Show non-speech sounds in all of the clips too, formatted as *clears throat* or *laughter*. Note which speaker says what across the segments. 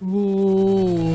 Speaker 1: Uh,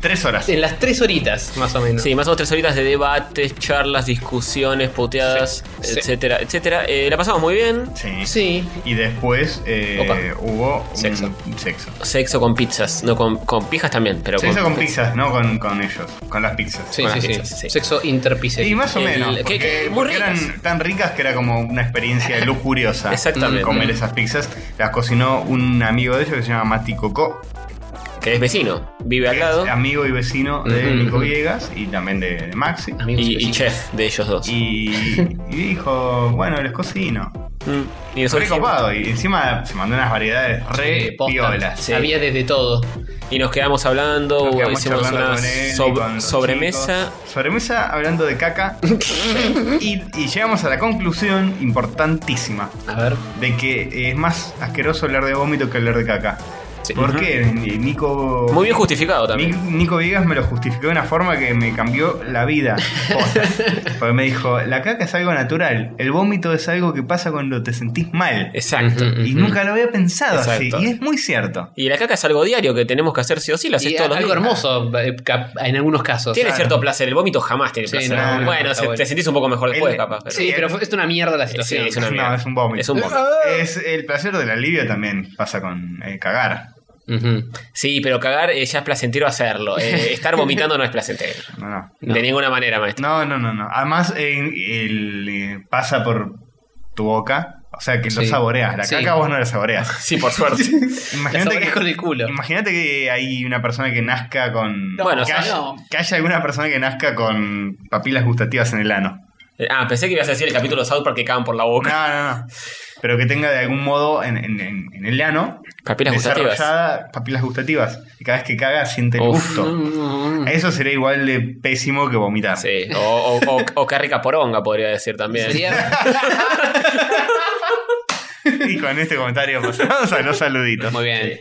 Speaker 2: Tres horas.
Speaker 3: en las tres horitas, más o menos.
Speaker 4: Sí, más o menos tres horitas de debates, charlas, discusiones, puteadas,
Speaker 3: Sí, sí.
Speaker 4: etcétera, etcétera. Eh, la pasamos muy bien.
Speaker 2: Sí.
Speaker 3: Sí.
Speaker 2: Y después eh, hubo un
Speaker 3: Sexo.
Speaker 2: sexo.
Speaker 4: Sexo con pizzas, no con, con pijas también, pero
Speaker 2: Sexo con pizzas, no con, con ellos, con las pizzas.
Speaker 3: Sí,
Speaker 4: Con
Speaker 3: sí,
Speaker 4: las
Speaker 3: sí.
Speaker 4: pizzas, sí.
Speaker 3: Sexo interpizzería.
Speaker 2: Y más o
Speaker 4: El-
Speaker 2: menos,
Speaker 4: que-
Speaker 2: porque,
Speaker 4: que- muy
Speaker 2: porque
Speaker 4: ricas.
Speaker 2: eran tan ricas que era como una experiencia lujuriosa
Speaker 4: Exactamente.
Speaker 2: comer esas pizzas. Las cocinó un amigo de ellos que se llama Mati Cocó,
Speaker 4: Que es vecino, vive al
Speaker 2: que
Speaker 4: lado
Speaker 2: es amigo y vecino de
Speaker 3: Ujú,
Speaker 2: Nico
Speaker 3: ujú.
Speaker 2: Viegas y también de, de Maxi.
Speaker 3: Amigos
Speaker 4: y, y
Speaker 3: vecinos.
Speaker 4: chef de ellos dos.
Speaker 2: Y, y dijo, bueno, les cocino.
Speaker 4: Mm, y nos
Speaker 2: Re
Speaker 4: dijimos-
Speaker 2: copado, y encima se mandó unas variedades
Speaker 3: Eh,
Speaker 2: re
Speaker 3: posta,
Speaker 2: piolas.
Speaker 4: sí.
Speaker 3: Había desde todo.
Speaker 4: Y nos quedamos hablando,
Speaker 2: Nos quedamos
Speaker 4: hicimos
Speaker 2: charlando
Speaker 4: una
Speaker 2: con él y
Speaker 4: sob-
Speaker 2: con los
Speaker 4: sobremesa.
Speaker 2: chicos. Sobremesa hablando de
Speaker 4: *laughs*
Speaker 2: caca. y, y llegamos a la conclusión importantísima
Speaker 3: A ver.
Speaker 2: de que eh, es más asqueroso hablar de vómito que hablar de caca.
Speaker 3: Sí.
Speaker 2: ¿Por
Speaker 4: Ujú.
Speaker 2: qué? Nico.
Speaker 4: Muy bien justificado también.
Speaker 2: Ni- Nico Viegas me lo justificó de una forma que me cambió la vida.
Speaker 4: *laughs*
Speaker 2: Posta. Porque me dijo, la caca es algo natural, el vómito es algo que pasa cuando te sentís mal.
Speaker 4: Exacto.
Speaker 3: Ujú.
Speaker 2: Y nunca lo había pensado así,
Speaker 4: Exacto.
Speaker 2: y es muy cierto.
Speaker 4: Y la caca es algo diario que tenemos que hacer sí o sí, lo haces
Speaker 3: Y
Speaker 4: todos los
Speaker 3: algo
Speaker 4: días.
Speaker 3: hermoso eh, cap- en algunos casos.
Speaker 4: Tiene
Speaker 2: Claro.
Speaker 4: cierto placer, el vómito jamás tiene
Speaker 3: Sí,
Speaker 4: placer.
Speaker 3: no,
Speaker 2: no, no,
Speaker 4: bueno,
Speaker 3: está
Speaker 4: se-
Speaker 3: bueno.
Speaker 4: te sentís un poco mejor después,
Speaker 2: El-
Speaker 4: capaz. pero-
Speaker 3: Sí, pero fue- es una mierda la situación.
Speaker 4: Sí, es una mierda.
Speaker 2: No, es un vómito.
Speaker 4: Es un vómito.
Speaker 2: Es el placer del alivio también pasa con eh, cagar.
Speaker 3: Ujú.
Speaker 4: Sí, pero cagar eh, ya es placentero hacerlo.
Speaker 3: *laughs*
Speaker 4: Eh, estar vomitando no es placentero.
Speaker 2: No, no.
Speaker 4: De ninguna manera, maestro.
Speaker 2: No, no, no, no. Además, eh, el, eh, pasa por tu boca. O sea, que lo
Speaker 3: Sí.
Speaker 2: saboreas. La
Speaker 3: Sí.
Speaker 2: caca vos no la saboreas.
Speaker 4: Sí,
Speaker 2: *laughs*
Speaker 4: por suerte.
Speaker 3: *laughs* La
Speaker 2: Imagínate
Speaker 3: saboreas
Speaker 2: que,
Speaker 3: con el culo.
Speaker 2: imagínate que hay una persona que nazca con.
Speaker 4: Bueno,
Speaker 2: que,
Speaker 4: o sea,
Speaker 2: haya,
Speaker 3: no.
Speaker 2: que haya alguna persona que nazca con papilas gustativas en el ano.
Speaker 4: Eh, Ah, pensé que ibas a decir el capítulo de South Park que cagan por la boca.
Speaker 2: No, no, no. pero que tenga de algún modo en, en- en- en el ano
Speaker 4: Papilas gustativas.
Speaker 2: desarrollada papilas gustativas. Y cada vez que caga siente el
Speaker 4: Uf.
Speaker 2: gusto. Eso sería igual de pésimo que vomitar.
Speaker 4: Sí, o, o, o, o qué rica poronga, podría decir también.
Speaker 3: Sería-
Speaker 2: *laughs* Y con este comentario pasamos a los saluditos.
Speaker 3: *laughs* Muy *laughs* bien.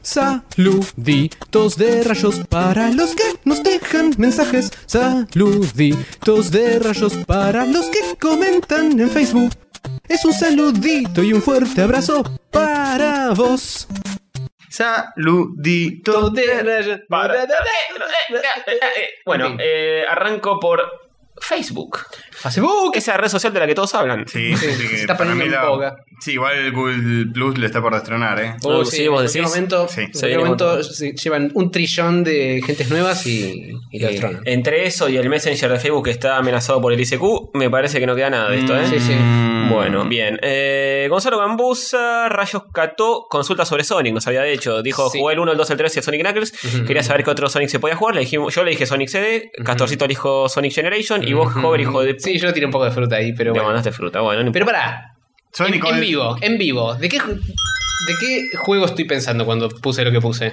Speaker 1: Saluditos de rayos para los que nos dejan mensajes. Saluditos de rayos para los que comentan en Facebook. Es un saludito y un fuerte abrazo para vos.
Speaker 2: Saluditos de...
Speaker 3: Uh,
Speaker 4: Eh, Bueno,
Speaker 3: Ok.
Speaker 4: eh, arranco por Facebook.
Speaker 3: Facebook.
Speaker 4: Esa red social de la que todos hablan. Eh,
Speaker 2: Sí,
Speaker 3: Sí,
Speaker 2: sí,
Speaker 3: se
Speaker 2: que
Speaker 3: está
Speaker 2: para
Speaker 3: poniendo
Speaker 2: mí
Speaker 3: en
Speaker 2: la-
Speaker 3: boga.
Speaker 2: Sí, igual el Google Plus lo está por destronar, ¿eh?
Speaker 4: Oh, sí, vos
Speaker 3: en cualquier
Speaker 4: decís.
Speaker 3: momento,
Speaker 2: Sí.
Speaker 3: en
Speaker 4: Se
Speaker 3: cualquier
Speaker 4: viene
Speaker 3: momento
Speaker 4: bueno.
Speaker 3: se llevan un trillón de gentes nuevas y, y lo
Speaker 4: Eh,
Speaker 3: destronan.
Speaker 4: entre eso y el Messenger de Facebook que está amenazado por el ICQ, me parece que no queda nada de esto, ¿eh?
Speaker 3: Sí, sí.
Speaker 2: Mm.
Speaker 4: Bueno, bien. Eh, Gonzalo Gambusa, Rayos Cató, consulta sobre Sonic, nos había hecho. Dijo,
Speaker 3: Sí.
Speaker 4: jugué el 1, el 2, el 3 y el Sonic Knuckles.
Speaker 3: Ujú.
Speaker 4: Quería saber qué otro Sonic se podía jugar. Le dijimos, yo le dije Sonic CD, Castorcito le dijo Sonic Generation y vos,
Speaker 3: Ujú.
Speaker 4: joven, hijo de...
Speaker 3: Sí, yo le tiré un poco de fruta ahí, pero
Speaker 4: Te
Speaker 3: bueno.
Speaker 4: mandaste fruta, bueno, no importa.
Speaker 3: Pero pará.
Speaker 2: Sonic
Speaker 3: en, en
Speaker 2: Old-
Speaker 3: vivo, en vivo. ¿De qué, ju- ¿De qué juego estoy pensando cuando puse lo que puse?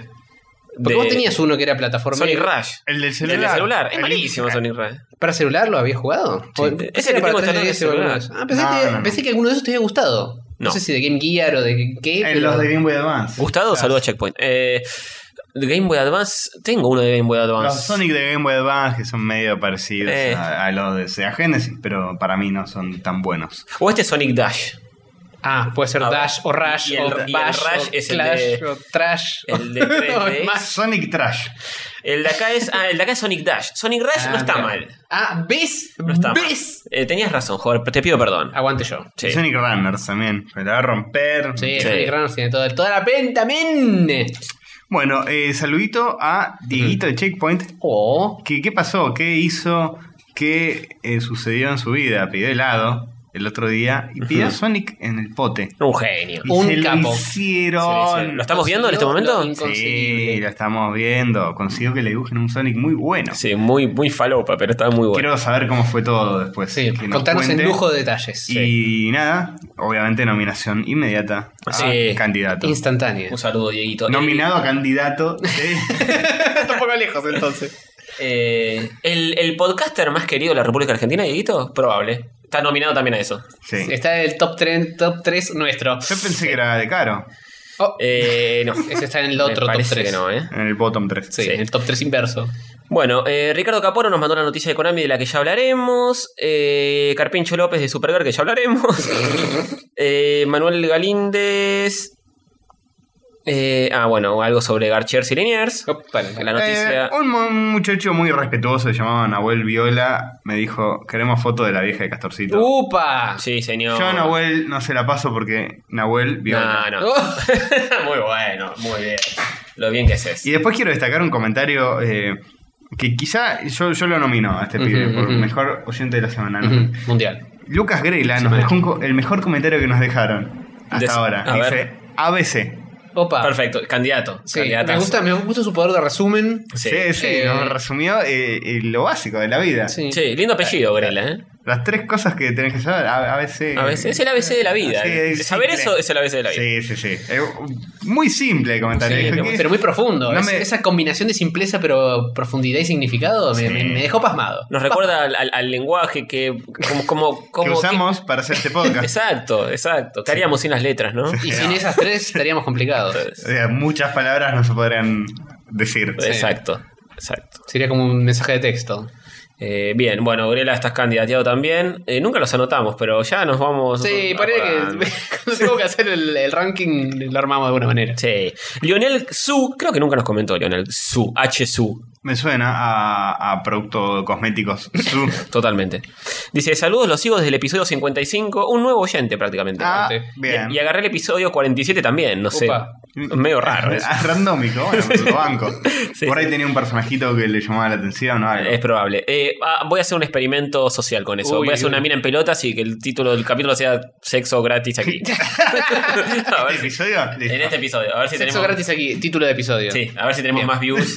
Speaker 3: Porque
Speaker 4: De-
Speaker 3: vos tenías uno que era plataforma.
Speaker 4: Sonic Rush.
Speaker 2: El del
Speaker 4: El
Speaker 2: celular.
Speaker 4: de celular. Es
Speaker 2: El-
Speaker 4: malísimo Sonic Rush.
Speaker 3: ¿Para celular lo habías jugado?
Speaker 4: Sí,
Speaker 3: ¿O-
Speaker 4: ese
Speaker 3: ese
Speaker 4: que
Speaker 3: era
Speaker 4: tengo
Speaker 3: para
Speaker 4: está en el
Speaker 3: 3DS o alguno de esos?
Speaker 4: celular.
Speaker 3: Ah, pensé,
Speaker 2: No,
Speaker 3: que,
Speaker 2: no, no.
Speaker 3: pensé que alguno de esos te había gustado. No,
Speaker 4: No.
Speaker 3: sé si de Game Gear o de qué.
Speaker 2: En
Speaker 3: pero-
Speaker 2: los de Game Boy Advance.
Speaker 4: Gustado, saludo a Checkpoint. Eh, de Game Boy Advance, tengo uno de Game Boy Advance.
Speaker 2: Los Sonic de Game Boy Advance que son medio parecidos
Speaker 4: Eh.
Speaker 2: a, a los de Sega Genesis, pero para mí no son tan buenos.
Speaker 4: O este Sonic Dash.
Speaker 3: Ah, puede ser
Speaker 4: Ah,
Speaker 3: Dash o Rush
Speaker 4: y el-
Speaker 3: o
Speaker 4: y el
Speaker 3: Bash
Speaker 4: Rush
Speaker 3: o
Speaker 4: es el
Speaker 3: Clash
Speaker 4: de-
Speaker 3: o Trash. *laughs*
Speaker 4: el de
Speaker 3: o-
Speaker 4: 3D.
Speaker 3: más.
Speaker 2: Sonic Trash.
Speaker 4: El de acá es, ah, el de acá es Sonic Dash. Sonic Dash no
Speaker 3: Ah,
Speaker 4: está
Speaker 3: mira.
Speaker 4: mal.
Speaker 3: Ah, ¿ves?
Speaker 4: No está mal.
Speaker 3: ¿Ves?
Speaker 4: Eh, tenías razón, joder, te pido perdón.
Speaker 3: Aguante yo.
Speaker 4: Sí.
Speaker 2: Y Ah, Sonic Runners también. Me la va a romper.
Speaker 3: Sí,
Speaker 4: Sí.
Speaker 3: Sonic Runners tiene todo- toda la penta, men.
Speaker 2: Bueno, eh, saludito a Dieguito de Checkpoint.
Speaker 3: Oh.
Speaker 2: ¿Qué, qué pasó? ¿Qué hizo? ¿Qué eh, sucedió en su vida? Pidió helado el otro día y pidió Sonic en el pote.
Speaker 4: Un genio.
Speaker 2: Y
Speaker 3: Un
Speaker 2: se lo
Speaker 3: capo.
Speaker 2: hicieron.
Speaker 4: Se le hicieron. ¿Lo estamos viendo en este
Speaker 3: Consiguió
Speaker 4: momento?
Speaker 3: lo
Speaker 2: Sí,
Speaker 3: inconcebible.
Speaker 2: lo estamos viendo. Consiguió que le dibujen un Sonic muy bueno.
Speaker 4: Sí, muy, muy falopa, pero está muy bueno.
Speaker 2: Quiero saber cómo fue todo después.
Speaker 3: Sí,
Speaker 2: Que nos
Speaker 3: contanos en
Speaker 2: cuente.
Speaker 3: lujo de detalles.
Speaker 2: Y nada, obviamente nominación inmediata a
Speaker 4: Sí.
Speaker 2: candidato.
Speaker 3: Instantánea.
Speaker 4: Un saludo, Dieguito.
Speaker 2: Nominado a candidato de-
Speaker 3: *laughs* Está un poco lejos entonces.
Speaker 4: Eh, el, el podcaster más querido de la República Argentina, Dieguito, probable. Está nominado también a eso.
Speaker 2: Sí.
Speaker 3: Está en el top 3, top 3 nuestro.
Speaker 2: Yo pensé que era de caro.
Speaker 3: Oh,
Speaker 4: Eh, no.
Speaker 3: ese está en el
Speaker 4: Me
Speaker 3: otro top
Speaker 4: parece
Speaker 3: 3.
Speaker 4: que no, ¿eh?
Speaker 2: En el bottom 3.
Speaker 3: Sí,
Speaker 4: Sí.
Speaker 3: en el top 3 inverso.
Speaker 4: Bueno, eh, Ricardo Caporo nos mandó una noticia de Konami de la que ya hablaremos. eh, Carpincho López de Supergirl, que ya hablaremos. eh, Manuel Galíndez. eh, ah, bueno, algo sobre Garchers y Liniers.
Speaker 3: Op, vale.
Speaker 4: La noticia.
Speaker 2: Eh, un mu- un muchacho muy respetuoso llamado Nahuel Viola me dijo, queremos foto de la vieja de Castorcito.
Speaker 4: Uh,
Speaker 3: ¡Upa!
Speaker 4: Sí, señor.
Speaker 2: Yo a Nahuel no se la paso porque Nahuel Viola.
Speaker 4: No, no.
Speaker 3: *laughs*
Speaker 4: *laughs*
Speaker 3: Oh,
Speaker 4: muy bueno, muy bien. Lo bien que haces.
Speaker 2: Y después quiero destacar un comentario eh, que quizá yo, yo lo nomino a este
Speaker 3: Ujú,
Speaker 2: pibe por
Speaker 3: ujú.
Speaker 2: mejor oyente de la semana. ¿no?
Speaker 3: ujú, Mundial.
Speaker 2: Lucas Grela nos dejó un co- el mejor comentario que nos dejaron hasta
Speaker 4: Des-
Speaker 2: ahora.
Speaker 4: a
Speaker 2: Dice
Speaker 4: ver.
Speaker 2: ABC.
Speaker 3: Opa.
Speaker 4: Perfecto, candidato.
Speaker 3: Sí,
Speaker 4: candidatazo.
Speaker 3: me gusta, me gusta su poder de resumen.
Speaker 2: Sí,
Speaker 4: Sí.
Speaker 2: sí,
Speaker 3: Eh.
Speaker 2: nos resumió eh, eh, lo básico de la vida.
Speaker 3: Sí.
Speaker 4: Sí, lindo apellido, Grela, ¿eh?
Speaker 2: Las tres cosas que tenés que saber, A- ABC.
Speaker 4: A veces es el ABC de la vida.
Speaker 2: Sí, es
Speaker 4: Saber
Speaker 2: simple.
Speaker 4: eso es el ABC de la vida.
Speaker 2: Sí, sí, sí. Eh, muy simple el comentario.
Speaker 3: Sí,
Speaker 2: Dije,
Speaker 3: pero,
Speaker 2: ¿qué?
Speaker 3: pero muy profundo.
Speaker 2: No
Speaker 3: Es-
Speaker 2: me-
Speaker 3: Esa combinación de simpleza, pero profundidad y significado me,
Speaker 2: Sí.
Speaker 3: me- me dejó pasmado.
Speaker 4: Nos recuerda al, al- al lenguaje que. Como, como,
Speaker 2: que
Speaker 4: como-
Speaker 2: usamos para hacer este
Speaker 4: que- *laughs*
Speaker 2: podcast.
Speaker 4: exacto, exacto. ¿Qué haríamos sin las letras, no?
Speaker 3: Y sin esas tres estaríamos complicados.
Speaker 2: O sea, muchas palabras no se podrían decir.
Speaker 4: *laughs* Exacto, exacto.
Speaker 3: Sería como un mensaje de texto.
Speaker 4: Eh, bien, bueno, Grela, estás candidateado también. Eh, nunca los anotamos, pero ya nos vamos.
Speaker 3: Sí, parece que
Speaker 4: acordando.
Speaker 3: cuando *laughs* tengo que hacer el, el ranking, lo armamos de alguna manera.
Speaker 4: Sí. Lionel Su, creo que nunca nos comentó Lionel Su, H. Su,
Speaker 2: Me suena a, a productos
Speaker 4: *laughs*
Speaker 2: cosméticos. Su-
Speaker 4: totalmente. Dice: Saludos, los sigo desde el episodio 55, un nuevo oyente prácticamente.
Speaker 2: Ah,
Speaker 3: Y-
Speaker 2: bien.
Speaker 4: Y, y agarré el episodio 47 también, no sé.
Speaker 3: Opa.
Speaker 4: Medio raro. eso.
Speaker 2: *laughs* Ah, Randómico,
Speaker 4: *laughs*
Speaker 2: bueno, lo banco.
Speaker 4: Sí,
Speaker 2: Por ahí
Speaker 4: sí.
Speaker 2: tenía un personajito que le llamaba la atención o algo.
Speaker 4: Es probable. Eh, ah, voy a hacer un experimento social con eso.
Speaker 3: Uy,
Speaker 4: voy a hacer
Speaker 3: uy.
Speaker 4: una mina en pelotas y que el título del capítulo sea Sexo gratis
Speaker 3: *laughs*
Speaker 4: aquí. a ver
Speaker 2: ¿Este
Speaker 4: si-
Speaker 2: episodio? Listo.
Speaker 4: en este episodio. A ver si
Speaker 3: Sexo
Speaker 4: tenemos,
Speaker 3: gratis aquí, título de episodio.
Speaker 4: sí, a ver si tenemos más views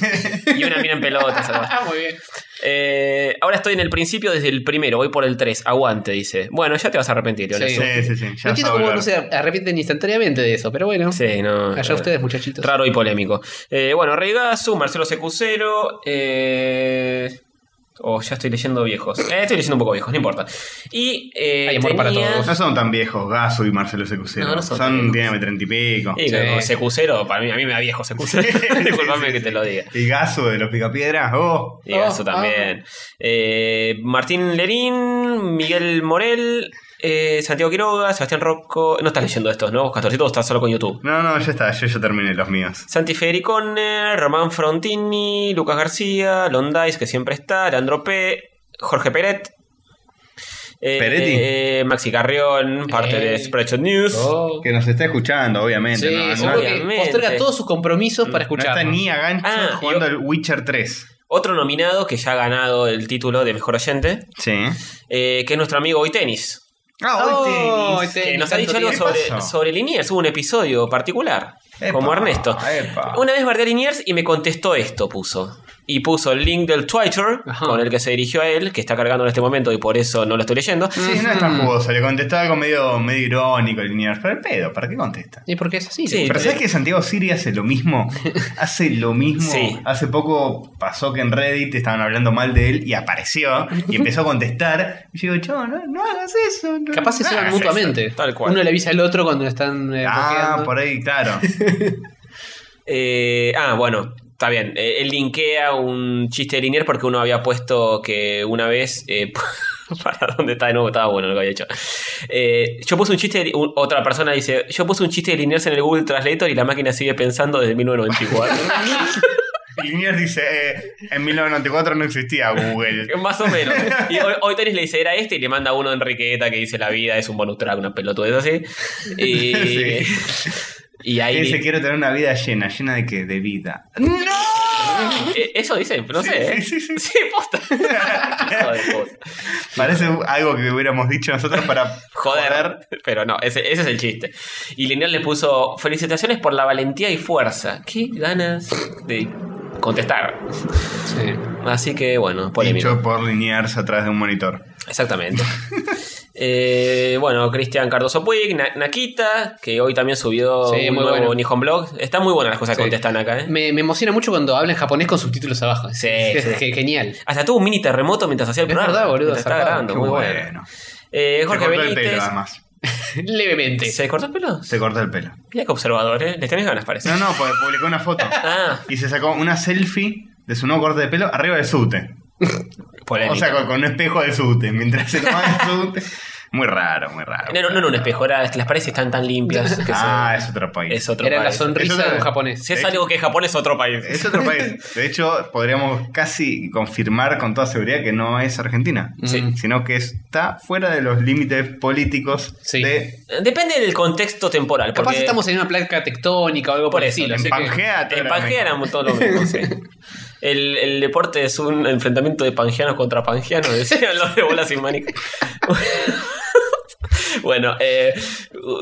Speaker 4: y una mina en en pelotas. además.
Speaker 3: *laughs* Ah, muy bien.
Speaker 4: Eh, ahora estoy en el principio desde el primero, voy por el 3. Aguante, dice. Bueno, ya te vas a arrepentir, yo le
Speaker 3: Sí.
Speaker 4: subo.
Speaker 2: Sí, sí, sí. Ya
Speaker 3: no
Speaker 2: vas a
Speaker 3: entiendo cómo
Speaker 2: volver.
Speaker 3: no se arrepienten instantáneamente de eso, pero bueno.
Speaker 4: Sí, no.
Speaker 3: Allá
Speaker 4: eh,
Speaker 3: ustedes, muchachitos.
Speaker 4: Raro y polémico. Eh, bueno, Reigazu, Marcelo Secucero. Eh... Oh, ya estoy leyendo viejos. Eh, estoy leyendo un poco viejos, no importa. Y. eh,
Speaker 3: Hay amor para
Speaker 4: tenía-
Speaker 3: todos.
Speaker 2: No son tan viejos Gaso y Marcelo Secucero.
Speaker 4: No, no
Speaker 2: son,
Speaker 4: son tan viejos.
Speaker 2: tienen treinta y pico.
Speaker 4: Y
Speaker 3: Sí.
Speaker 4: con Secucero, para mí, a mí me da viejo
Speaker 3: *laughs*
Speaker 4: Secucero. *laughs* Disculpame que te lo diga.
Speaker 2: Y Gaso de los Picapiedras, oh.
Speaker 4: Y eso
Speaker 3: Oh,
Speaker 4: también. Eh, Martín Lerín, Miguel Morel, eh, Santiago Quiroga, Sebastián Rocco. No estás leyendo estos, ¿no? Castorcito, vos estás solo con YouTube.
Speaker 2: No, no, ya está, yo ya terminé los míos.
Speaker 4: Santi Federicone, Román Frontini, Lucas García, Londais, que siempre está, Leandro P., Jorge Peret, eh,
Speaker 2: Peretti.
Speaker 4: eh, Maxi Carrión, parte
Speaker 3: Eh.
Speaker 4: de Spreadshot News.
Speaker 3: Oh.
Speaker 2: Que nos está escuchando, obviamente.
Speaker 3: Sí,
Speaker 2: no, no,
Speaker 3: seguro
Speaker 2: no
Speaker 3: que
Speaker 4: obviamente.
Speaker 3: posterga todos sus compromisos para
Speaker 2: está
Speaker 3: escuchar.
Speaker 2: ni a gancho
Speaker 4: Ah,
Speaker 2: jugando
Speaker 4: yo-
Speaker 2: al Witcher 3.
Speaker 4: Otro nominado que ya ha ganado el título de Mejor Oyente,
Speaker 2: Sí.
Speaker 4: eh, que es nuestro amigo Hoy Tenis.
Speaker 2: Ah,
Speaker 3: Oh,
Speaker 2: hoy tenis.
Speaker 3: hoy tenis.
Speaker 4: que nos ha dicho
Speaker 3: tanto
Speaker 4: algo
Speaker 2: tiempo.
Speaker 4: sobre,
Speaker 2: Pasó.
Speaker 4: sobre Liniers, hubo un episodio particular,
Speaker 2: Epa,
Speaker 4: como Ernesto.
Speaker 2: epa.
Speaker 4: Una vez guardé a Liniers y me contestó esto, puso. Y puso el link del Twitter
Speaker 3: Ajá.
Speaker 4: con el que se dirigió a él, que está cargando en este momento y por eso no lo estoy leyendo.
Speaker 2: Sí, no es tan jugoso. Mm. Le contestó algo medio, medio irónico, lineal. Pero el pedo, ¿para qué contesta?
Speaker 3: ¿Y por qué es así?
Speaker 4: Sí.
Speaker 2: Pero ¿sabes que Santiago Siri hace lo
Speaker 4: *laughs*
Speaker 2: mismo? Hace lo mismo.
Speaker 4: Sí.
Speaker 2: Hace poco pasó que en Reddit estaban hablando mal de él y apareció y empezó a contestar. Y yo digo, chavo, no, no hagas eso. no-
Speaker 3: Capaz se
Speaker 2: no
Speaker 3: suenan
Speaker 2: hagas
Speaker 3: mutuamente.
Speaker 4: tal cual.
Speaker 3: Uno le avisa al otro cuando están. eh,
Speaker 2: eso. Ah,
Speaker 3: bloqueando.
Speaker 2: por ahí,
Speaker 4: *laughs*
Speaker 2: claro.
Speaker 4: Eh, ah, bueno, está bien. Eh, él linkea un chiste de Liniers porque uno había puesto que una vez. eh, *laughs* para dónde está de nuevo, estaba bueno lo que había hecho. Eh, yo puse un chiste. de- un- otra persona dice: Yo puse un chiste de Liniers en el Google Translator y la máquina sigue pensando
Speaker 2: *laughs*
Speaker 4: desde 1994.
Speaker 2: Y Liniers dice, eh, en 1994 no existía Google.
Speaker 4: Más o menos. Y hoy, hoy Tenis le dice: Era este y le manda uno a Enriqueta que dice: La vida es un bonus track, una pelotudez
Speaker 2: *laughs*
Speaker 4: así. Y,
Speaker 2: Sí.
Speaker 4: y ahí.
Speaker 2: Él dice, quiero tener una vida llena, llena de qué? De vida.
Speaker 4: eh, Eso dice, no
Speaker 2: Sí,
Speaker 4: sé. ¿eh?
Speaker 2: sí, sí, sí.
Speaker 4: Sí,
Speaker 2: *laughs*
Speaker 4: posta. Hijo de puta.
Speaker 2: Parece algo que hubiéramos dicho nosotros para
Speaker 4: *laughs* Joder, pero no, ese, ese es el chiste. Y Lineal le puso felicitaciones por la valentía y fuerza. Qué ganas de contestar.
Speaker 3: Sí.
Speaker 4: Así que bueno, polémico.
Speaker 2: Dicho por Liniers atrás de un monitor.
Speaker 4: Exactamente. *laughs* Eh, bueno, Cristian Cardoso Puig, Na- Nakita, que hoy también subió
Speaker 3: Sí,
Speaker 4: un
Speaker 3: muy
Speaker 4: nuevo
Speaker 3: bueno.
Speaker 4: Nihon Blog. Están muy buenas las cosas que
Speaker 3: Sí.
Speaker 4: contestan acá, ¿eh?
Speaker 3: Me, me emociona mucho cuando hablan japonés con subtítulos abajo.
Speaker 4: Sí,
Speaker 3: *laughs* Es
Speaker 4: sí.
Speaker 3: ge- genial.
Speaker 4: Hasta tuvo un mini terremoto mientras hacía el
Speaker 3: Es
Speaker 4: programa.
Speaker 3: verdad, boludo,
Speaker 4: mientras estaba
Speaker 3: zarpado,
Speaker 4: grabando,
Speaker 2: Qué
Speaker 4: muy bueno. Eh,
Speaker 2: Se
Speaker 4: Jorge
Speaker 2: cortó el
Speaker 4: Benítez.
Speaker 2: pelo, además.
Speaker 3: Levemente.
Speaker 4: ¿Se cortó el pelo?
Speaker 2: Se cortó el pelo.
Speaker 4: Mira qué observador, ¿eh? Les tenés ganas, parece.
Speaker 2: No, no, porque publicó una foto.
Speaker 4: Ah,
Speaker 2: Y se sacó una selfie de su nuevo corte de pelo arriba del subte.
Speaker 4: polémico.
Speaker 2: O sea, con, con un espejo del subte. Mientras se tomaba el subte. Muy raro, muy raro.
Speaker 4: No, no, no era un espejo, era las paredes están tan limpias
Speaker 3: *laughs*
Speaker 4: que se-
Speaker 2: ah, es otro país.
Speaker 4: es otro
Speaker 3: Era la
Speaker 4: país.
Speaker 2: Eso
Speaker 3: sonrisa de
Speaker 2: era-
Speaker 3: un japonés.
Speaker 4: Si es algo que es Japón, es otro país.
Speaker 2: Es otro país. De hecho, podríamos casi confirmar con toda seguridad que no es Argentina.
Speaker 4: Sí.
Speaker 2: Sino que está fuera de los límites políticos
Speaker 3: Sí.
Speaker 2: de.
Speaker 4: Depende del contexto temporal.
Speaker 3: Capaz
Speaker 4: porque
Speaker 3: estamos en una placa tectónica o algo por,
Speaker 4: Por
Speaker 3: el
Speaker 4: eso,
Speaker 2: En
Speaker 3: estilo. así que-
Speaker 2: Pangea. todo
Speaker 4: En
Speaker 2: era
Speaker 4: Pangea
Speaker 2: México.
Speaker 4: éramos todos los mismos, sí. El, el deporte es un enfrentamiento de pangeanos contra pangeanos, decían los de bolas sin manica. *laughs* Bueno, eh,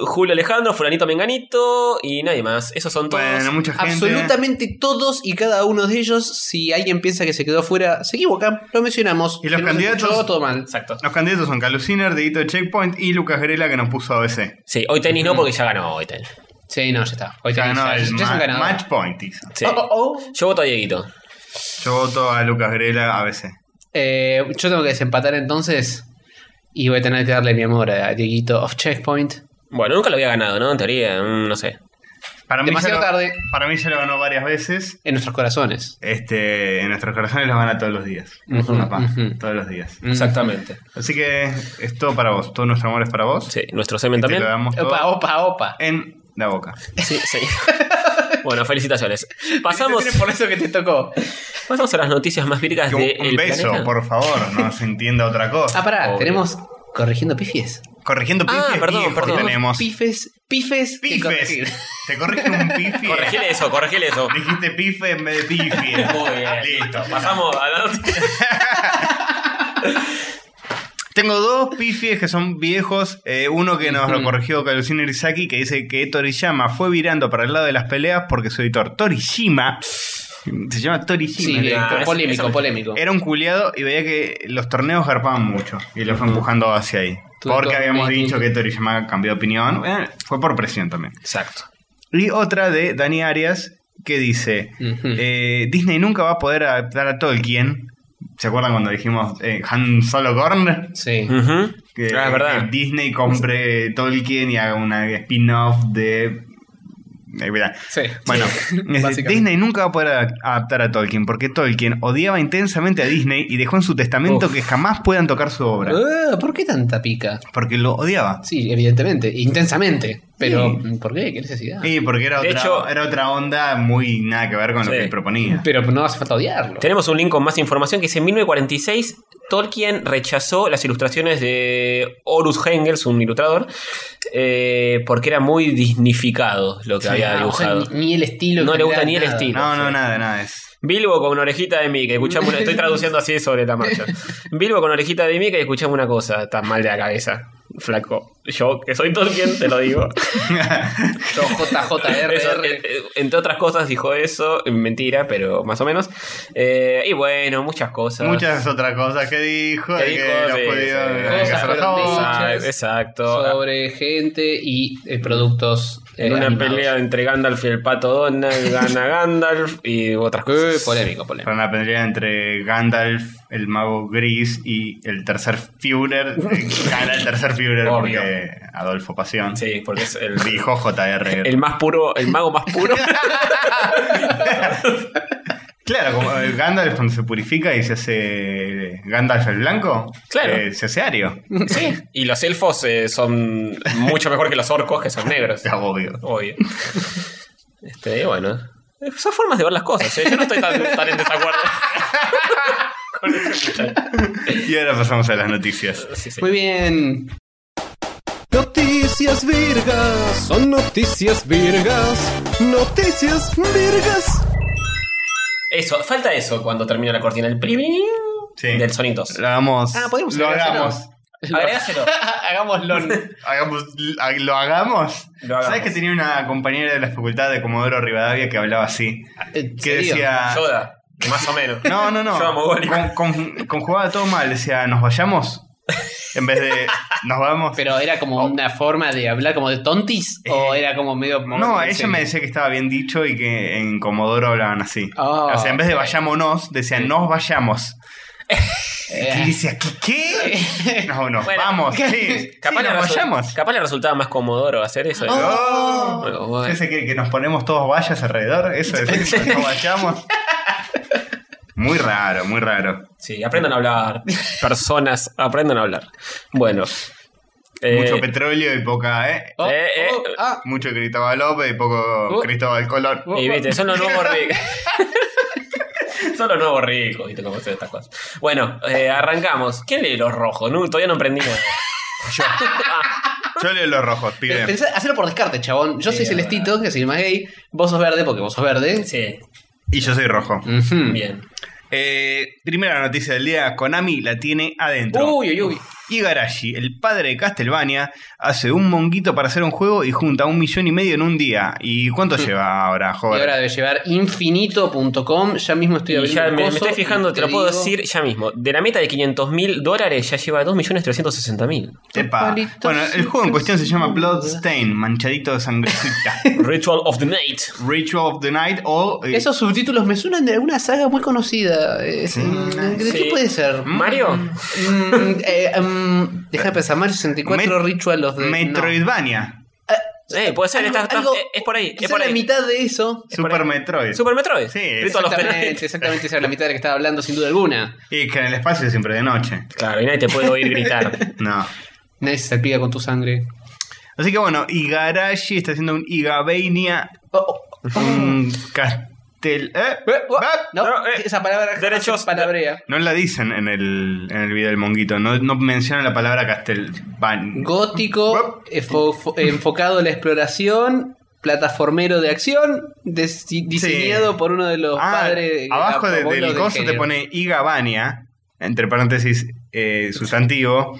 Speaker 4: Julio Alejandro, Fulanito Menganito y nadie más. Esos son todos.
Speaker 2: Bueno, mucha gente.
Speaker 3: Absolutamente todos y cada uno de ellos, si alguien piensa que se quedó fuera, se equivocan, lo mencionamos.
Speaker 2: Y los
Speaker 3: Si no se
Speaker 2: candidatos-
Speaker 3: escuchó, todo mal.
Speaker 4: Exacto.
Speaker 2: Los candidatos son Caluciner, Dedito de Checkpoint y Lucas Grela que nos puso ABC.
Speaker 4: Sí, hoy tenis no porque ya ganó hoy tenis.
Speaker 3: Sí, no, ya está. Hoy
Speaker 2: Ya
Speaker 3: tenés-
Speaker 2: ganó el
Speaker 3: ya es un
Speaker 2: ma-
Speaker 3: ganador.
Speaker 2: Match Point. hizo.
Speaker 4: Sí.
Speaker 3: Oh, oh, oh.
Speaker 4: Yo voto a Dieguito.
Speaker 2: Yo voto a Lucas Grela ABC.
Speaker 3: Eh, yo tengo que desempatar entonces y voy a tener que darle mi amor a Dieguito of Checkpoint.
Speaker 4: Bueno, nunca lo había ganado, ¿no? En teoría, mm, no sé.
Speaker 2: Para mí, ya
Speaker 3: Demasiado
Speaker 2: lo,
Speaker 3: tarde.
Speaker 2: para mí ya lo ganó varias veces.
Speaker 3: En nuestros corazones.
Speaker 2: Este, en nuestros corazones los gana todos los días.
Speaker 3: Ujú,
Speaker 2: Papá,
Speaker 3: ujú.
Speaker 2: Todos los días.
Speaker 4: Exactamente.
Speaker 2: Así que es todo para vos. Todo nuestro amor es para vos.
Speaker 4: Sí, nuestro semen
Speaker 2: Te
Speaker 4: también.
Speaker 2: Este lo damos todo
Speaker 3: Opa, Eh, opa, opa.
Speaker 2: en la boca.
Speaker 4: Sí,
Speaker 2: *laughs*
Speaker 4: sí. bueno, felicitaciones. Pasamos,
Speaker 3: Felicitaciones por eso que te tocó.
Speaker 4: pasamos a las noticias más virgas
Speaker 2: Este Un,
Speaker 4: de
Speaker 2: un
Speaker 4: El
Speaker 2: beso,
Speaker 4: Planeta.
Speaker 2: por favor. No se entienda otra
Speaker 3: Ah,
Speaker 2: cosa.
Speaker 3: pará,
Speaker 4: Obvio.
Speaker 3: tenemos corrigiendo pifies.
Speaker 2: Corrigiendo
Speaker 4: Ah,
Speaker 2: pifes.
Speaker 4: perdón,
Speaker 2: viejos
Speaker 4: perdón.
Speaker 2: Tenemos
Speaker 3: Pifes, pifes. que corregir.
Speaker 2: pifes. Te corrige un pifi.
Speaker 4: *laughs* Corregile eso, corregile eso.
Speaker 2: Dijiste pife en vez de pifi.
Speaker 4: Muy bien.
Speaker 2: Listo.
Speaker 4: Pasamos a la noticia.
Speaker 2: Tengo dos pifies que son viejos. eh, uno que nos lo corrigió Kalucina Irizaki, que dice que Toriyama fue virando para el lado de las peleas porque su editor Torishima Se llama Tori Hime,
Speaker 3: Sí,
Speaker 2: el
Speaker 3: bien,
Speaker 2: director.
Speaker 4: ah,
Speaker 3: polémico,
Speaker 4: esa-
Speaker 3: polémico.
Speaker 2: Era un culiado y veía que los torneos garpaban mucho y lo fue empujando hacia ahí.
Speaker 3: Tu-
Speaker 2: Porque
Speaker 3: tu-
Speaker 2: habíamos
Speaker 3: tu-
Speaker 2: dicho
Speaker 3: tu-
Speaker 2: que Toriyama cambió de opinión. Bueno, fue por presión también.
Speaker 3: Exacto.
Speaker 2: Y otra de Dani Arias que dice:
Speaker 3: Ujú.
Speaker 2: eh, Disney nunca va a poder adaptar a Tolkien. ¿Se acuerdan cuando dijimos eh, Han Solo Gorn?
Speaker 3: Sí.
Speaker 4: Ujú.
Speaker 2: Que,
Speaker 4: Ah, es verdad.
Speaker 2: que Disney compre Tolkien y haga una spin-off de. Eh, mirá.
Speaker 3: Sí.
Speaker 2: Bueno,
Speaker 4: *laughs*
Speaker 3: Sí.
Speaker 2: es-
Speaker 3: Básicamente.
Speaker 2: Disney nunca va a poder a- adaptar a Tolkien porque Tolkien odiaba intensamente a Disney y dejó en su testamento
Speaker 3: Uf.
Speaker 2: que jamás puedan tocar su obra.
Speaker 4: ¿Eh?
Speaker 3: Ah, ¿Por qué tanta pica?
Speaker 2: Porque lo odiaba.
Speaker 3: Sí, evidentemente, intensamente. Pero, mm,
Speaker 2: Sí.
Speaker 3: ¿por qué? ¿Qué necesidad?
Speaker 2: Y porque era
Speaker 4: De
Speaker 2: otra,
Speaker 4: hecho-
Speaker 2: era otra onda muy nada que ver con lo
Speaker 4: Sí.
Speaker 2: que él proponía.
Speaker 3: Pero no hace falta odiarlo.
Speaker 4: Tenemos un link con más información que dice: En 1946, Tolkien rechazó las ilustraciones de Horus Hengels, un ilustrador, eh, porque era muy dignificado lo que
Speaker 3: Sí,
Speaker 2: Ah,
Speaker 4: había
Speaker 3: no, o sea,
Speaker 4: dibujado.
Speaker 3: ni, ni el estilo.
Speaker 4: No
Speaker 3: en
Speaker 4: le gusta
Speaker 3: general,
Speaker 4: ni el
Speaker 3: nada.
Speaker 4: estilo.
Speaker 2: No, no,
Speaker 4: Sí.
Speaker 2: nada, nada. Es...
Speaker 4: Bilbo con orejita de mica, escuchamos una- estoy traduciendo así sobre la marcha. Bilbo con orejita de mica y escuchamos una cosa, estás mal de la cabeza, flaco. Yo, que soy Tolkien, te lo digo.
Speaker 3: Yo,
Speaker 4: Eso, eh,
Speaker 3: JJRR.
Speaker 4: eh, entre otras cosas dijo eso, mentira, pero más o menos. Eh, y bueno, muchas cosas.
Speaker 2: Muchas otras cosas que dijo.
Speaker 4: Que
Speaker 2: de que
Speaker 4: dijo,
Speaker 2: los
Speaker 4: sí,
Speaker 2: judíos
Speaker 4: sí.
Speaker 2: eran
Speaker 3: Cosas
Speaker 2: cazadores
Speaker 3: fueron
Speaker 2: de
Speaker 3: dichas.
Speaker 2: jabón.
Speaker 4: Ah, exacto.
Speaker 3: sobre gente y eh, productos. eh,
Speaker 4: En una
Speaker 3: animados.
Speaker 4: pelea entre Gandalf y el pato Donald,
Speaker 3: *laughs*
Speaker 4: gana Gandalf y otras
Speaker 3: Eh,
Speaker 4: cosas.
Speaker 3: polémico, polémico.
Speaker 2: Fueron una pelea entre Gandalf, el mago gris y el tercer
Speaker 4: *laughs*
Speaker 2: Führer. Eh, Gana el tercer Führer
Speaker 4: Obvio.
Speaker 2: porque Adolfo Pasión.
Speaker 4: Sí, porque es el,
Speaker 2: Dijo JR.
Speaker 4: *laughs* el más puro, el mago más
Speaker 2: *laughs*
Speaker 4: puro.
Speaker 2: Claro, como eh, Gandalf cuando se purifica y se hace eh, Gandalf el blanco,
Speaker 4: Claro.
Speaker 2: eh, se hace Ario.
Speaker 4: Sí, *laughs* y los elfos eh, son mucho mejor que los orcos, que son negros.
Speaker 2: Es obvio.
Speaker 4: Obvio. Este, y bueno. eh, Son formas de ver las cosas, ¿eh? Yo no estoy tan, tan en desacuerdo. con ese muchacho.
Speaker 2: Y ahora pasamos a las noticias.
Speaker 4: *laughs* Sí, sí.
Speaker 3: Muy bien.
Speaker 1: Noticias virgas, son noticias virgas, noticias virgas.
Speaker 4: Eso, falta eso cuando termina la cortina. El plibing
Speaker 2: Sí.
Speaker 4: del sonitos.
Speaker 2: Lo hagamos.
Speaker 3: Ah, podemos
Speaker 2: lo
Speaker 3: agregárselo.
Speaker 4: *laughs*
Speaker 2: hagamos.
Speaker 4: Agregáselo.
Speaker 3: Hagámoslo.
Speaker 2: *laughs* Hagamos- ah, ¿Lo hagamos?
Speaker 4: Lo hagamos.
Speaker 2: ¿Sabes que tenía una compañera de la facultad de Comodoro Rivadavia que hablaba así?
Speaker 4: Ah,
Speaker 3: ¿En
Speaker 2: Que
Speaker 3: serio?
Speaker 2: decía.
Speaker 4: Yoda, más o menos.
Speaker 2: No, no,
Speaker 4: *laughs*
Speaker 2: no.
Speaker 4: Yoda mogólico.
Speaker 2: Con- con- conjugaba todo mal. Decía, ¿nos vayamos? En vez
Speaker 4: *laughs*
Speaker 2: de, ¿nos vamos?
Speaker 3: Pero era como
Speaker 4: Oh.
Speaker 3: una forma de hablar como de tontis o
Speaker 4: Eh,
Speaker 3: era como medio
Speaker 2: No, ella me decía que estaba bien dicho y que en Comodoro hablaban así.
Speaker 3: Ah,
Speaker 2: o sea, en vez de
Speaker 3: ok.
Speaker 2: vayámonos, decían nos vayamos. Y
Speaker 3: Eh,
Speaker 2: decía, ¿qué?
Speaker 4: *laughs*
Speaker 2: ¿Qué? No, nos
Speaker 4: Bueno,
Speaker 2: vamos. ¿Qué?
Speaker 4: Capaz,
Speaker 2: Sí,
Speaker 4: le
Speaker 2: nos
Speaker 4: resu-
Speaker 2: vayamos.
Speaker 4: capaz le resultaba más comodoro hacer eso.
Speaker 3: Oh.
Speaker 2: No.
Speaker 4: Bueno, bueno.
Speaker 2: Ese que, que nos ponemos todos vallas alrededor, eso es
Speaker 4: *laughs*
Speaker 2: decir que nos vayamos. Muy raro, muy raro.
Speaker 4: Sí, aprendan a hablar. Personas, aprendan a hablar. Bueno. Eh,
Speaker 2: Mucho petróleo y poca, ¿eh?
Speaker 3: oh,
Speaker 4: eh, eh.
Speaker 3: oh, ah,
Speaker 2: Mucho Cristóbal López y poco
Speaker 3: Oh.
Speaker 2: Cristóbal Colón.
Speaker 3: Oh.
Speaker 4: Y viste, son los nuevos ricos. son los nuevos ricos, viste cómo se estas cosas. Bueno, eh, arrancamos. ¿Quién lee los rojos? No, todavía no aprendí nada.
Speaker 2: Yo. Yo leo los rojos,
Speaker 3: pero
Speaker 2: pibe.
Speaker 3: eh, pensá- hacelo por descarte, chabón. Yo
Speaker 4: Sí,
Speaker 3: soy
Speaker 4: es
Speaker 3: celestito, que soy el más gay. Vos sos verde porque vos sos verde.
Speaker 4: Sí,
Speaker 2: Y yo soy rojo.
Speaker 3: Ujú.
Speaker 4: bien.
Speaker 2: Eh, primera noticia del día, Konami la tiene adentro.
Speaker 3: Uy, uy, uy.
Speaker 2: Igarashi, el padre de Castlevania, hace un monguito para hacer un juego y junta un millón y medio en un día. ¿Y cuánto lleva ahora,
Speaker 3: Mm. Y
Speaker 2: joven?
Speaker 3: ahora debe llevar infinito.com. Ya mismo estoy
Speaker 4: Y
Speaker 3: abriendo.
Speaker 4: ya
Speaker 3: el
Speaker 4: me, me
Speaker 3: coso
Speaker 4: estoy fijando,
Speaker 3: y
Speaker 4: te, lo puedo
Speaker 3: digo-
Speaker 4: decir ya mismo. De la meta de 500 mil dólares ya lleva 2.360.000.
Speaker 2: Epa.
Speaker 3: Palitos
Speaker 2: Bueno, el juego en cuestión se llama
Speaker 3: sin
Speaker 2: Bloodstain, manchadito de sangrecita.
Speaker 3: *laughs*
Speaker 4: Ritual of the Night.
Speaker 2: Ritual of the Night o... eh,
Speaker 3: Esos subtítulos me suenan de alguna saga muy conocida. Es- ¿De
Speaker 4: sí.
Speaker 3: qué puede ser?
Speaker 4: Mario.
Speaker 3: Mm, eh, mm, deja de pensar, Mario 64
Speaker 2: Met-
Speaker 3: Ritual of the...
Speaker 2: Metroidvania.
Speaker 4: Eh, puede ser,
Speaker 3: Algo-
Speaker 4: está- está-
Speaker 3: algo-
Speaker 4: eh, es por ahí. Es
Speaker 3: Quizá
Speaker 4: por
Speaker 3: la
Speaker 4: ahí.
Speaker 3: mitad de eso.
Speaker 4: por
Speaker 2: Super
Speaker 4: ahí.
Speaker 2: Metroid.
Speaker 4: Super Metroid.
Speaker 2: Sí,
Speaker 4: Ritual of the Night.
Speaker 3: Exactamente, exactamente esa era la mitad de la que estaba hablando, sin duda alguna.
Speaker 2: Y que en el espacio siempre de noche.
Speaker 4: Claro, y nadie te puede oír gritar.
Speaker 3: *laughs*
Speaker 2: No.
Speaker 3: Nadie se salpica con tu sangre.
Speaker 2: Así que bueno, Igarashi está haciendo un Igavania,
Speaker 3: Oh, oh, oh.
Speaker 2: un castel... ¿eh?
Speaker 3: Eh, oh,
Speaker 2: ¿Va?
Speaker 3: No,
Speaker 4: No, eh,
Speaker 3: esa palabra jamás
Speaker 4: derechos-
Speaker 3: se palabrea.
Speaker 2: No la dicen en el, en el video del monguito, no, no mencionan la palabra Castelvania.
Speaker 3: Gótico, efo- fo- enfocado a la exploración, plataformero de acción, desi- diseñado por uno de los
Speaker 2: Ah,
Speaker 3: padres. de-
Speaker 2: abajo de-
Speaker 3: abuelos
Speaker 2: del
Speaker 3: del
Speaker 2: coso te
Speaker 3: género.
Speaker 2: pone Igavania, entre paréntesis, eh, sustantivo,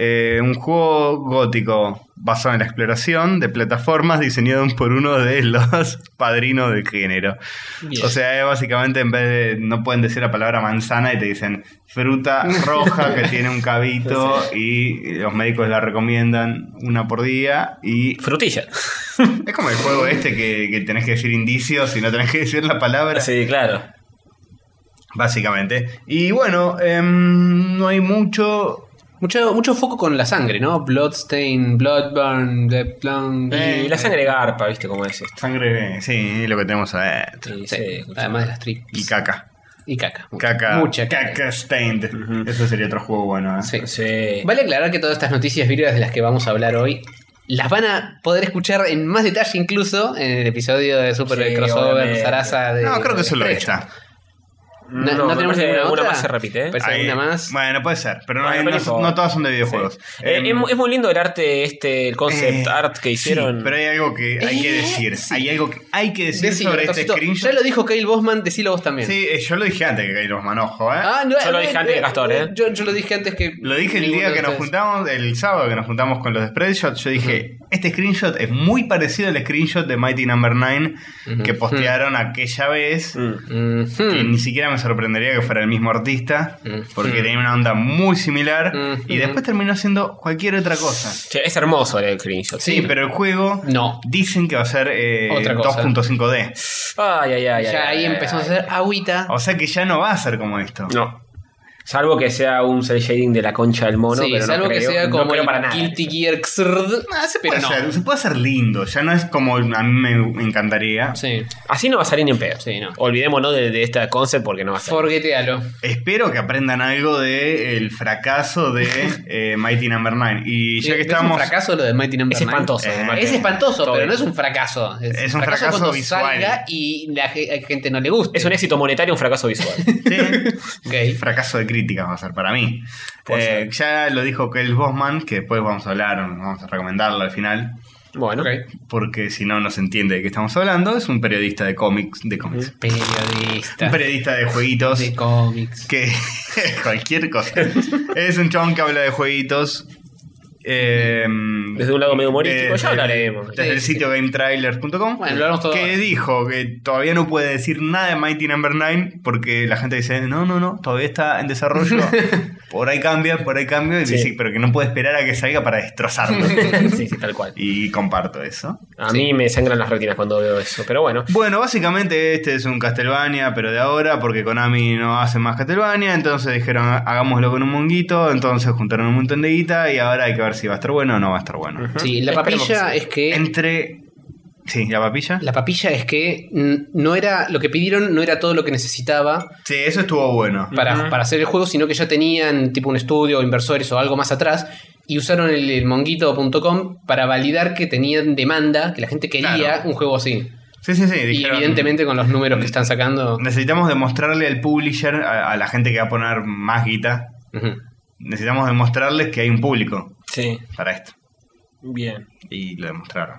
Speaker 2: Eh, un juego gótico basado en la exploración de plataformas diseñado por uno de los *laughs* padrinos del género.
Speaker 4: Bien.
Speaker 2: O sea, es básicamente en vez de no pueden decir la palabra manzana y te dicen fruta roja que tiene un
Speaker 3: *laughs*
Speaker 2: cabito y los médicos la recomiendan una por día y
Speaker 4: Frutilla.
Speaker 2: es como el juego este que, que tenés que decir indicios y no tenés que decir la palabra.
Speaker 4: Sí, claro.
Speaker 2: Básicamente. Y bueno, em, no hay mucho.
Speaker 3: Mucho, mucho foco con la sangre, ¿no? Bloodstain, Bloodburn, The Plum.
Speaker 4: Y la sangre garpa, ¿viste cómo es esto?
Speaker 2: Sangre, sí, lo que tenemos adentro.
Speaker 4: Sí,
Speaker 3: Sí,
Speaker 4: sí,
Speaker 3: además de las tripas.
Speaker 2: Y caca.
Speaker 3: Y caca. mucha-
Speaker 2: Caca.
Speaker 3: Mucha caca.
Speaker 2: stained. Eso sería otro juego bueno. ¿eh?
Speaker 3: Sí.
Speaker 4: Sí.
Speaker 3: Vale aclarar que todas estas noticias virales de las que vamos a hablar hoy las van a poder escuchar en más detalle incluso en el episodio de Super
Speaker 4: Sí,
Speaker 3: Crossover
Speaker 4: obviamente.
Speaker 3: Sarasa de
Speaker 2: No, creo que
Speaker 3: de
Speaker 2: solo
Speaker 3: Estrecho.
Speaker 2: esta.
Speaker 3: No, no
Speaker 4: me
Speaker 3: tenemos
Speaker 4: parece que
Speaker 3: ninguna
Speaker 4: alguna
Speaker 3: otra.
Speaker 4: más se repite, ¿eh?
Speaker 3: Parece- Esa es una más.
Speaker 2: Bueno, puede ser, pero no,
Speaker 4: Bueno,
Speaker 2: hay-
Speaker 4: pero
Speaker 2: no,
Speaker 4: no importa.
Speaker 2: no todas son de videojuegos.
Speaker 4: Sí. Eh,
Speaker 2: Em,
Speaker 4: es, mu- es muy lindo el arte, este, el concept
Speaker 2: eh,
Speaker 4: art
Speaker 2: sí,
Speaker 4: que hicieron.
Speaker 2: pero hay algo que hay que decir. Hay algo que hay que decir
Speaker 3: Decilo,
Speaker 2: sobre este
Speaker 3: Torcito.
Speaker 2: screenshot.
Speaker 3: Ya lo dijo Kyle Bosman, decilo vos también.
Speaker 2: Sí, eh, yo lo dije antes que caí los manojos, ¿eh?
Speaker 3: Ah, no,
Speaker 4: Yo lo
Speaker 3: eh,
Speaker 4: dije antes que Castor, ¿eh?
Speaker 3: Yo, yo lo dije antes que.
Speaker 2: Lo dije el día que nos
Speaker 3: juntamos
Speaker 2: juntamos, el sábado que nos juntamos con los de Spreadshot, yo dije, este screenshot es muy parecido al screenshot de Mighty Number 9 que
Speaker 3: Ujú.
Speaker 2: postearon aquella vez.
Speaker 4: Mm.
Speaker 2: que ni siquiera me sorprendería que fuera el mismo artista,
Speaker 3: Mm.
Speaker 2: porque tenía una onda muy similar
Speaker 3: Mm.
Speaker 2: y después terminó siendo cualquier otra cosa.
Speaker 4: Che, es hermoso el screenshot.
Speaker 2: Sí, pero el juego
Speaker 3: No.
Speaker 2: dicen que va a ser eh,
Speaker 3: Otra cosa.
Speaker 2: 2.5D.
Speaker 4: Ay, ay, ay.
Speaker 3: Ya
Speaker 4: ay, ay,
Speaker 3: ahí empezamos
Speaker 4: ay.
Speaker 3: a hacer agüita.
Speaker 2: O sea que ya no va a ser como esto.
Speaker 4: No. Salvo que sea un cel shading de la concha del mono,
Speaker 3: sí,
Speaker 4: pero
Speaker 3: salvo
Speaker 4: no
Speaker 3: que
Speaker 4: creo-
Speaker 3: sea
Speaker 4: no
Speaker 3: como
Speaker 4: creo
Speaker 3: el
Speaker 4: para nada.
Speaker 3: Guilty Gear Xrd.
Speaker 2: Ah, se,
Speaker 3: pero
Speaker 2: puede
Speaker 3: no.
Speaker 2: hacer, se puede hacer lindo, ya no es como a mí me, me encantaría.
Speaker 3: Sí,
Speaker 4: Así no va a salir ni en pedo.
Speaker 3: Sí, no.
Speaker 4: Olvidémonos de, de esta concept porque no va a salir.
Speaker 3: forguetealo.
Speaker 2: Espero que aprendan algo del fracaso de eh, Mighty Number 9. Y ya que
Speaker 3: ¿Es un
Speaker 2: estamos...
Speaker 3: fracaso lo de Mighty Number
Speaker 4: Es
Speaker 3: Nine?
Speaker 4: espantoso.
Speaker 2: Eh,
Speaker 4: además.
Speaker 3: Es espantoso,
Speaker 4: Todo
Speaker 3: pero no
Speaker 4: bien.
Speaker 3: es un fracaso.
Speaker 2: Es un fracaso
Speaker 3: cuando
Speaker 2: visual.
Speaker 3: salga y la ge- gente no le gusta.
Speaker 4: Es un éxito monetario, un fracaso
Speaker 3: *laughs*
Speaker 4: visual.
Speaker 2: Sí. fracaso de críticas va a ser para mí.
Speaker 4: Puede
Speaker 2: Eh, ya lo dijo Kyle Bosman, que después vamos a hablar, vamos a recomendarlo al final,
Speaker 4: bueno.
Speaker 2: porque si no, no se entiende de qué estamos hablando. Es un periodista de cómics, de cómics.
Speaker 3: Periodista
Speaker 2: Un periodista de jueguitos.
Speaker 3: de cómics.
Speaker 2: Que *laughs* cualquier cosa. es un chabón que habla de jueguitos. eh,
Speaker 4: Desde un lado medio humorístico,
Speaker 2: desde-
Speaker 4: ya hablaremos.
Speaker 2: Desde el
Speaker 3: Sí, sí,
Speaker 2: sitio gametrailers.com.
Speaker 3: Bueno, lo hablamos todo.
Speaker 2: Que dijo que todavía no puede decir nada de Mighty Number 9 porque la gente dice, no, no, no, todavía está en desarrollo. por ahí cambia, por ahí cambia. Y
Speaker 4: Sí.
Speaker 2: dice, pero que no puede esperar a que salga para destrozarlo.
Speaker 4: sí, sí, tal cual.
Speaker 2: y comparto eso.
Speaker 4: A mí me sangran las retinas cuando veo eso, pero bueno.
Speaker 2: Bueno, básicamente este es un Castlevania, pero de ahora, porque Konami no hace más Castlevania, entonces dijeron, hagámoslo con un monguito, entonces juntaron un montón de guita y ahora hay que ver si va a estar bueno o no va a estar bueno.
Speaker 3: Sí, la
Speaker 4: Esperemos que
Speaker 3: papilla
Speaker 4: sí.
Speaker 3: es que.
Speaker 2: Entre... Sí, la papilla.
Speaker 3: La papilla es que mm, no era. Lo que pidieron no era todo lo que necesitaba
Speaker 2: Sí, eso estuvo bueno.
Speaker 3: para,
Speaker 4: Ujú.
Speaker 3: para hacer el juego, sino que ya tenían tipo un estudio, inversores o algo más atrás. Y usaron el, el monguito.com para validar que tenían demanda, que la gente quería
Speaker 2: Claro.
Speaker 3: un juego así.
Speaker 2: Sí, sí, sí.
Speaker 3: Y
Speaker 2: dijeron-
Speaker 3: evidentemente con
Speaker 4: "Mm,
Speaker 3: los números que están sacando.
Speaker 2: Necesitamos demostrarle al publisher, a, a la gente que va a poner más guita,
Speaker 3: Ujú.
Speaker 2: necesitamos demostrarles que hay un público
Speaker 4: Sí,
Speaker 2: para esto.
Speaker 4: bien.
Speaker 2: Y lo demostraron.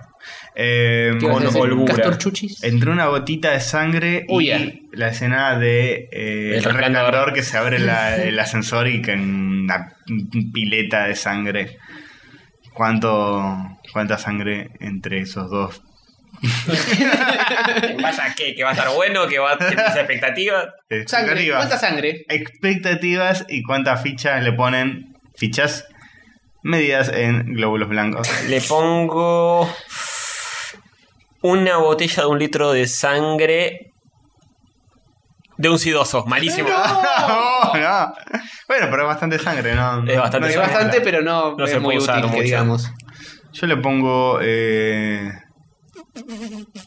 Speaker 2: Eh,
Speaker 3: ¿Qué ibas a
Speaker 2: con
Speaker 3: decir?
Speaker 2: holgura.
Speaker 3: Castor Chuchis.
Speaker 2: Entre una gotita de sangre y
Speaker 3: Uy, ah.
Speaker 2: la escena de eh,
Speaker 4: El
Speaker 2: el
Speaker 4: resplandor.
Speaker 2: resplandor que se abre la-
Speaker 3: *laughs*
Speaker 2: el ascensor y que en una pileta de sangre. ¿Cuánto, ¿Cuánta sangre entre esos dos?
Speaker 4: ¿Vaya qué? ¿Que va a estar bueno? ¿Que va a tener esa expectativa?
Speaker 2: Eh,
Speaker 3: Sangre.
Speaker 2: Expectativas.
Speaker 3: ¿Cuánta sangre?
Speaker 2: expectativas y cuántas fichas le ponen. Fichas medidas en glóbulos blancos. *laughs*
Speaker 4: *laughs* Le pongo una botella de un litro de sangre de un sidoso. Malísimo.
Speaker 2: No, no. Bueno, pero es bastante sangre, ¿no?
Speaker 4: Es bastante
Speaker 2: No hay
Speaker 3: Es
Speaker 4: sangre.
Speaker 2: nada.
Speaker 3: bastante, pero no,
Speaker 4: No
Speaker 3: es
Speaker 4: se
Speaker 3: muy
Speaker 4: puede usar
Speaker 3: útil, que
Speaker 4: mucho.
Speaker 3: digamos.
Speaker 2: Yo le pongo eh,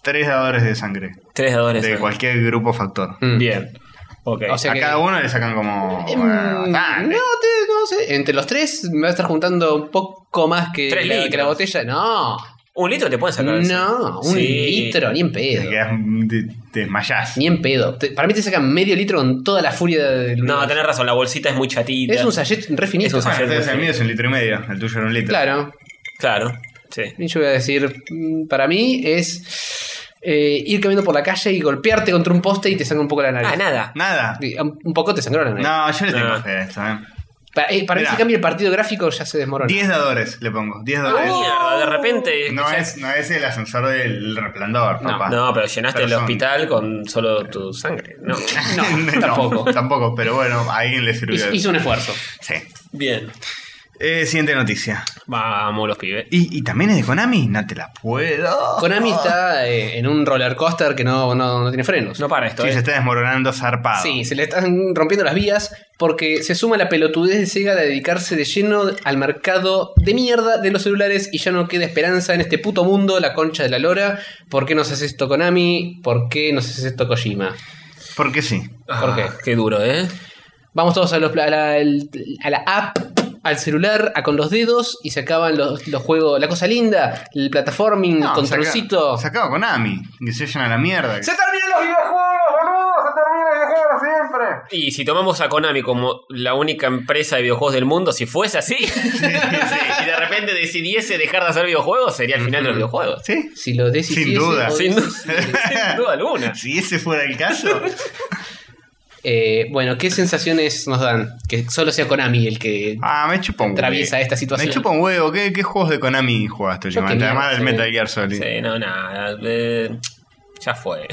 Speaker 2: tres dadores de sangre.
Speaker 4: Tres
Speaker 2: De
Speaker 4: dólares.
Speaker 2: cualquier grupo factor.
Speaker 3: Mm.
Speaker 4: Bien. Ok.
Speaker 3: O sea,
Speaker 2: A
Speaker 3: que-
Speaker 2: cada uno le sacan como.
Speaker 3: Mm,
Speaker 2: eh,
Speaker 3: no,
Speaker 2: sangre.
Speaker 3: te- no sé. Entre los tres me va a estar juntando un poco más que,
Speaker 4: Tres
Speaker 3: la, que
Speaker 4: litros.
Speaker 3: la botella. No,
Speaker 4: un litro te pueden sacar. de
Speaker 3: no,
Speaker 4: sangre.
Speaker 3: un
Speaker 4: Sí.
Speaker 3: litro, ni en
Speaker 2: Te
Speaker 3: pedo.
Speaker 2: quedas- te- te desmayás.
Speaker 3: Ni en pedo. Te- para mí te sacan medio litro con toda la furia del.
Speaker 4: No, tenés razón, la bolsita es muy chatita.
Speaker 3: Es un sachet re finito.
Speaker 4: Es un
Speaker 2: Bueno,
Speaker 4: sachet.
Speaker 2: entonces el mío es un litro y medio, el tuyo era un litro.
Speaker 3: Claro.
Speaker 4: Claro. Sí.
Speaker 3: Y Yo voy a decir, mm, para mí es eh, ir caminando por la calle y golpearte contra un poste y te sangra un poco la nariz.
Speaker 4: Ah, nada.
Speaker 2: Nada.
Speaker 3: Sí, Un un poco te sangró la nariz.
Speaker 2: No, yo le tengo
Speaker 4: No.
Speaker 2: fe a esto, ¿eh?
Speaker 3: Para, eh, para mí,
Speaker 2: Mirá.
Speaker 3: si cambia el partido gráfico, ya se desmorona.
Speaker 2: 10 dadores le pongo, 10 dadores.
Speaker 4: Mierda, de repente.
Speaker 2: No es, no es el ascensor del resplandor,
Speaker 3: Eh, No,
Speaker 2: papá.
Speaker 4: No, pero llenaste
Speaker 2: Pero
Speaker 4: el
Speaker 2: son-
Speaker 4: hospital con solo tu sangre. No.
Speaker 2: *laughs*
Speaker 3: No, tampoco.
Speaker 2: Tampoco, pero bueno, a alguien le sirvió.
Speaker 3: Hizo, hizo un esfuerzo.
Speaker 2: Sí.
Speaker 4: Bien.
Speaker 2: Eh, siguiente noticia.
Speaker 4: Vamos, los pibes.
Speaker 2: ¿Y, y también es de Konami? No te la puedo.
Speaker 3: Konami está eh, en un roller coaster que no, no- no tiene frenos.
Speaker 4: No para esto.
Speaker 2: Sí,
Speaker 4: eh.
Speaker 2: se está desmoronando zarpado.
Speaker 3: Sí, se le están rompiendo las vías porque se suma la pelotudez de Sega de dedicarse de lleno al mercado de mierda de los celulares y ya no queda esperanza en este puto mundo, la concha de la lora. ¿Por qué no haces esto Konami? ¿Por qué no haces esto Kojima?
Speaker 2: Porque sí.
Speaker 4: ¿Por qué?
Speaker 3: Ah,
Speaker 4: Qué duro, ¿eh?
Speaker 3: Vamos todos a, los- a la, el- a la app, al celular, a con los dedos y se acaban los, los juegos. La cosa linda, el platforming,
Speaker 2: No,
Speaker 3: controlcito.
Speaker 2: saca- Sacado Konami. Que se vayan a la mierda.
Speaker 3: ¡Se terminan los videojuegos, boludo! ¡Se terminan los videojuegos siempre!
Speaker 4: Y si tomamos a Konami como la única empresa de videojuegos del mundo, si fuese así, *laughs* y de repente decidiese dejar de hacer videojuegos, sería el final de los videojuegos.
Speaker 2: ¿Sí?
Speaker 3: Si lo deshiciese,
Speaker 2: Sin duda.
Speaker 3: o
Speaker 4: Sin, du- *laughs*
Speaker 3: deshiciese.
Speaker 4: sin duda alguna.
Speaker 2: Si ese fuera el
Speaker 3: *laughs*
Speaker 2: caso.
Speaker 3: Eh, bueno, ¿qué sensaciones nos dan? Que solo sea Konami el que.
Speaker 2: Ah, me chupa un huevo.
Speaker 3: Atraviesa esta situación.
Speaker 2: Me chupa un huevo. ¿Qué, qué juegos de Konami jugaste,
Speaker 3: Yo
Speaker 2: Giovanni?
Speaker 3: qué mierda,
Speaker 2: Además del
Speaker 3: sí.
Speaker 2: Metal Gear Solid.
Speaker 4: Sí, no, nada. eh, ya fue.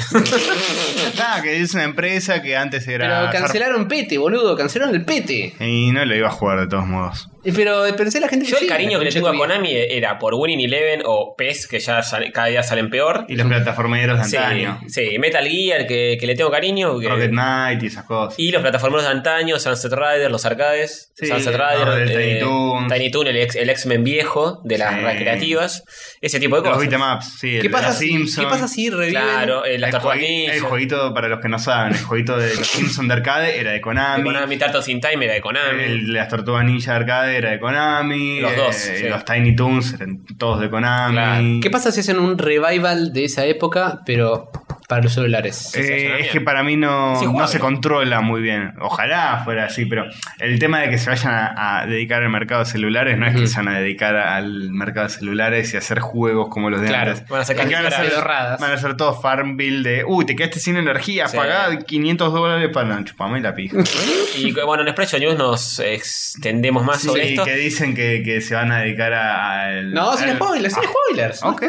Speaker 2: Ah, que es una empresa que antes era.
Speaker 3: Pero cancelaron Pete, boludo, cancelaron el Pete.
Speaker 2: Y no lo iba a jugar de todos modos.
Speaker 3: Eh, Pero pensé la gente
Speaker 4: *laughs* Yo el
Speaker 3: sí,
Speaker 4: cariño que le
Speaker 3: escuché
Speaker 4: tengo a
Speaker 3: tu
Speaker 4: Konami era por Winning Eleven o PES, que ya sal- cada día salen peor.
Speaker 2: Y los plataformeros de
Speaker 4: Sí,
Speaker 2: antaño.
Speaker 4: sí, Metal Gear, que, que le tengo cariño. que-
Speaker 2: Rocket Knight y esas cosas.
Speaker 4: Y los plataformeros de antaño, Sunset Rider, los arcades,
Speaker 2: Sí,
Speaker 4: Sunset Rider,
Speaker 2: no, del
Speaker 4: eh,
Speaker 2: Tiny Toons.
Speaker 4: Tiny Toon, el ex- el X-Men viejo, de las
Speaker 2: Sí.
Speaker 4: video ese tipo de
Speaker 2: Los
Speaker 4: cosas.
Speaker 2: beat 'em ups, sí. el
Speaker 3: ¿Qué
Speaker 2: de
Speaker 3: pasa,
Speaker 2: los
Speaker 3: si,
Speaker 2: Simpsons.
Speaker 3: ¿Qué pasa si reviven?
Speaker 4: Claro, eh, las
Speaker 2: el,
Speaker 4: tortugas
Speaker 2: juegui-
Speaker 4: ninja.
Speaker 2: el jueguito, para los que no saben, el jueguito de los Simpsons de arcade era de
Speaker 4: De
Speaker 2: Konami.
Speaker 4: Konami, Tartos in Time era de Konami.
Speaker 2: El de las tortugas ninja de arcade era de Konami.
Speaker 4: Los dos,
Speaker 2: eh,
Speaker 4: sí.
Speaker 2: Los Tiny Toons eran todos de Konami.
Speaker 4: Claro.
Speaker 3: ¿Qué pasa si hacen un revival de esa época, pero para los celulares?
Speaker 2: Eh, es que para mí no,
Speaker 4: Sí,
Speaker 2: no
Speaker 4: jugable.
Speaker 2: se controla muy bien. Ojalá fuera así, pero el tema de que se vayan a, a dedicar al mercado de celulares no es que
Speaker 3: Ujú.
Speaker 2: se van a dedicar al mercado de celulares y hacer juegos como los de
Speaker 3: Claro,
Speaker 2: antes.
Speaker 4: van a sacar
Speaker 2: Es que van a
Speaker 4: caras
Speaker 2: hacer,
Speaker 3: pedorradas.
Speaker 2: van a hacer todo Farmville de, uy, te quedaste sin energía,
Speaker 4: Sí.
Speaker 2: pagá 500 dólares para no, chupame la pija.
Speaker 4: Y bueno, en Expresso News nos extendemos más sobre
Speaker 2: Sí,
Speaker 4: esto.
Speaker 2: que dicen que, que se van a dedicar a- al...
Speaker 3: No, sin
Speaker 2: al-
Speaker 3: spoilers, sin
Speaker 2: Ah,
Speaker 3: spoilers.
Speaker 2: Ok.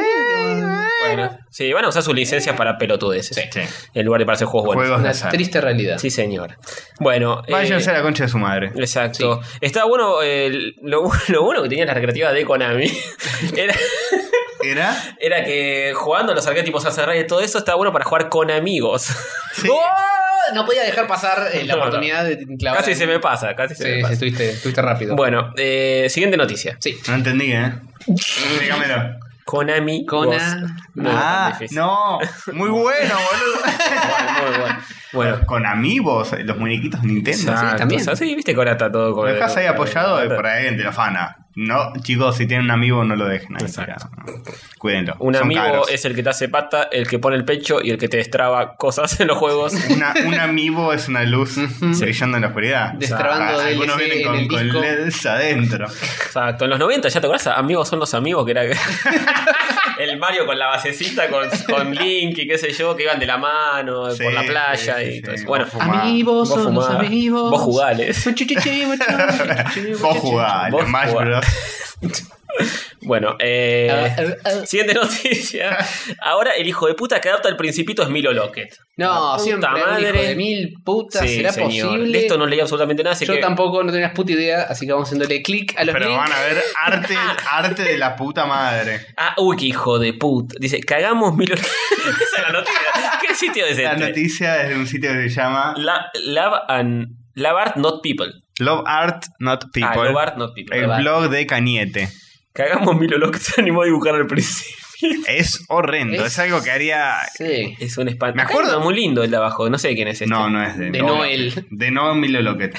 Speaker 4: Bueno, sí, van a usar sus licencias para pelotudeces.
Speaker 2: Sí.
Speaker 4: En lugar de para hacer juegos buenos.
Speaker 2: Juegos de
Speaker 3: Una
Speaker 2: azar.
Speaker 3: triste realidad.
Speaker 4: Sí, señor. Bueno.
Speaker 2: Vayan
Speaker 4: eh,
Speaker 2: a la concha de su
Speaker 4: *laughs*
Speaker 2: madre.
Speaker 4: Exacto. Estaba bueno, eh, lo, *laughs* bu- lo bueno que tenía la recreativa de Konami
Speaker 2: *laughs*
Speaker 4: era,
Speaker 2: ¿Era?
Speaker 4: era que jugando a los arquetipos Sunset Rider y todo eso, estaba bueno para jugar con amigos. *laughs*
Speaker 2: Sí.
Speaker 3: ¡Oh! No podía dejar pasar eh, la
Speaker 4: No, no.
Speaker 3: oportunidad de clavar.
Speaker 4: casi se me pasa, casi
Speaker 3: Sí,
Speaker 4: se me
Speaker 3: sí,
Speaker 4: pasa.
Speaker 3: estuviste, estuviste rápido.
Speaker 4: Bueno, eh, siguiente noticia.
Speaker 3: Sí.
Speaker 2: No entendí, ¿eh? Explícamelo.
Speaker 4: Konami.
Speaker 3: Kona-
Speaker 4: No,
Speaker 2: ah, no, muy bueno,
Speaker 4: *laughs*
Speaker 2: boludo.
Speaker 4: Muy *laughs* bueno. Bueno.
Speaker 2: Con amigos, los muñequitos Nintendo.
Speaker 4: Exacto,
Speaker 3: también.
Speaker 4: o sea, sí, viste que ahora está todo
Speaker 2: Lo
Speaker 4: con.
Speaker 2: dejas ahí apoyado y
Speaker 4: con-
Speaker 2: por ahí alguien te lo afana. No, chicos, si tienen un amigo, no lo dejen ahí.
Speaker 4: Exacto.
Speaker 2: tirado. Cuídenlo.
Speaker 4: Un
Speaker 2: son
Speaker 4: amigo
Speaker 2: caros.
Speaker 4: es el que te hace pata, el que pone el pecho y el que te destraba cosas en los juegos.
Speaker 2: Una- un amigo es una luz brillando en la oscuridad.
Speaker 3: Destrabando
Speaker 2: Ah, Algunos
Speaker 3: DLC
Speaker 2: vienen
Speaker 3: en
Speaker 2: con,
Speaker 3: el
Speaker 2: con
Speaker 3: disco.
Speaker 2: LEDs adentro.
Speaker 4: Exacto. En los 90, ¿ya te acuerdas? Amigos son los amigos, que era
Speaker 2: *laughs*
Speaker 4: que- el Mario con la basecita, con, con Link y qué sé yo, que iban de la mano
Speaker 2: Sí,
Speaker 4: por la playa
Speaker 2: sí,
Speaker 4: y
Speaker 2: sí,
Speaker 4: todo eso.
Speaker 2: sí.
Speaker 4: Bueno,
Speaker 2: Vos
Speaker 3: Amigos,
Speaker 4: vos
Speaker 3: son los
Speaker 4: fumás,
Speaker 3: amigos.
Speaker 4: vos jugales.
Speaker 2: Vos jugás,
Speaker 4: Vos
Speaker 2: los Smash
Speaker 4: jugás.
Speaker 2: Bros.
Speaker 4: Bueno, eh,
Speaker 3: Ah, ah, ah.
Speaker 4: siguiente noticia. Ahora el hijo de puta que adapta al principito es Milo Lockett. La
Speaker 3: No,
Speaker 4: puta
Speaker 3: siempre un hijo de mil putas.
Speaker 4: Sí,
Speaker 3: ¿Será
Speaker 4: señor.
Speaker 3: posible?
Speaker 4: De esto no leí absolutamente nada, así
Speaker 3: Yo
Speaker 4: que
Speaker 3: tampoco, no tenía puta idea, así que vamos haciéndole clic a los
Speaker 2: Pero
Speaker 3: links.
Speaker 2: van a
Speaker 4: *laughs*
Speaker 2: ver arte, arte de la puta madre.
Speaker 4: Ah, uy, qué hijo de puta. Dice, cagamos Milo Lockett. *laughs* Esa es la noticia. ¿Qué sitio es
Speaker 2: La
Speaker 4: este?
Speaker 2: noticia es de un sitio que se llama
Speaker 4: La, love and... Love Art Not People.
Speaker 2: Love Art Not People.
Speaker 4: Ah, Love Art Not People.
Speaker 2: ¿eh? El
Speaker 3: Love Art.
Speaker 2: blog de Cañete.
Speaker 4: Cagamos Milo lo que *laughs* se animó a dibujar al principio.
Speaker 2: Es horrendo. Es,
Speaker 3: Es- este,
Speaker 2: algo que haría.
Speaker 3: Sí.
Speaker 4: Es un espanto.
Speaker 2: Me acuerdo.
Speaker 4: Está muy lindo el de abajo. No sé quién es este.
Speaker 2: No, no es de,
Speaker 3: De
Speaker 2: no-
Speaker 3: Noel.
Speaker 2: De Noel Milo Lockett.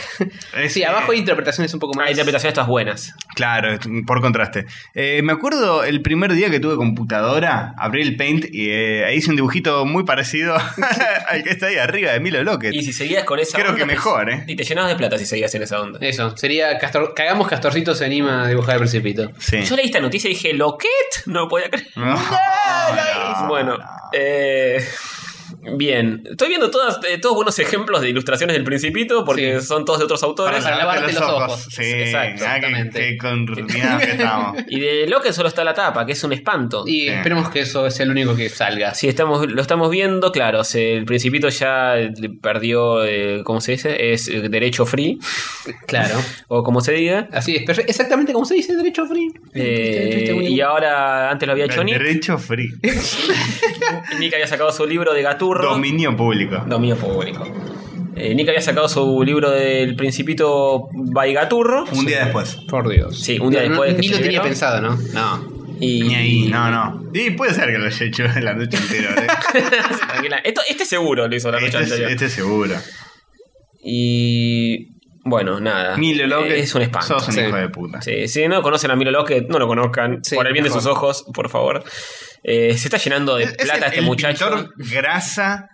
Speaker 2: Es,
Speaker 3: Sí, abajo
Speaker 2: eh,
Speaker 3: hay interpretaciones un poco más.
Speaker 4: Hay interpretaciones estas buenas.
Speaker 2: Claro, es- por contraste. Eh, me acuerdo el primer día que tuve computadora, abrí el Paint y eh, ahí hice un dibujito muy parecido *laughs* al que está ahí arriba de Milo Lockett.
Speaker 4: Y si seguías con esa
Speaker 2: Creo
Speaker 4: onda,
Speaker 2: que
Speaker 4: pues,
Speaker 2: mejor, ¿eh?
Speaker 4: Y te llenabas de plata si seguías en esa onda.
Speaker 3: Eso, sería Castor... Cagamos Castorcito se anima a dibujar el principito.
Speaker 2: Sí.
Speaker 4: Yo leí esta noticia y dije, ¿Loquet? No podía creer. *laughs*
Speaker 2: No, no,
Speaker 4: bueno,
Speaker 2: no.
Speaker 4: eh, Bien, estoy viendo todas, eh, todos buenos ejemplos de ilustraciones del Principito porque
Speaker 3: Sí.
Speaker 4: son todos de otros autores.
Speaker 3: Para lavarte los ojos.
Speaker 2: Sí,
Speaker 3: Exacto,
Speaker 2: ah, que,
Speaker 3: exactamente.
Speaker 2: que coordinados que estamos.
Speaker 4: Y de Locke solo está la tapa, que es un espanto.
Speaker 3: Y esperemos que eso sea el único que salga.
Speaker 4: Si estamos, lo estamos viendo, claro, se- el Principito ya eh, perdió, eh, ¿cómo se dice? Es eh, derecho free,
Speaker 3: Claro.
Speaker 4: o como se diga.
Speaker 3: Así es, perfecto. exactamente como se dice derecho free.
Speaker 4: Eh, y ahora, antes lo había hecho
Speaker 2: El
Speaker 4: Nick.
Speaker 2: Derecho free.
Speaker 4: *laughs* Nick había sacado su libro de Gaturro.
Speaker 2: Dominio público.
Speaker 4: Dominio público. Eh, Nick había sacado su libro del Principito by Gaturro.
Speaker 2: Un día después.
Speaker 3: Por Dios.
Speaker 4: Sí, un día
Speaker 3: No, no,
Speaker 4: después que
Speaker 3: Ni
Speaker 4: se
Speaker 3: lo tenía
Speaker 4: liberó.
Speaker 3: pensado, ¿no? No.
Speaker 4: Y,
Speaker 2: Ni
Speaker 4: *laughs*
Speaker 2: ahí, no, no. Y puede ser que lo haya hecho en la noche anterior. ¿eh?
Speaker 4: Tranquila. Esto- este seguro lo hizo *laughs* la noche
Speaker 2: este, es-
Speaker 4: anterior.
Speaker 2: este es seguro.
Speaker 4: Y bueno, nada.
Speaker 2: Milo Locke,
Speaker 4: Eh, es un espanto.
Speaker 2: Sos un
Speaker 3: sí.
Speaker 2: hijo de puta.
Speaker 4: Sí, si no conocen a Milo Locke, no lo conozcan.
Speaker 3: Sí,
Speaker 4: por el bien de
Speaker 3: mejor.
Speaker 4: sus ojos, por favor. Eh, se está llenando de
Speaker 2: Es- es
Speaker 4: plata
Speaker 2: el-
Speaker 4: este
Speaker 2: el
Speaker 4: muchacho.
Speaker 2: pintor grasa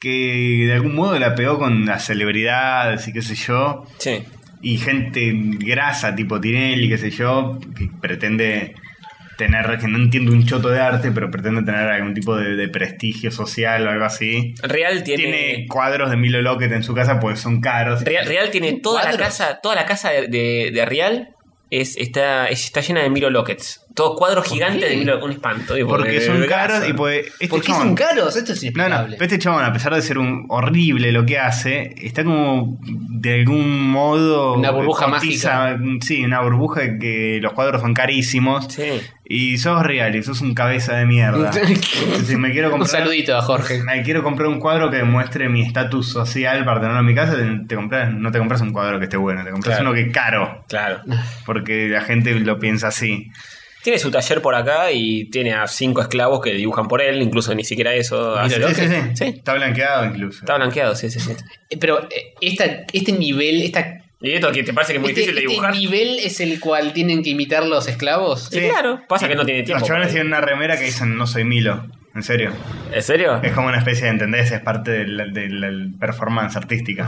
Speaker 2: que de algún modo la pegó con las celebridades y qué sé yo.
Speaker 4: Sí.
Speaker 2: Y gente grasa tipo Tinelli, qué sé yo, que pretende tener, que no entiende un choto de arte, pero pretende tener algún tipo de, de prestigio social o algo así.
Speaker 4: Real tiene.
Speaker 2: Tiene, cuadros de Milo Lockett en su casa, pues son caros.
Speaker 4: Real, Real tiene toda la
Speaker 3: ¿Cuadros?
Speaker 4: casa, toda la casa de, de- de Real es, está, es- está llena de Milo Lockets. Todos cuadros gigantes de Milo, un espanto. digo,
Speaker 2: Porque
Speaker 4: de-
Speaker 2: son
Speaker 4: de grasa.
Speaker 2: caros y pues... este
Speaker 3: ¿Por qué
Speaker 2: chabón-
Speaker 3: son caros? Esto es
Speaker 2: No, no,
Speaker 3: inexplicable.
Speaker 2: pero este chabón, a pesar de ser un horrible lo que hace, está como de algún modo.
Speaker 3: Una burbuja
Speaker 2: Sí, una burbuja que los cuadros son carísimos.
Speaker 4: Sí.
Speaker 2: Y sos real, y sos un cabeza de mierda. si me quiero
Speaker 3: un
Speaker 2: comprar.
Speaker 3: saludito a Jorge.
Speaker 2: Me quiero comprar un cuadro que muestre mi estatus social para tenerlo en mi casa. Te, te compras, no te compras un cuadro que esté bueno, te compras
Speaker 4: Claro.
Speaker 2: uno que es caro.
Speaker 4: Claro.
Speaker 2: Ah. Porque la gente lo piensa así.
Speaker 4: Tiene su taller por acá y tiene a cinco esclavos que dibujan por él, incluso ni siquiera eso. hace.
Speaker 2: Sí, sí, sí.
Speaker 4: Ah, Sí.
Speaker 2: Está blanqueado incluso.
Speaker 4: Está blanqueado, sí,
Speaker 2: *laughs*
Speaker 4: sí, sí.
Speaker 3: Eh, Pero eh, esta, este nivel, esta,
Speaker 4: Y esto que te parece que es muy
Speaker 3: este,
Speaker 4: difícil de
Speaker 3: este
Speaker 4: dibujar.
Speaker 3: nivel es el cual tienen que imitar los esclavos.
Speaker 4: Sí, claro. Pasa que no tiene tiempo
Speaker 2: Los chavales
Speaker 4: para-
Speaker 2: tienen una remera que dicen no soy Milo. En serio.
Speaker 4: ¿En serio?
Speaker 2: Es como una especie de, ¿entendés? Es parte de la, de la performance artística.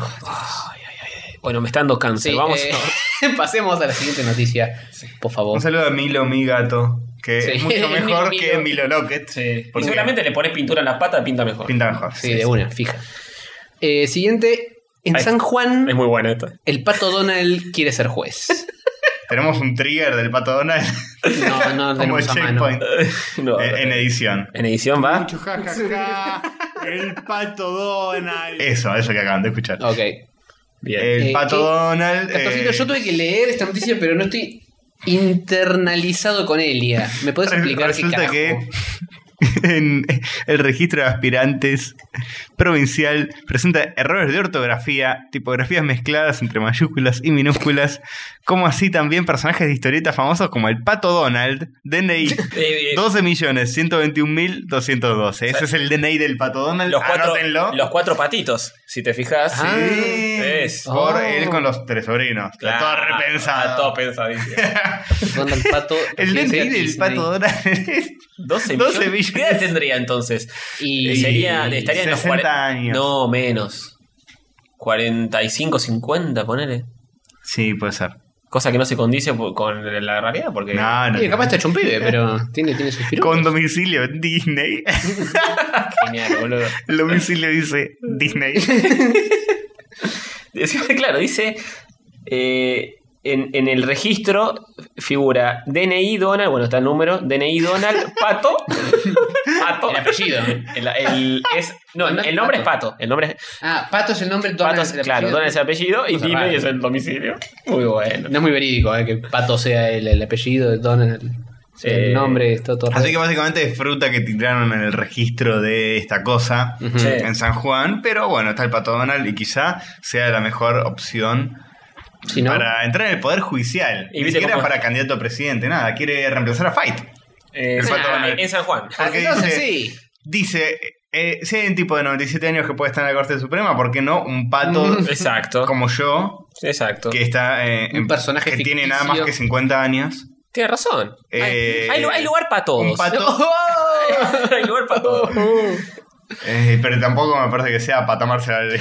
Speaker 4: Bueno, me está dando cáncer.
Speaker 3: Sí,
Speaker 4: Vamos. *laughs*
Speaker 3: eh, *laughs* pasemos a la siguiente noticia, por favor.
Speaker 2: Un saludo a Milo, mi gato, que
Speaker 3: Sí.
Speaker 2: es mucho
Speaker 3: Milo,
Speaker 2: mejor que
Speaker 3: Milo.
Speaker 2: Milo Lockett.
Speaker 4: Y
Speaker 2: porque
Speaker 4: seguramente le pones pintura en la pata, pinta mejor.
Speaker 2: pinta mejor.
Speaker 3: Sí, de una, fija. Eh, siguiente, en
Speaker 4: Ahí.
Speaker 3: San
Speaker 4: *laughs*
Speaker 3: Juan,
Speaker 4: Es muy buena esta. *laughs*
Speaker 3: el pato Donald quiere ser juez.
Speaker 2: Tenemos un trigger del Pato Donald *laughs*
Speaker 3: No, no lo
Speaker 2: como
Speaker 3: tenemos a mano.
Speaker 2: checkpoint
Speaker 4: No,
Speaker 2: eh, en edición.
Speaker 4: en edición va.
Speaker 5: Mucho jajaja. El pato Donald.
Speaker 2: Eso, eso que acaban de escuchar.
Speaker 3: Ok.
Speaker 4: Bien.
Speaker 2: El
Speaker 3: Oh, Eh,
Speaker 2: Pato
Speaker 3: ¿qué?
Speaker 2: Donald...
Speaker 3: Castorcito,
Speaker 2: eh,
Speaker 3: yo tuve que leer esta noticia, pero no estoy internalizado con Elia. ¿Me puedes
Speaker 2: Re-
Speaker 3: explicar qué
Speaker 2: Resulta
Speaker 3: carajo?
Speaker 2: que *laughs* en el registro de aspirantes provincial presenta errores de ortografía, tipografías mezcladas entre mayúsculas y minúsculas, como así también personajes de historietas famosos como el Pato Donald, DNI.
Speaker 4: *laughs* Eh, eh,
Speaker 2: 12.121.212. Ese es el DNI del Pato Donald.
Speaker 4: los, cuatro,
Speaker 2: Anótenlo.
Speaker 4: los cuatro patitos, si te fijas.
Speaker 3: Ah,
Speaker 2: Sí.
Speaker 4: es.
Speaker 2: Por
Speaker 3: Oh.
Speaker 2: él con los tres sobrinos. Está
Speaker 4: Claro,
Speaker 2: todo repensado.
Speaker 4: está todo pensadísimo.
Speaker 2: *laughs*
Speaker 3: Donald Pato.
Speaker 2: El
Speaker 3: presidencia
Speaker 2: DNI del
Speaker 3: Disney.
Speaker 2: Pato Donald *laughs* es
Speaker 4: 12
Speaker 2: 12
Speaker 4: millones. ¿Qué
Speaker 2: millones.
Speaker 4: edad tendría entonces?
Speaker 3: Y
Speaker 2: Sí.
Speaker 4: Sería, estaría en los
Speaker 2: 60
Speaker 4: cuare-
Speaker 2: años.
Speaker 4: No, menos. 45, 50, ponele.
Speaker 2: Sí, puede ser.
Speaker 4: Cosa que no se condice por- con la realidad, porque.
Speaker 2: No, no.
Speaker 3: Oye, capaz está hecho un pibe, pero tiene, tiene sus piruetas.
Speaker 2: *laughs* Con domicilio en Disney.
Speaker 4: Genial, boludo.
Speaker 2: El domicilio dice Disney.
Speaker 4: Decía- *laughs* Claro, dice. eh, en, en el registro figura DNI Donald, bueno, está el número, DNI Donald,
Speaker 3: *laughs*
Speaker 4: Pato. Pato.
Speaker 2: *laughs*
Speaker 3: El apellido.
Speaker 4: El- el- es- no, el nombre es Pato. El nombre es
Speaker 3: Ah, Pato es el nombre, Donald
Speaker 4: Pato,
Speaker 3: es el
Speaker 4: claro,
Speaker 3: apellido.
Speaker 4: Donald es el apellido y
Speaker 3: Cosa rara.
Speaker 4: Disney es el domicilio. Muy bueno.
Speaker 3: No es muy verídico eh, que Pato sea el, el apellido de Donald. O sea,
Speaker 4: Eh,
Speaker 3: el nombre, es todo, todo
Speaker 2: Así que
Speaker 3: raro.
Speaker 2: básicamente es fruta que tiraron en el registro de esta cosa
Speaker 3: Ujú.
Speaker 4: Sí.
Speaker 2: en San Juan. Pero bueno, está el Pato Donald y quizá sea la mejor opción
Speaker 3: Si no,
Speaker 2: para entrar en el Poder Judicial.
Speaker 4: Y
Speaker 2: Ni
Speaker 4: viste
Speaker 2: siquiera
Speaker 4: cómo-
Speaker 2: para candidato a presidente, nada. Quiere reemplazar a Fight.
Speaker 4: Eh,
Speaker 2: El Pato
Speaker 4: ah,
Speaker 2: Donald.
Speaker 4: en San
Speaker 2: *laughs*
Speaker 4: Juan.
Speaker 2: Porque
Speaker 3: entonces
Speaker 2: dice-
Speaker 3: sí.
Speaker 2: Dice, eh, si hay un tipo de 97 años que puede estar en la Corte Suprema, ¿por qué no un pato
Speaker 4: Exacto.
Speaker 2: como yo
Speaker 4: Exacto.
Speaker 2: que está eh,
Speaker 3: Un
Speaker 2: en-
Speaker 3: personaje
Speaker 2: que tiene nada más
Speaker 3: ficticio.
Speaker 2: que 50 años?
Speaker 4: Tienes razón. Hay-
Speaker 2: Eh,
Speaker 4: hay, lu- hay lugar para todos.
Speaker 2: Un pato,
Speaker 4: *laughs* hay lugar
Speaker 2: *laughs*
Speaker 4: para todos.
Speaker 2: eh, pero
Speaker 4: *laughs*
Speaker 2: tampoco me parece que sea para tomarse la ley.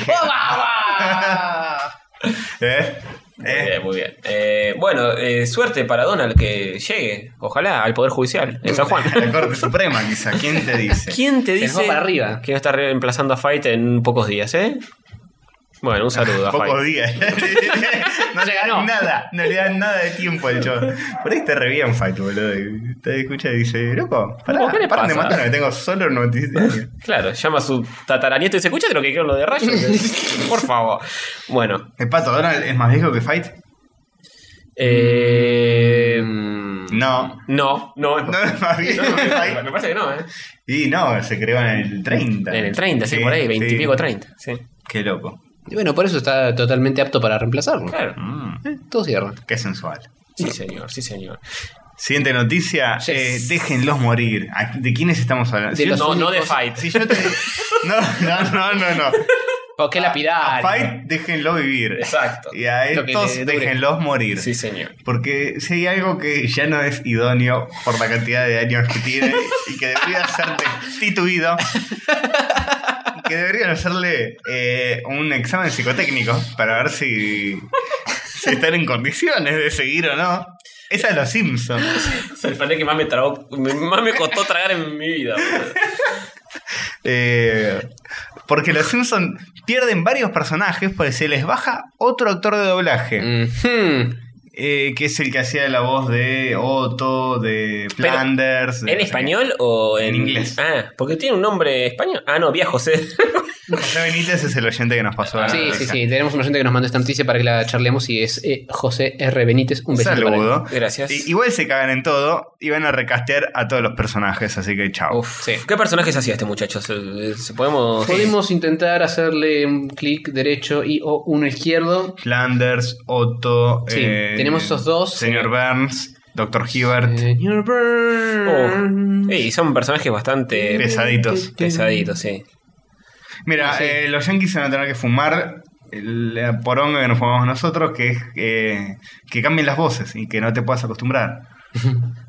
Speaker 2: ¿Eh?
Speaker 4: Muy bien, muy bien. Eh, bueno, eh, suerte para Donald que llegue, ojalá, al Poder Judicial en Eh, San Juan.
Speaker 2: *laughs* La Corte Suprema, quizá. ¿Quién te dice?
Speaker 4: *laughs* ¿Quién te
Speaker 3: Se nos
Speaker 4: dice
Speaker 3: va para arriba.
Speaker 4: que va a estar reemplazando a Fight en pocos días, eh? Bueno, un *laughs* saludo a
Speaker 2: Pocos
Speaker 4: Fight.
Speaker 2: días. *laughs* no le
Speaker 3: ganó.
Speaker 2: dan nada, no le dan nada de tiempo al chavo. Por ahí está re bien Fight, boludo. Te escucha y dice, loco, pará,
Speaker 4: Loco, ¿qué le
Speaker 2: paren de
Speaker 4: pasa?
Speaker 2: matarme, tengo solo 97 años.
Speaker 4: Claro, llama a su tataranieto y dice, escuchaste lo que dijeron lo de *laughs* Rayo. Por favor. Bueno.
Speaker 2: ¿El pato Donald es más viejo que Fight?
Speaker 4: eh,
Speaker 3: Mm.
Speaker 2: No.
Speaker 4: no, no es
Speaker 2: No es más viejo
Speaker 4: No,
Speaker 2: que
Speaker 4: me,
Speaker 2: Fight.
Speaker 4: me parece que no, ¿eh?
Speaker 2: Y no, se creó en el 30.
Speaker 4: En el 30, sí, por ahí, 20 y pico, 30. Sí,
Speaker 2: Qué loco.
Speaker 3: Y bueno, por eso está totalmente apto para reemplazarlo.
Speaker 4: claro.
Speaker 2: Mm,
Speaker 3: Eh, Todo cierra.
Speaker 2: qué sensual.
Speaker 4: Sí, señor, sí, señor.
Speaker 2: Siguiente noticia,
Speaker 3: Yes.
Speaker 2: eh, déjenlos morir. ¿A- ¿De quiénes estamos hablando?
Speaker 3: De
Speaker 2: Si yo-
Speaker 3: los-
Speaker 4: No, no de
Speaker 3: únicos-
Speaker 4: Fight.
Speaker 2: si
Speaker 3: *laughs*
Speaker 2: yo te- No, no, no, no, no.
Speaker 3: ¿Por qué
Speaker 2: A
Speaker 3: lapidar?
Speaker 2: Fight, déjenlo vivir.
Speaker 4: Exacto.
Speaker 2: Y a
Speaker 3: Ah, Lo que
Speaker 2: estos,
Speaker 3: le dure.
Speaker 2: déjenlos morir.
Speaker 4: Sí, señor.
Speaker 2: Porque si hay algo que ya no es idóneo por la cantidad de años que tiene y que debería ser destituido, que deberían hacerle eh, un examen psicotécnico para ver si, si están en condiciones de seguir o no. Esa es los Simpsons.
Speaker 4: *laughs* Es el panel que más me, tragó- me- más me costó tragar en mi vida. boludo.
Speaker 2: Eh, porque los Simpsons pierden varios personajes porque se les baja otro actor de doblaje.
Speaker 3: Mhm.
Speaker 2: eh, que es el que hacía la voz de Otto, de
Speaker 4: Pero,
Speaker 2: Flanders. de-
Speaker 4: ¿En español o
Speaker 2: En
Speaker 4: en...
Speaker 2: inglés.
Speaker 4: Ah, porque tiene un nombre español. Ah, no, Vía José.
Speaker 2: José Benítez es el oyente que nos pasó. la
Speaker 3: Sí, sí,
Speaker 2: noticia.
Speaker 3: sí. Tenemos un oyente que nos mandó esta noticia para que la charlemos y es eh, José R. Benítez. Un besito para él.
Speaker 2: Saludo.
Speaker 4: Gracias.
Speaker 2: I- igual se cagan en todo y van a recastear a todos los personajes, así que chao.
Speaker 4: Uf,
Speaker 3: Sí.
Speaker 4: ¿Qué personajes hacía este muchacho? ¿Se- se- podemos...
Speaker 3: Podemos intentar hacerle un clic derecho y o uno izquierdo.
Speaker 2: Flanders, Otto. eh,
Speaker 3: Sí, tenemos esos dos. eh,
Speaker 2: Señor Burns, Dr. Hibbert.
Speaker 4: Oh.
Speaker 3: Señor Burns.
Speaker 4: Ey, son personajes bastante
Speaker 2: Pesaditos.
Speaker 4: pesaditos, sí.
Speaker 2: Mira,
Speaker 3: Ah, Sí.
Speaker 2: eh, los Yankees se van a tener que fumar la poronga que nos fumamos nosotros, que es eh, que cambien las voces y que no te puedas acostumbrar.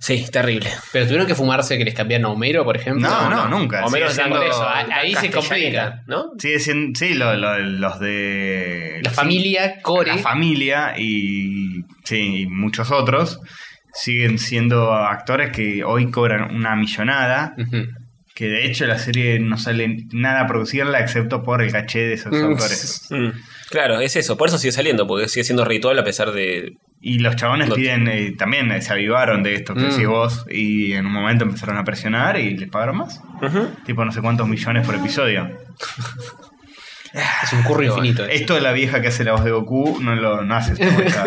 Speaker 4: Sí, terrible.
Speaker 3: Pero tuvieron que fumarse que les cambiaran a Homero, por ejemplo.
Speaker 2: No, no, nunca.
Speaker 4: O menos
Speaker 2: Sigue
Speaker 4: dan
Speaker 2: siendo-
Speaker 3: eso, ah, ahí se
Speaker 4: castellaneta,
Speaker 3: complica.
Speaker 4: ¿no?
Speaker 2: Sigue siendo- sí, lo- lo- los de.
Speaker 3: La familia Core.
Speaker 2: La familia y, sí, y muchos otros siguen siendo actores que hoy cobran una millonada.
Speaker 3: Ujú.
Speaker 2: Que de hecho la serie no sale nada producirla excepto por el caché de esos
Speaker 3: Mm.
Speaker 2: autores.
Speaker 4: Mm, Claro, es eso. Por eso sigue saliendo, porque sigue siendo ritual a pesar de...
Speaker 2: Y los chabones
Speaker 4: Lo-
Speaker 2: piden, eh, también eh, se avivaron de esto que
Speaker 3: Mm.
Speaker 2: decís vos. Y en un momento empezaron a presionar y les pagaron más.
Speaker 4: Ujú.
Speaker 2: Tipo no sé cuántos millones por episodio.
Speaker 3: Es un curro infinito. eh.
Speaker 2: Esto de la vieja que hace la voz de Goku no lo no
Speaker 4: *laughs*
Speaker 2: hace esta vuelta.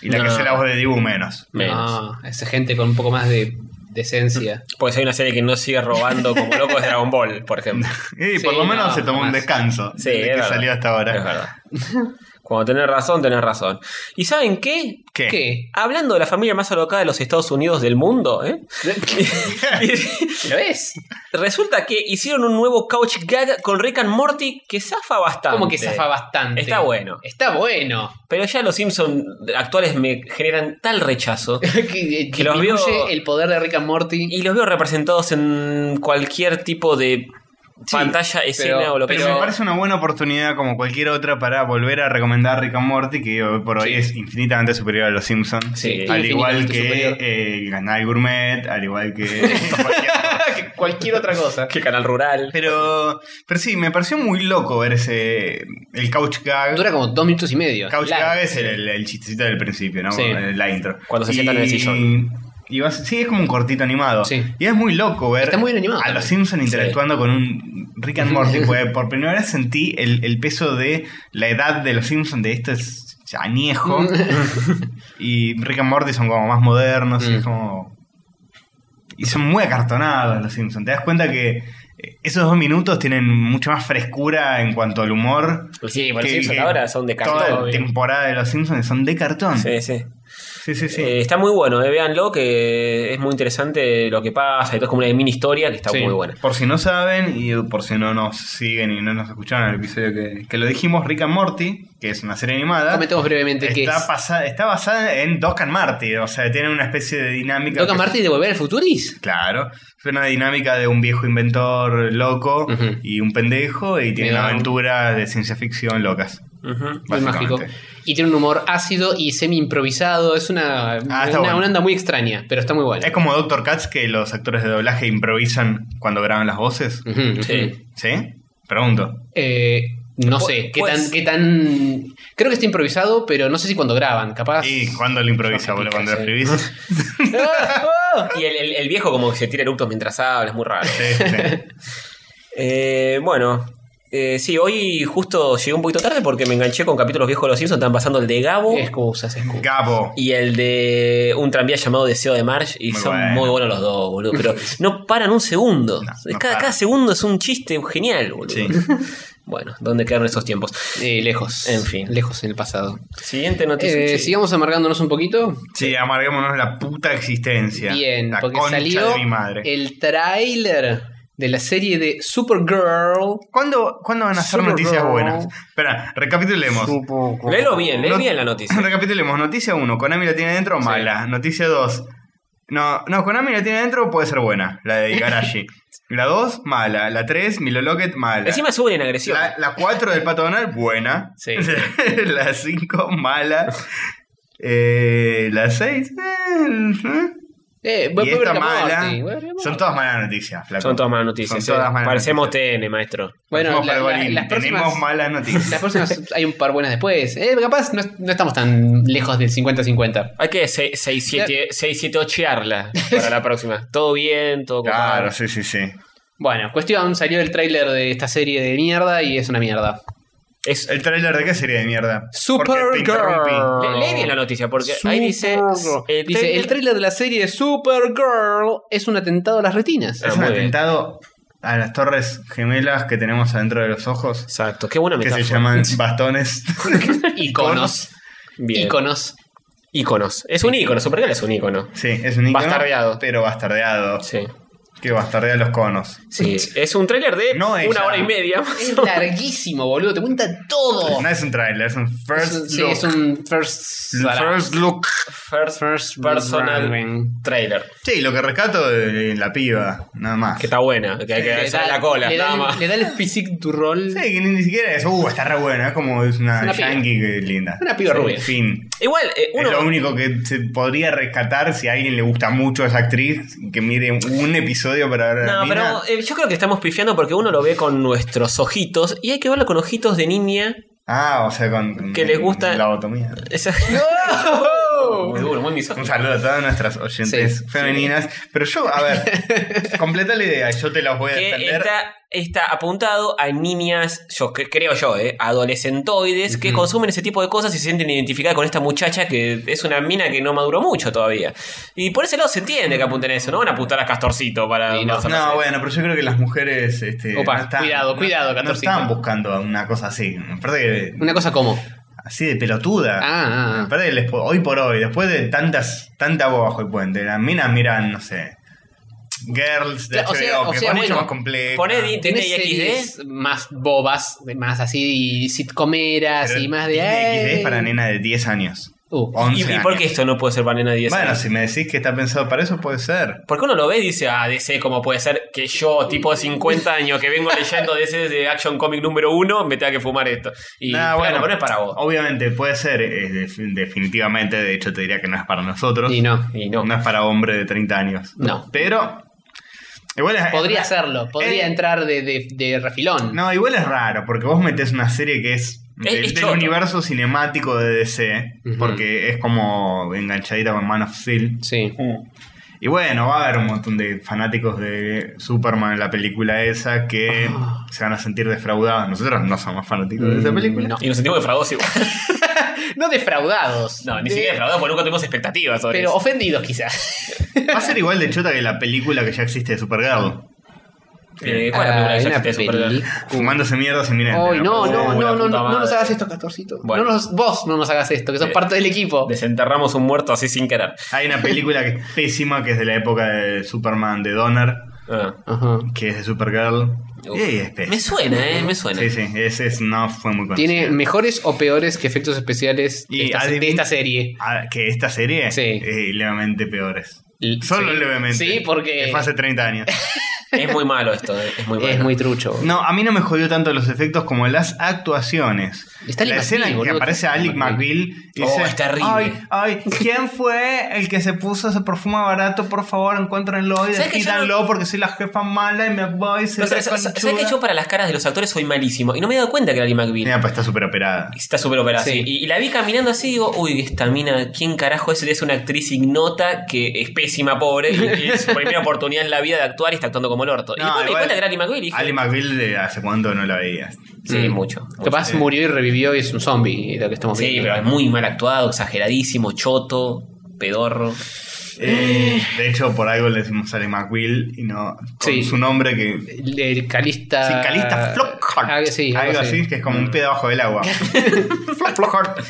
Speaker 2: Y la que
Speaker 4: No.
Speaker 2: hace la voz de Dibu menos.
Speaker 4: Menos.
Speaker 3: No, esa gente con un poco más de decencia.
Speaker 4: Pues hay una serie que no sigue robando como loco es Dragon Ball, por ejemplo.
Speaker 2: Y
Speaker 3: Sí,
Speaker 2: por lo menos
Speaker 3: no,
Speaker 2: se tomó un
Speaker 3: jamás.
Speaker 2: descanso
Speaker 4: Sí,
Speaker 2: de
Speaker 4: es
Speaker 2: que
Speaker 4: verdad.
Speaker 2: salió hasta ahora.
Speaker 4: Es verdad. *laughs* Cuando tenés razón, tenés razón. ¿Y saben qué?
Speaker 2: ¿Qué?
Speaker 3: ¿Qué?
Speaker 4: Hablando de la familia más alocada de los Estados Unidos del mundo,
Speaker 2: *laughs*
Speaker 4: ¿eh? *laughs* Y-
Speaker 3: ¿Lo ves?
Speaker 4: resulta que hicieron un nuevo couch gag con Rick and Morty que zafa bastante.
Speaker 3: Como que zafa bastante.
Speaker 4: Está bueno.
Speaker 3: Está bueno.
Speaker 4: Pero ya los Simpsons actuales me generan tal rechazo.
Speaker 3: que
Speaker 4: Que
Speaker 3: que
Speaker 4: los vio-
Speaker 3: disminuye el poder de Rick and Morty.
Speaker 4: Y los veo representados en cualquier tipo de
Speaker 3: Sí,
Speaker 4: pantalla, escena o lo que
Speaker 2: Pero
Speaker 4: sea.
Speaker 2: me parece una buena oportunidad, como cualquier otra, para volver a recomendar Rick and Morty, que hoy por hoy
Speaker 3: Sí.
Speaker 2: es infinitamente superior a Los Simpsons.
Speaker 4: Sí,
Speaker 2: al
Speaker 3: infinitamente
Speaker 2: igual que
Speaker 3: superior.
Speaker 2: eh, el canal Gourmet, al igual que. *laughs*
Speaker 4: *laughs*
Speaker 2: cualquier cosa.
Speaker 3: Que cualquier otra cosa.
Speaker 4: Que canal rural.
Speaker 2: pero, pero sí, me pareció muy loco ver ese. El Couch Gag.
Speaker 3: Dura como dos minutos y medio.
Speaker 2: Couch
Speaker 3: Largo.
Speaker 2: Gag es el, el- el chistecito del principio, ¿no?
Speaker 3: Sí.
Speaker 2: La intro.
Speaker 4: Cuando se sientan en el sillón.
Speaker 2: Y vas- sí, es como un cortito animado.
Speaker 3: Sí.
Speaker 2: Y es muy loco ver
Speaker 3: Está muy bien animado
Speaker 2: a
Speaker 3: también.
Speaker 2: los Simpsons interactuando con un Rick and
Speaker 3: *laughs*
Speaker 2: Morty. porque por primera vez sentí el, el peso de la edad de los Simpsons, de esto es
Speaker 3: *laughs*
Speaker 2: añejo. y Rick and Morty son como más modernos. Y
Speaker 3: Mm.
Speaker 2: es como. Y son muy acartonados los Simpsons. Te das cuenta que eh, esos dos minutos tienen mucha más frescura en cuanto al humor
Speaker 4: Sí, bueno, los
Speaker 2: que-
Speaker 4: Simpsons
Speaker 2: que
Speaker 4: ahora son de
Speaker 2: Toda
Speaker 4: cartón.
Speaker 2: la temporada de los Simpsons son de cartón. Sí,
Speaker 4: Sí,
Speaker 2: sí,
Speaker 4: sí.
Speaker 2: sí.
Speaker 4: Eh, está muy bueno, eh, véanlo, que es muy interesante lo que pasa. Y todo es como una mini historia que está
Speaker 3: Sí.
Speaker 4: muy buena.
Speaker 2: por si no saben y por si no nos siguen y no nos escucharon en el episodio que, que lo dijimos, Rick and Morty, que es una serie animada,
Speaker 3: Comentemos brevemente qué
Speaker 2: está,
Speaker 3: es.
Speaker 2: pasa- está basada en Doc and Marty, o sea, tiene una especie de dinámica.
Speaker 3: ¿Toca
Speaker 2: que-
Speaker 3: Marty de volver al futuris?
Speaker 2: Claro, Fue una dinámica de un viejo inventor loco
Speaker 3: Ujú.
Speaker 2: y un pendejo y tienen
Speaker 3: Mira.
Speaker 2: aventuras de ciencia ficción locas.
Speaker 4: Ujú.
Speaker 3: Muy mágico.
Speaker 2: básicamente.
Speaker 3: Y tiene un humor ácido y semi improvisado. Es una,
Speaker 2: está
Speaker 3: una,
Speaker 2: bueno.
Speaker 3: una onda muy extraña, pero está muy buena.
Speaker 2: Es como Doctor Katz que los actores de doblaje improvisan cuando graban las voces.
Speaker 3: Ujú,
Speaker 4: Sí.
Speaker 3: ujú.
Speaker 2: ¿Sí? Pregunto.
Speaker 3: Eh, no
Speaker 4: Pu-
Speaker 3: sé, qué
Speaker 4: pues-
Speaker 3: tan, qué tan. Creo que está improvisado, pero no sé si cuando graban, capaz.
Speaker 2: ¿Y cuándo lo improvisa, boludo? ¿Cuando lo escribís?
Speaker 3: ¡Ah!
Speaker 4: Y el, el- el viejo como que se tira eructos mientras habla, es muy
Speaker 2: *laughs*
Speaker 4: raro.
Speaker 2: Sí, sí.
Speaker 4: Eh, bueno, eh, sí, hoy justo llegué un poquito tarde porque me enganché con capítulos viejos de Los Simpsons, están pasando el de Gabo
Speaker 3: Excusas, *laughs* excusas.
Speaker 2: Gabo.
Speaker 4: y el de un tranvía llamado Deseo de Marge y
Speaker 2: Muy
Speaker 4: son
Speaker 2: bueno.
Speaker 4: muy buenos los dos, boludo,
Speaker 2: *laughs*
Speaker 4: pero no paran un segundo.
Speaker 2: No,
Speaker 4: Es
Speaker 2: no
Speaker 4: cada,
Speaker 2: paran.
Speaker 4: cada segundo es un chiste genial, boludo.
Speaker 2: Sí.
Speaker 4: *laughs* Bueno, ¿dónde quedaron esos tiempos?
Speaker 3: Eh, lejos.
Speaker 4: En fin.
Speaker 3: Lejos en el pasado.
Speaker 4: Siguiente noticia.
Speaker 3: Eh,
Speaker 4: che.
Speaker 3: sigamos amargándonos un poquito.
Speaker 2: Sí, amarguémonos la puta existencia.
Speaker 3: Bien,
Speaker 2: la
Speaker 3: porque
Speaker 2: concha
Speaker 3: salió eh,
Speaker 2: de mi madre.
Speaker 3: el tráiler de la serie de Supergirl.
Speaker 2: ¿Cuándo, cuándo van a ser
Speaker 3: Supergirl.
Speaker 2: noticias buenas? Espera, recapitulemos.
Speaker 4: Léelo bien, lee
Speaker 2: No-
Speaker 4: bien la
Speaker 2: *clears throat*
Speaker 4: noticia.
Speaker 2: Recapitulemos. Noticia 1, Konami la tiene adentro, mala. Noticia 2, no, no, Konami la tiene adentro, puede ser buena. La de Igarashi. la 2, mala. La 3, Milo Locket, mala.
Speaker 4: Encima suben en agresión.
Speaker 2: la, la 4 del Pato Donald, buena.
Speaker 3: Sí.
Speaker 2: *laughs* la 5, mala. Eh, la 6,
Speaker 3: Eh, voy
Speaker 2: y
Speaker 3: a ver
Speaker 2: esta
Speaker 3: la
Speaker 2: mala.
Speaker 3: Morty, voy a ver la
Speaker 2: Son
Speaker 3: Morty.
Speaker 2: todas malas noticias, flaco.
Speaker 4: Son todas malas noticias.
Speaker 2: Son todas
Speaker 4: eh.
Speaker 2: malas
Speaker 4: Parecemos
Speaker 2: noticias.
Speaker 4: TN, maestro.
Speaker 3: Bueno,
Speaker 2: Parecemos
Speaker 3: la- la-
Speaker 2: Pergolini.
Speaker 3: las próximas.
Speaker 2: Tenemos malas noticias. *laughs*
Speaker 3: Las próximas hay un par buenas después. Eh, capaz no, no estamos tan lejos del 50-50.
Speaker 4: Hay que 678 para la próxima. Todo bien, todo
Speaker 2: Claro,
Speaker 4: copado.
Speaker 2: sí, sí, sí.
Speaker 3: Bueno, cuestión, salió el tráiler de esta serie de mierda y es una mierda.
Speaker 4: Es-
Speaker 2: ¿El tráiler de qué sería de mierda? Porque te interrumpí.
Speaker 4: le-
Speaker 3: Supergirl.
Speaker 4: lee bien la noticia, porque ahí dice.
Speaker 3: Supergirl.
Speaker 4: eh,
Speaker 3: Dice, el tráiler de la serie de Supergirl es un atentado a las retinas.
Speaker 4: Ah,
Speaker 2: Es un
Speaker 4: muy bien.
Speaker 2: atentado a las torres gemelas que tenemos adentro de los ojos,
Speaker 4: Exacto, qué buena
Speaker 2: que
Speaker 4: metáfora.
Speaker 2: se llaman bastones. *laughs*
Speaker 3: *laughs* Iconos.
Speaker 4: Ah, Bien.
Speaker 3: Iconos.
Speaker 4: Íconos. Es un ícono, Supergirl es un ícono.
Speaker 2: sí, es un icono,
Speaker 4: Bastardeado.
Speaker 2: Pero bastardeado.
Speaker 4: Sí.
Speaker 2: Que bastardea los conos.
Speaker 4: sí. Es un tráiler de
Speaker 2: No ella.
Speaker 4: una hora y media.
Speaker 3: *laughs*
Speaker 4: más
Speaker 3: Es
Speaker 4: o menos.
Speaker 3: larguísimo, boludo. Te cuenta todo.
Speaker 2: No es un trailer, es un first
Speaker 3: Es un- Oh. sí,
Speaker 2: look.
Speaker 3: es un first,
Speaker 2: First look.
Speaker 4: First,
Speaker 3: first
Speaker 4: personal
Speaker 3: rendering.
Speaker 4: trailer.
Speaker 2: Sí, lo que rescato de la piba, nada más.
Speaker 4: Que está buena, que hay que
Speaker 3: Le
Speaker 4: besar
Speaker 3: da-
Speaker 4: la cola.
Speaker 3: Le
Speaker 4: nada
Speaker 3: da,
Speaker 4: más.
Speaker 3: el- le da el physique du rol.
Speaker 2: Sí, que ni siquiera es, uh, está re buena, es como es una,
Speaker 3: Una piba.
Speaker 2: yankee que linda.
Speaker 3: Una piba
Speaker 2: Sí,
Speaker 3: rubia.
Speaker 2: Fin.
Speaker 4: Igual, eh, uno.
Speaker 2: Es lo único que se podría rescatar si a alguien le gusta mucho a esa actriz, que mire un episodio para ver a la
Speaker 4: No,
Speaker 2: mina.
Speaker 4: pero eh, yo creo que estamos pifiando porque uno lo ve con nuestros ojitos y hay que verlo con ojitos de niña.
Speaker 2: Ah, o sea, con, con
Speaker 4: Que les gusta-
Speaker 2: la lobotomía. *laughs*
Speaker 4: Esa- Muy duro, muy
Speaker 2: Un
Speaker 4: misógino.
Speaker 2: saludo a todas nuestras oyentes
Speaker 3: Sí,
Speaker 2: femeninas. Pero yo, a ver, completa la idea, yo te las voy a
Speaker 4: Que
Speaker 2: defender.
Speaker 4: está, está apuntado a niñas, yo cre- creo yo, eh, adolescentoides que consumen ese tipo de cosas y se sienten identificadas con esta muchacha que es una mina que no maduró mucho todavía. Y por ese lado se entiende que apunten a eso, no van a apuntar a Castorcito para.
Speaker 3: Y no.
Speaker 4: para-
Speaker 2: No, bueno, pero yo creo que las mujeres. Este,
Speaker 3: Opa,
Speaker 2: no están-
Speaker 3: cuidado,
Speaker 2: no-
Speaker 3: cuidado,
Speaker 2: No
Speaker 3: 14.
Speaker 2: están buscando una cosa así. Aparte que.
Speaker 3: Una cosa como.
Speaker 2: Así de pelotuda.
Speaker 3: Ah, ah, ah.
Speaker 2: Aparte que les po- hoy por hoy, después de tantas. Tanta agua bajo el puente, las minas miran, no sé. Girls de
Speaker 3: Claro, o sea,
Speaker 2: HBO,
Speaker 3: o
Speaker 2: que
Speaker 3: sea,
Speaker 2: son mucho
Speaker 3: bueno,
Speaker 2: más complejas.
Speaker 4: Poné Disney
Speaker 3: Tenés
Speaker 4: XD.
Speaker 3: series más bobas, más así sitcomeras
Speaker 2: Pero
Speaker 3: y más de.
Speaker 2: Disney XD es para
Speaker 3: "Ay".
Speaker 2: nena de 10 años.
Speaker 3: Uh,
Speaker 2: 11
Speaker 4: ¿Y, y
Speaker 2: años.
Speaker 4: por qué esto no puede ser para nena de 10
Speaker 2: Bueno,
Speaker 4: años?
Speaker 2: si me decís que está pensado para eso, puede ser.
Speaker 4: Porque uno lo ve y dice, ah, DC, ¿cómo puede ser que yo, tipo de 50 años, que vengo leyendo DC de Action Comic número uno, me tenga que fumar esto? Y
Speaker 2: Nah,
Speaker 4: claro, pero no es para vos.
Speaker 2: Obviamente, puede ser, es def- definitivamente, de hecho te diría que no es para nosotros.
Speaker 3: y no.
Speaker 4: Y
Speaker 2: no.
Speaker 4: no.
Speaker 2: es para hombre de 30 años.
Speaker 3: No.
Speaker 2: Pero, igual es...
Speaker 3: Podría
Speaker 2: es-
Speaker 3: hacerlo, podría
Speaker 2: eh,
Speaker 3: entrar de, de- de refilón.
Speaker 2: No, igual es raro, porque vos metés una serie que es, del,
Speaker 4: es
Speaker 2: del
Speaker 4: choto.
Speaker 2: universo cinemático de DC,
Speaker 3: Ujú.
Speaker 2: porque es como enganchadita con Man of Steel.
Speaker 3: Sí.
Speaker 2: Y bueno, va a haber un montón de fanáticos de Superman en la película esa que se van a sentir defraudados. Nosotros no somos fanáticos de esa
Speaker 3: Ah. Mm,
Speaker 2: película.
Speaker 3: no.
Speaker 4: Y nos sentimos defraudados igual.
Speaker 3: No defraudados.
Speaker 4: No, ni
Speaker 3: de-
Speaker 4: siquiera defraudados porque nunca tuvimos expectativas sobre
Speaker 3: Pero
Speaker 4: eso.
Speaker 3: ofendidos quizás.
Speaker 2: Va a ser igual de chota que la película que ya existe de Supergirl.
Speaker 3: Uh.
Speaker 4: Eh,
Speaker 3: Ah,
Speaker 4: ¿Cuál es la película que ya existe de Supergirl?
Speaker 2: Fumándose mierdas inminentes.
Speaker 3: Ay, no,
Speaker 4: Oh,
Speaker 3: no,
Speaker 4: la
Speaker 3: no, no,
Speaker 4: puta
Speaker 3: no, no nos
Speaker 4: madre.
Speaker 3: hagas esto, Castorcito.
Speaker 4: Bueno.
Speaker 3: No nos, vos no nos hagas esto, que sos
Speaker 4: Eh,
Speaker 3: parte del equipo.
Speaker 4: Desenterramos un muerto así sin querer.
Speaker 2: Hay una película que es pésima, que es de la época de Superman, de Donner,
Speaker 4: Ah.
Speaker 3: Ajá.
Speaker 2: que es de Supergirl.
Speaker 4: Uf.
Speaker 2: Y es
Speaker 4: Me
Speaker 2: pésima.
Speaker 4: suena, eh, me suena.
Speaker 2: Sí, sí, ese es- no fue muy conocido.
Speaker 3: Tiene mejores o peores que efectos especiales de
Speaker 2: Y
Speaker 3: esta,
Speaker 2: adivin-
Speaker 3: de esta serie.
Speaker 2: Ah, que esta serie
Speaker 3: Sí.
Speaker 2: es levemente peores. Solo
Speaker 3: sí.
Speaker 2: levemente.
Speaker 3: Sí, porque
Speaker 2: Que fue hace 30 años.
Speaker 4: Es muy malo esto, eh, es muy malo.
Speaker 3: es muy trucho.
Speaker 2: No, a mí no me jodió tanto los efectos como las actuaciones.
Speaker 3: Está Alec
Speaker 2: la escena en
Speaker 3: McBeal,
Speaker 2: que
Speaker 3: boludo.
Speaker 2: aparece Alec McBeal y
Speaker 4: Oh,
Speaker 2: dice,
Speaker 4: es terrible.
Speaker 2: Ay, ay,
Speaker 4: *laughs*
Speaker 2: ¿quién fue el que se puso ese perfume barato? Por favor, encuéntrenlo y
Speaker 4: ¿Sabes que yo
Speaker 2: despídanlo porque soy la jefa mala y me voy.
Speaker 4: Pero, ¿sabes- ¿Sabes sabes que yo para las caras de los actores soy malísimo? Y no me he dado cuenta que era Lee McBeal.
Speaker 2: Mira, pues está súper operada.
Speaker 4: Está súper operada.
Speaker 3: Sí.
Speaker 4: sí. Y, y la vi caminando así y digo, uy, esta mina, ¿quién carajo es? Es una actriz ignota que es pésima, pobre,
Speaker 2: *laughs*
Speaker 4: y, y es su primera oportunidad en la vida de actuar y está actuando como el orto. y
Speaker 2: No,
Speaker 4: después me di
Speaker 2: igual-
Speaker 4: cuenta que era Lee McBeal y dije,
Speaker 2: Alec McBeal de hace cuánto no la veías.
Speaker 4: sí,
Speaker 3: Mm.
Speaker 4: mucho. mucho.
Speaker 3: Capaz murió y revivió y es un zombie lo que estamos
Speaker 4: Sí,
Speaker 3: viendo.
Speaker 4: pero es muy mal actuado, exageradísimo, choto, pedorro.
Speaker 2: Eh, de hecho, por algo le decimos Alec McBeal y no con
Speaker 3: Sí.
Speaker 2: su nombre que...
Speaker 3: El- El calista.
Speaker 2: Sí, Calista Flockhart.
Speaker 3: Ah, sí,
Speaker 2: algo, así. que es como un pedo abajo del *laughs* agua. Flockhart.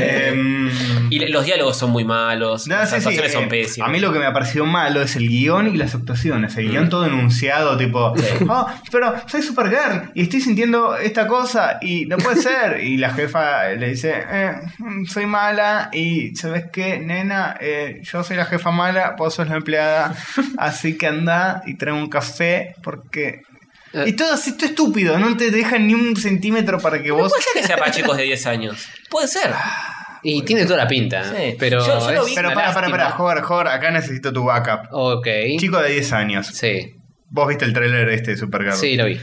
Speaker 2: Em,
Speaker 4: Y le- los diálogos son muy malos,
Speaker 2: No,
Speaker 4: las
Speaker 2: sí, sí,
Speaker 4: actuaciones
Speaker 2: eh,
Speaker 4: son pésimas. Mm.
Speaker 2: A mí lo que me ha parecido malo es el guión y las actuaciones. El guión todo enunciado, tipo, oh, pero soy Supergirl y estoy sintiendo esta cosa y no puede ser. Y la jefa le dice, "Eh, mm, soy mala y sabes qué, nena, Eh, yo soy la jefa mala, vos sos la empleada, así que anda y trae un café porque...
Speaker 3: Eh.
Speaker 2: Y todo así, todo estúpido, no te dejan ni un centímetro para que vos...
Speaker 4: Puede ser que sea para chicos de 10 años. Puede ser.
Speaker 2: Ah,
Speaker 3: Y tiene toda la pinta. ¿eh?
Speaker 4: Sí.
Speaker 3: Pero.
Speaker 4: Yo- yo lo
Speaker 3: es
Speaker 4: vi-
Speaker 2: Pero
Speaker 3: una
Speaker 2: para, para, para,
Speaker 3: lástima.
Speaker 2: Hover, Hover, acá necesito tu backup.
Speaker 3: Ok.
Speaker 2: Chico de 10 años.
Speaker 3: Sí.
Speaker 2: Vos viste el tráiler este de Supergirl.
Speaker 3: Sí, lo vi.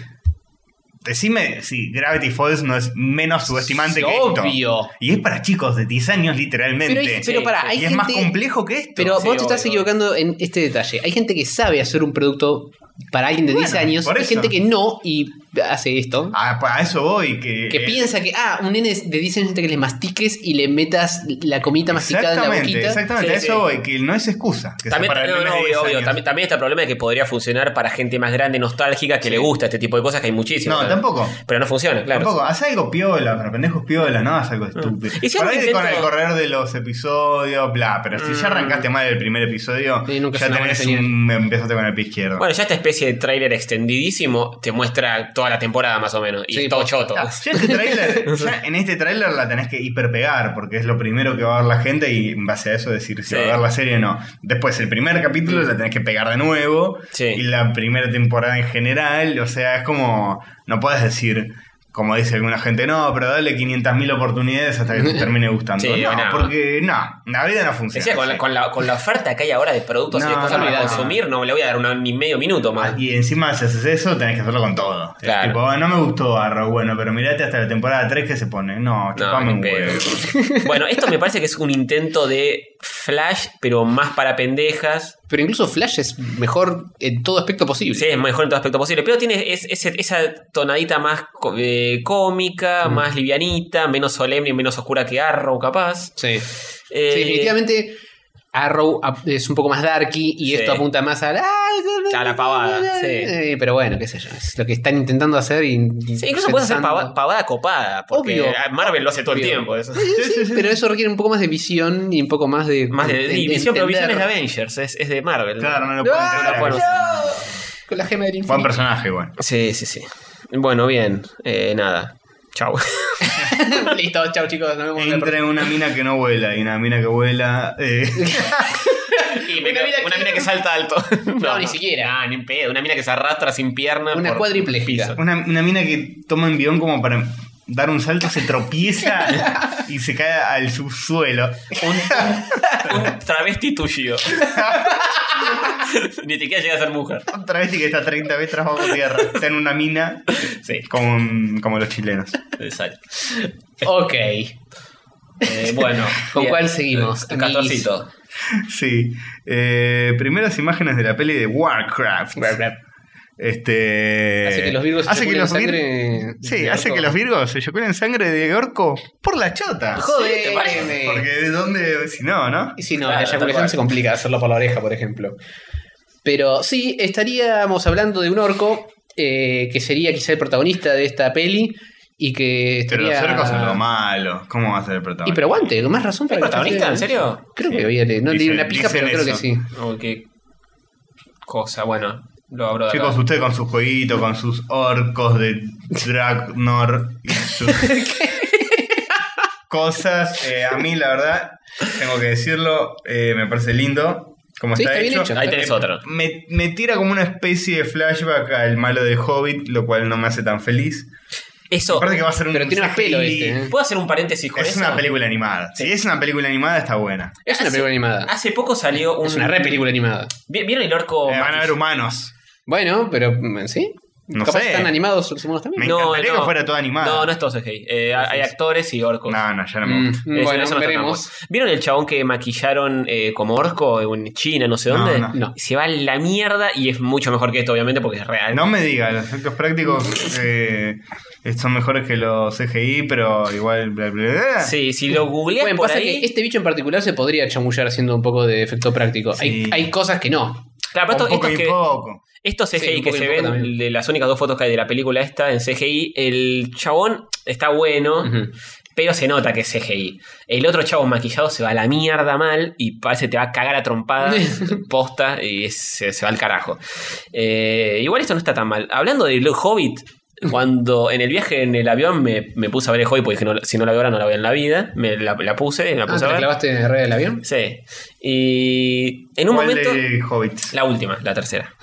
Speaker 2: Decime si Gravity Falls no es menos subestimante
Speaker 3: Sí,
Speaker 2: que
Speaker 3: obvio.
Speaker 2: esto. Y es para chicos de 10 años, literalmente.
Speaker 3: Pero, hay- pero
Speaker 4: Sí,
Speaker 3: para,
Speaker 4: sí.
Speaker 3: hay
Speaker 2: y
Speaker 3: gente.
Speaker 2: es más complejo que esto.
Speaker 3: Pero
Speaker 4: Sí,
Speaker 3: vos te estás
Speaker 4: obvio,
Speaker 3: equivocando en este detalle. Hay gente que sabe hacer un producto para alguien de 10
Speaker 2: Bueno,
Speaker 3: años.
Speaker 2: por
Speaker 3: Hay
Speaker 2: eso.
Speaker 3: gente que no y hace esto.
Speaker 2: Ah, pa- a, eso voy, que...
Speaker 3: Que
Speaker 2: eh,
Speaker 3: piensa que, ah, un nene de 10 años necesita que le mastiques y le metas la comita masticada en la
Speaker 2: Exactamente,
Speaker 3: boquita.
Speaker 2: exactamente.
Speaker 4: Sí,
Speaker 2: a eso
Speaker 4: sí.
Speaker 2: voy, que no es excusa. Que sea
Speaker 4: También,
Speaker 2: para el
Speaker 4: no,
Speaker 2: nene
Speaker 4: no,
Speaker 2: de 10
Speaker 4: obvio, obvio.
Speaker 2: años.
Speaker 4: También, también está el problema de que podría funcionar para gente más grande, nostálgica, que le gusta este tipo de cosas, que hay muchísimas.
Speaker 2: No,
Speaker 4: ¿verdad?
Speaker 2: tampoco.
Speaker 4: Pero no funciona, claro.
Speaker 2: Tampoco, haz algo piola, para pendejos piola, no haz
Speaker 3: Ah.
Speaker 2: algo estúpido.
Speaker 4: Y si
Speaker 2: Por
Speaker 4: algo
Speaker 2: ahí con
Speaker 4: intento-
Speaker 2: el correr de los episodios, bla, pero si ya arrancaste mal el primer episodio,
Speaker 3: Mm. Sí, nunca es
Speaker 2: ya
Speaker 3: una buena
Speaker 2: tenés
Speaker 3: señal.
Speaker 2: un empezaste con el pie izquierdo.
Speaker 4: Bueno, ya esta especie de tráiler extendidísimo te muestra toda la temporada más o menos. Y
Speaker 3: Sí,
Speaker 4: todo
Speaker 3: pues,
Speaker 4: choto.
Speaker 2: Ah, Ya, este
Speaker 4: *laughs*
Speaker 2: tráiler- ya en este tráiler la tenés que hiperpegar, porque es lo primero que va a ver la gente y en base a eso decir si
Speaker 4: Sí. Mm.
Speaker 2: va a ver la serie o no. Después, el primer capítulo la tenés que pegar de nuevo,
Speaker 4: Sí.
Speaker 2: y la primera temporada en general, o sea, es como, no puedes decir, como dice alguna gente, no, pero dale 500.000 oportunidades hasta
Speaker 4: *laughs*
Speaker 2: que te termine gustando.
Speaker 4: Sí,
Speaker 2: no,
Speaker 4: no.
Speaker 2: porque no, la vida no funciona.
Speaker 4: Decía, con la,
Speaker 2: así.
Speaker 4: con, la, con la oferta que hay ahora de productos y de
Speaker 2: No,
Speaker 4: cosas
Speaker 2: no,
Speaker 4: para
Speaker 2: no.
Speaker 4: consumir, no le voy a dar una- ni medio minuto más.
Speaker 2: Y encima si haces eso, tenés que hacerlo con todo. Es
Speaker 4: Claro.
Speaker 2: tipo, "Ah, no me gustó Arrow, bueno, pero mirate hasta la temporada 3 que se pone. No,
Speaker 4: No,
Speaker 2: chupame
Speaker 4: ni
Speaker 2: un
Speaker 4: pedo.
Speaker 2: huevo. *laughs*
Speaker 4: *laughs* bueno, esto me parece que es un intento de Flash, pero más para pendejas.
Speaker 3: Pero incluso Flash es mejor en todo aspecto posible.
Speaker 4: Sí, es mejor en todo aspecto posible. Pero tiene es- ese- esa tonadita más co- eh, cómica,
Speaker 2: Mm.
Speaker 4: más livianita, menos solemne y menos oscura que Arrow, capaz.
Speaker 3: Sí.
Speaker 4: Eh,
Speaker 3: Sí, definitivamente Arrow ap- es un poco más darky y
Speaker 4: Sí.
Speaker 3: esto apunta más a la,
Speaker 4: A la pavada, sí.
Speaker 3: Eh, Pero bueno, qué sé yo, es lo que están intentando hacer. Y,
Speaker 4: sí, incluso puedes hacer
Speaker 3: pensando.
Speaker 4: pava- pavada copada. Porque
Speaker 3: Obvio.
Speaker 4: Marvel lo hace todo el
Speaker 3: Obvio.
Speaker 4: tiempo. Eso.
Speaker 3: *laughs* Sí, sí, Pero eso requiere un poco más de visión y un poco más de.
Speaker 4: Más de,
Speaker 3: de-
Speaker 4: y
Speaker 3: de
Speaker 4: visión, pero visión es de
Speaker 3: entender.
Speaker 4: Avengers, es, es de Marvel.
Speaker 2: Claro, no lo pueden
Speaker 3: ¡Ah,
Speaker 2: tener.
Speaker 4: no puedo.
Speaker 3: no! Con la gema del
Speaker 2: Buen
Speaker 3: infinito.
Speaker 2: personaje, bueno.
Speaker 4: Sí, sí, sí. Bueno, bien. Eh, nada.
Speaker 3: *laughs*
Speaker 4: Chau.
Speaker 3: Listo, chao chicos, nos vemos. en la
Speaker 2: Entre una mina que no vuela y una mina que vuela. eh, *laughs*
Speaker 4: Y me
Speaker 3: Una
Speaker 4: quedo-
Speaker 3: mina
Speaker 4: una
Speaker 3: que-
Speaker 4: mina que salta
Speaker 3: *laughs*
Speaker 4: alto. No,
Speaker 3: ni siquiera.
Speaker 4: Ah, ni en pedo. Una mina que se arrastra sin pierna.
Speaker 3: Una
Speaker 4: por-
Speaker 3: cuadripléjica.
Speaker 4: piso.
Speaker 2: una, una mina que toma un guión como para dar un salto, se tropieza y se cae al subsuelo.
Speaker 4: Un, un travesti tullido. *laughs* ni siquiera llega a ser mujer.
Speaker 2: Otra vez y que está 30 veces tras bajo tierra. Está en una mina
Speaker 4: Sí,
Speaker 2: como, un- como los chilenos.
Speaker 4: exacto.
Speaker 3: Ok.
Speaker 4: Eh, bueno.
Speaker 3: ¿Con
Speaker 4: bien.
Speaker 3: cuál seguimos,
Speaker 4: Eh, Castorcito.
Speaker 2: Sí. Eh, primeras imágenes de la peli de Warcraft. Este.
Speaker 3: Hace que los virgos se
Speaker 2: hace que
Speaker 3: eyaculen
Speaker 2: los vir-
Speaker 3: sangre
Speaker 2: Sí,
Speaker 3: de
Speaker 2: hace
Speaker 3: orco.
Speaker 2: que los virgos se eyaculen sangre de orco por la chota.
Speaker 4: ¿te parece?
Speaker 2: Porque
Speaker 3: Joder.
Speaker 2: de dónde, si no, ¿no?
Speaker 3: Y si no,
Speaker 4: Claro,
Speaker 3: la
Speaker 4: tal cual.
Speaker 3: eyaculación se complica hacerlo por la oreja, por ejemplo. Pero sí, estaríamos hablando de un orco eh, que sería quizá el protagonista de esta peli y que
Speaker 2: Pero
Speaker 3: estaría...
Speaker 2: los orcos son lo malo. ¿Cómo va a ser el
Speaker 3: Y
Speaker 2: protagonista?
Speaker 3: pero aguante, con más razón
Speaker 4: ¿Es
Speaker 3: para que
Speaker 4: protagonista? ¿En
Speaker 3: esté-
Speaker 4: serio?
Speaker 3: Creo que había no leí
Speaker 2: Dicen-
Speaker 3: una pija,
Speaker 2: dicen
Speaker 3: pero creo que
Speaker 2: eso.
Speaker 3: sí.
Speaker 4: Oh, qué cosa. Bueno, lo abro de acá.
Speaker 2: Chicos, usted con su jueguito, con sus orcos de Dragnor y
Speaker 3: *laughs*
Speaker 2: sus cosas. eh, a mí, la verdad, tengo que decirlo, eh, me parece lindo. Como
Speaker 3: Sí,
Speaker 2: está,
Speaker 3: está bien
Speaker 2: hecho, Eh,
Speaker 3: hecho.
Speaker 4: Ahí tenés otro.
Speaker 2: Me, me tira como una especie de flashback al malo de Hobbit, lo cual no me hace tan feliz.
Speaker 4: Eso.
Speaker 2: Aparte que va a ser un
Speaker 3: Pero tiene más
Speaker 2: mensaje
Speaker 3: pelo
Speaker 2: y-
Speaker 3: este, ¿eh?
Speaker 4: ¿Puedo hacer un paréntesis con
Speaker 2: Es
Speaker 4: eso?
Speaker 2: una película animada. Si es una película animada, está buena.
Speaker 3: Es una
Speaker 4: Hace-
Speaker 3: película animada.
Speaker 4: Hace poco salió un.
Speaker 3: Es una re película animada.
Speaker 4: ¿Vi- ¿Vieron el orco?
Speaker 2: Eh, van a
Speaker 4: Matisse?
Speaker 2: ver humanos.
Speaker 3: Bueno, pero mm, sí.
Speaker 2: No
Speaker 3: Capaz
Speaker 2: sé.
Speaker 3: están animados los humanos
Speaker 2: Me
Speaker 3: también.
Speaker 4: No,
Speaker 2: encantaría
Speaker 4: no.
Speaker 2: que fuera todo animado.
Speaker 4: No, no es todo CGI. Eh, hay actores y orcos. Eh,
Speaker 2: No, no, ya no me gusta.
Speaker 3: Mm,
Speaker 4: Eso-
Speaker 3: bueno,
Speaker 4: eso no está tan
Speaker 3: veremos.
Speaker 4: bueno. ¿Vieron el chabón que maquillaron eh, como orco en China, no sé
Speaker 2: No,
Speaker 4: dónde?
Speaker 2: no.
Speaker 3: No.
Speaker 4: Se va a la mierda y es mucho mejor que esto, obviamente, porque es real.
Speaker 2: No me diga, los efectos prácticos eh, son mejores que los CGI, pero igual. Bla, bla, bla.
Speaker 4: Sí, si lo googleas
Speaker 3: Bueno,
Speaker 4: por
Speaker 3: pasa
Speaker 4: ahí.
Speaker 3: que este bicho en particular se podría chamullar haciendo un poco de efecto práctico.
Speaker 2: Sí.
Speaker 3: Hay, hay cosas que no.
Speaker 4: Claro, pero
Speaker 2: Un
Speaker 4: estos-
Speaker 2: poco
Speaker 4: estos
Speaker 2: y
Speaker 4: que-
Speaker 2: poco.
Speaker 4: Estos
Speaker 3: Sí,
Speaker 4: CGI
Speaker 3: un
Speaker 4: que
Speaker 3: poco y
Speaker 4: se
Speaker 3: un
Speaker 4: ven,
Speaker 3: poco también.
Speaker 4: de las únicas dos fotos que hay de la película esta en CGI, el chabón está bueno,
Speaker 3: Ujú.
Speaker 4: pero se nota que es CGI. El otro chabón maquillado se va a la mierda mal y parece que te va a cagar a trompada,
Speaker 3: *laughs*
Speaker 4: posta, y es- se, se va al carajo. Eh, igual esto no está tan mal. Hablando de Little Hobbit, cuando en el viaje en el avión me, me puse a ver el Hobbit, porque dije, no, si no la veo ahora no la veo en la vida, me la, la puse, la
Speaker 3: Ah,
Speaker 4: puse
Speaker 3: ¿te
Speaker 4: a
Speaker 3: la
Speaker 4: ver.
Speaker 3: clavaste en el del avión?
Speaker 4: Sí. Y en un
Speaker 2: ¿Cuál
Speaker 4: momento...
Speaker 2: de Hobbit?
Speaker 4: La última, la tercera.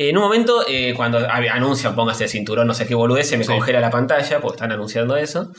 Speaker 4: En un momento, eh, cuando a- anuncian, póngase el cinturón, no sé qué boludez, se me
Speaker 3: Sí.
Speaker 4: congela la pantalla, porque están anunciando eso.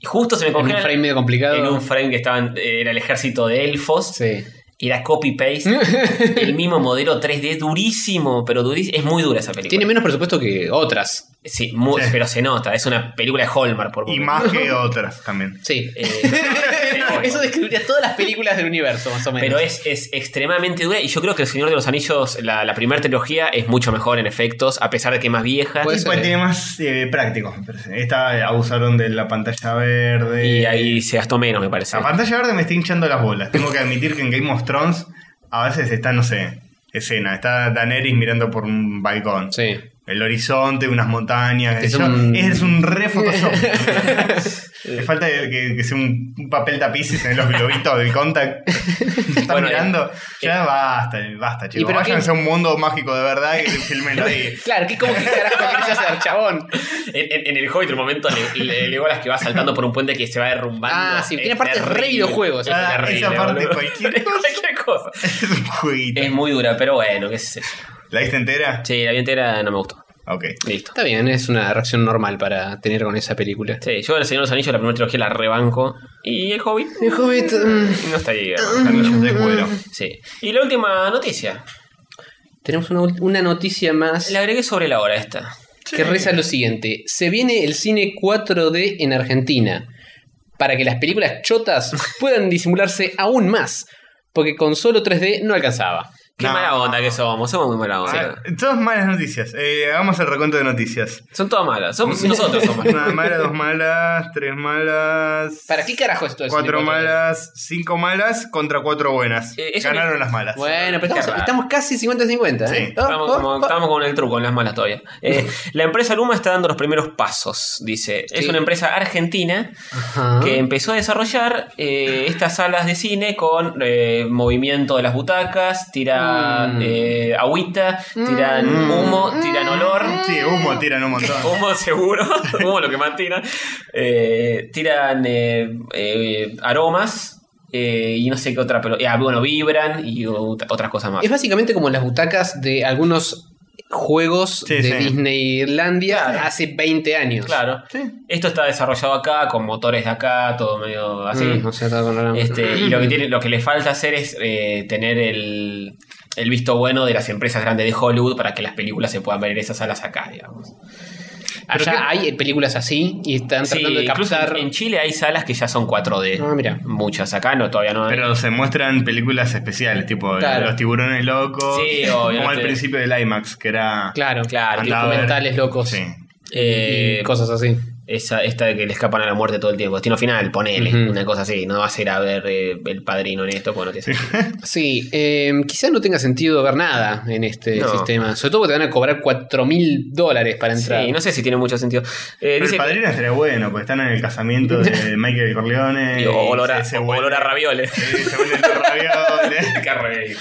Speaker 4: Y justo se me
Speaker 3: En un
Speaker 4: congela
Speaker 3: frame medio complicado.
Speaker 4: en un frame que estaban, eh, era el ejército de elfos,
Speaker 3: Sí.
Speaker 4: y era copy-paste,
Speaker 3: *laughs*
Speaker 4: el mismo modelo 3D, durísimo, pero durísimo. Es muy dura esa película.
Speaker 3: Tiene menos presupuesto que otras.
Speaker 4: Sí, muy-
Speaker 2: Sí.
Speaker 4: pero se nota, es una película de Hallmark, por
Speaker 2: Y
Speaker 4: poco.
Speaker 2: más
Speaker 4: *laughs*
Speaker 2: que otras también.
Speaker 3: Sí. *laughs*
Speaker 4: Eh, *laughs* de Hallmark.
Speaker 3: Eso describiría todas las películas del universo, más o menos.
Speaker 4: Pero es, es extremadamente dura y yo creo que El Señor de los Anillos, la, la primera trilogía, es mucho mejor en efectos, a pesar de que es más vieja.
Speaker 3: Puede
Speaker 2: Y cuál
Speaker 3: ser.
Speaker 2: tiene más eh, prácticos, me parece. Esta abusaron de la pantalla verde.
Speaker 4: Y ahí se gastó menos, me parece.
Speaker 2: La pantalla verde me está hinchando las bolas. Tengo que admitir que en Game of Thrones a veces está, no sé, escena. Está Daenerys mirando por un balcón.
Speaker 3: Sí.
Speaker 2: El horizonte, unas montañas. qué
Speaker 3: Es
Speaker 2: sé yo. Es
Speaker 3: un-
Speaker 2: un, re
Speaker 3: *laughs*
Speaker 2: Photoshop. Le falta que, que sea un, un papel tapiz y tener los globitos del contact. Está
Speaker 4: Bueno,
Speaker 2: mirando. ya basta, basta, chicos.
Speaker 3: pero
Speaker 2: Váyanse
Speaker 3: qué-
Speaker 2: a un mundo mágico de verdad y filmenlo
Speaker 3: *laughs*
Speaker 2: ahí.
Speaker 3: Claro, ¿qué, ¿cómo que carajo querés hacer, chabón?
Speaker 4: En, en- en el Hobbit, el momento le, le, le golas que va saltando por un puente que se va derrumbando.
Speaker 3: Ah, sí,
Speaker 4: Es
Speaker 3: tiene partes re
Speaker 4: terrible.
Speaker 3: videojuegos.
Speaker 4: Es
Speaker 2: Ah,
Speaker 4: terrible,
Speaker 2: esa parte,
Speaker 4: boludo. *laughs*
Speaker 2: cualquier cosa.
Speaker 4: Cualquier cosa.
Speaker 2: Es un jueguito.
Speaker 4: Es muy dura, pero bueno, qué sé yo.
Speaker 2: ¿La viste entera?
Speaker 4: Sí, la vida entera no me gustó.
Speaker 2: Ok.
Speaker 4: Listo.
Speaker 3: Está bien, es una reacción normal para tener con esa película.
Speaker 4: Sí, yo El Señor de los Anillos, la primera trilogía, la rebanco. Y el Hobbit
Speaker 3: El Hobbit. mm,
Speaker 4: no está ahí.
Speaker 2: Carlos de cuero.
Speaker 4: Sí. Y la última noticia.
Speaker 3: Tenemos una, ul- una noticia más
Speaker 4: La agregué sobre la hora esta.
Speaker 3: que reza lo siguiente: Se viene el cine 4D en Argentina para que las películas chotas puedan disimularse aún más, porque con solo 3D no alcanzaba.
Speaker 4: Qué
Speaker 2: No.
Speaker 4: mala onda que somos, somos muy mala
Speaker 2: Ah,
Speaker 4: onda.
Speaker 2: todas malas noticias. Eh, hagamos el recuento de noticias.
Speaker 4: Son todas malas, somos nosotros *laughs* somos malos.
Speaker 2: Una mala, dos malas, tres malas.
Speaker 3: ¿Para qué carajo esto es?
Speaker 2: Cuatro malas, cinco malas contra cuatro buenas.
Speaker 4: Eh, eso
Speaker 2: Ganaron
Speaker 4: me-
Speaker 2: las malas.
Speaker 3: Bueno, pero
Speaker 4: Qué
Speaker 3: estamos,
Speaker 4: raro.
Speaker 3: estamos casi 50-50. ¿eh?
Speaker 2: Sí.
Speaker 3: Oh,
Speaker 4: Estamos,
Speaker 3: oh,
Speaker 4: como-
Speaker 3: oh.
Speaker 4: estamos con el truco, en las malas todavía.
Speaker 3: *laughs*
Speaker 4: Eh, la empresa Luma está dando los primeros pasos, dice. Es
Speaker 3: Sí.
Speaker 4: una empresa argentina
Speaker 3: Ajá.
Speaker 4: que empezó a desarrollar eh, estas salas de cine con eh, movimiento de las butacas, tira
Speaker 3: Mm.
Speaker 4: eh, agüita, tiran
Speaker 2: Mm.
Speaker 4: humo, tiran olor.
Speaker 3: Mm.
Speaker 2: Sí, humo tiran un montón.
Speaker 4: *laughs* Humo seguro, *laughs* humo lo que más tiran. Eh, tiran eh, eh, aromas eh, y no sé qué otra, pero ah, bueno, vibran y ot- otras cosas más.
Speaker 3: Es básicamente como las butacas de algunos juegos
Speaker 2: Sí,
Speaker 3: de
Speaker 2: sí.
Speaker 3: Disneylandia
Speaker 4: Claro.
Speaker 3: hace 20 años.
Speaker 4: Claro. Esto está desarrollado acá, con motores de acá, todo medio así.
Speaker 3: Mm, o sea, está con la-
Speaker 4: Este, y lo que tiene, lo que le falta hacer es eh, tener el, el visto bueno de las empresas grandes de Hollywood para que las películas se puedan ver en esas salas acá, digamos.
Speaker 3: Allá
Speaker 4: Pero
Speaker 3: hay películas así y están
Speaker 4: Sí,
Speaker 3: tratando de
Speaker 4: incluso
Speaker 3: captar.
Speaker 4: en Chile hay salas que ya son 4D.
Speaker 3: Ah, mira.
Speaker 4: Muchas acá no, todavía no hay.
Speaker 2: Pero se muestran películas especiales, tipo
Speaker 3: Claro.
Speaker 2: Los tiburones locos.
Speaker 4: Sí, obvio,
Speaker 2: como
Speaker 4: no
Speaker 2: al
Speaker 4: te-
Speaker 2: principio del IMAX, que era.
Speaker 3: Claro,
Speaker 4: Claro,
Speaker 2: Andá a ver.
Speaker 3: documentales locos.
Speaker 2: Sí.
Speaker 4: Eh,
Speaker 3: y cosas así.
Speaker 4: Esa, esta de que le escapan a la muerte todo el tiempo. Destino final, ponele,
Speaker 3: Ujú.
Speaker 4: una cosa así. No vas a ir a ver eh, el padrino en esto,
Speaker 3: *laughs*
Speaker 4: porque no tiene sentido.
Speaker 3: Sí, eh, quizás no tenga sentido ver nada en este
Speaker 4: No.
Speaker 3: sistema. Sobre todo porque te van a cobrar 4 mil dólares para entrar.
Speaker 4: Sí, no sé si tiene mucho sentido. Eh,
Speaker 2: Pero
Speaker 4: dice
Speaker 2: el
Speaker 4: que-
Speaker 2: padrino estaría bueno, porque están en el casamiento
Speaker 4: *laughs*
Speaker 2: de Michael Corleone.
Speaker 4: Y olor a,
Speaker 2: y se- se *laughs*
Speaker 4: olor a ravioles.
Speaker 2: vuelven- se vuelven los
Speaker 4: *laughs*
Speaker 2: ravioles.
Speaker 4: Qué ravioles.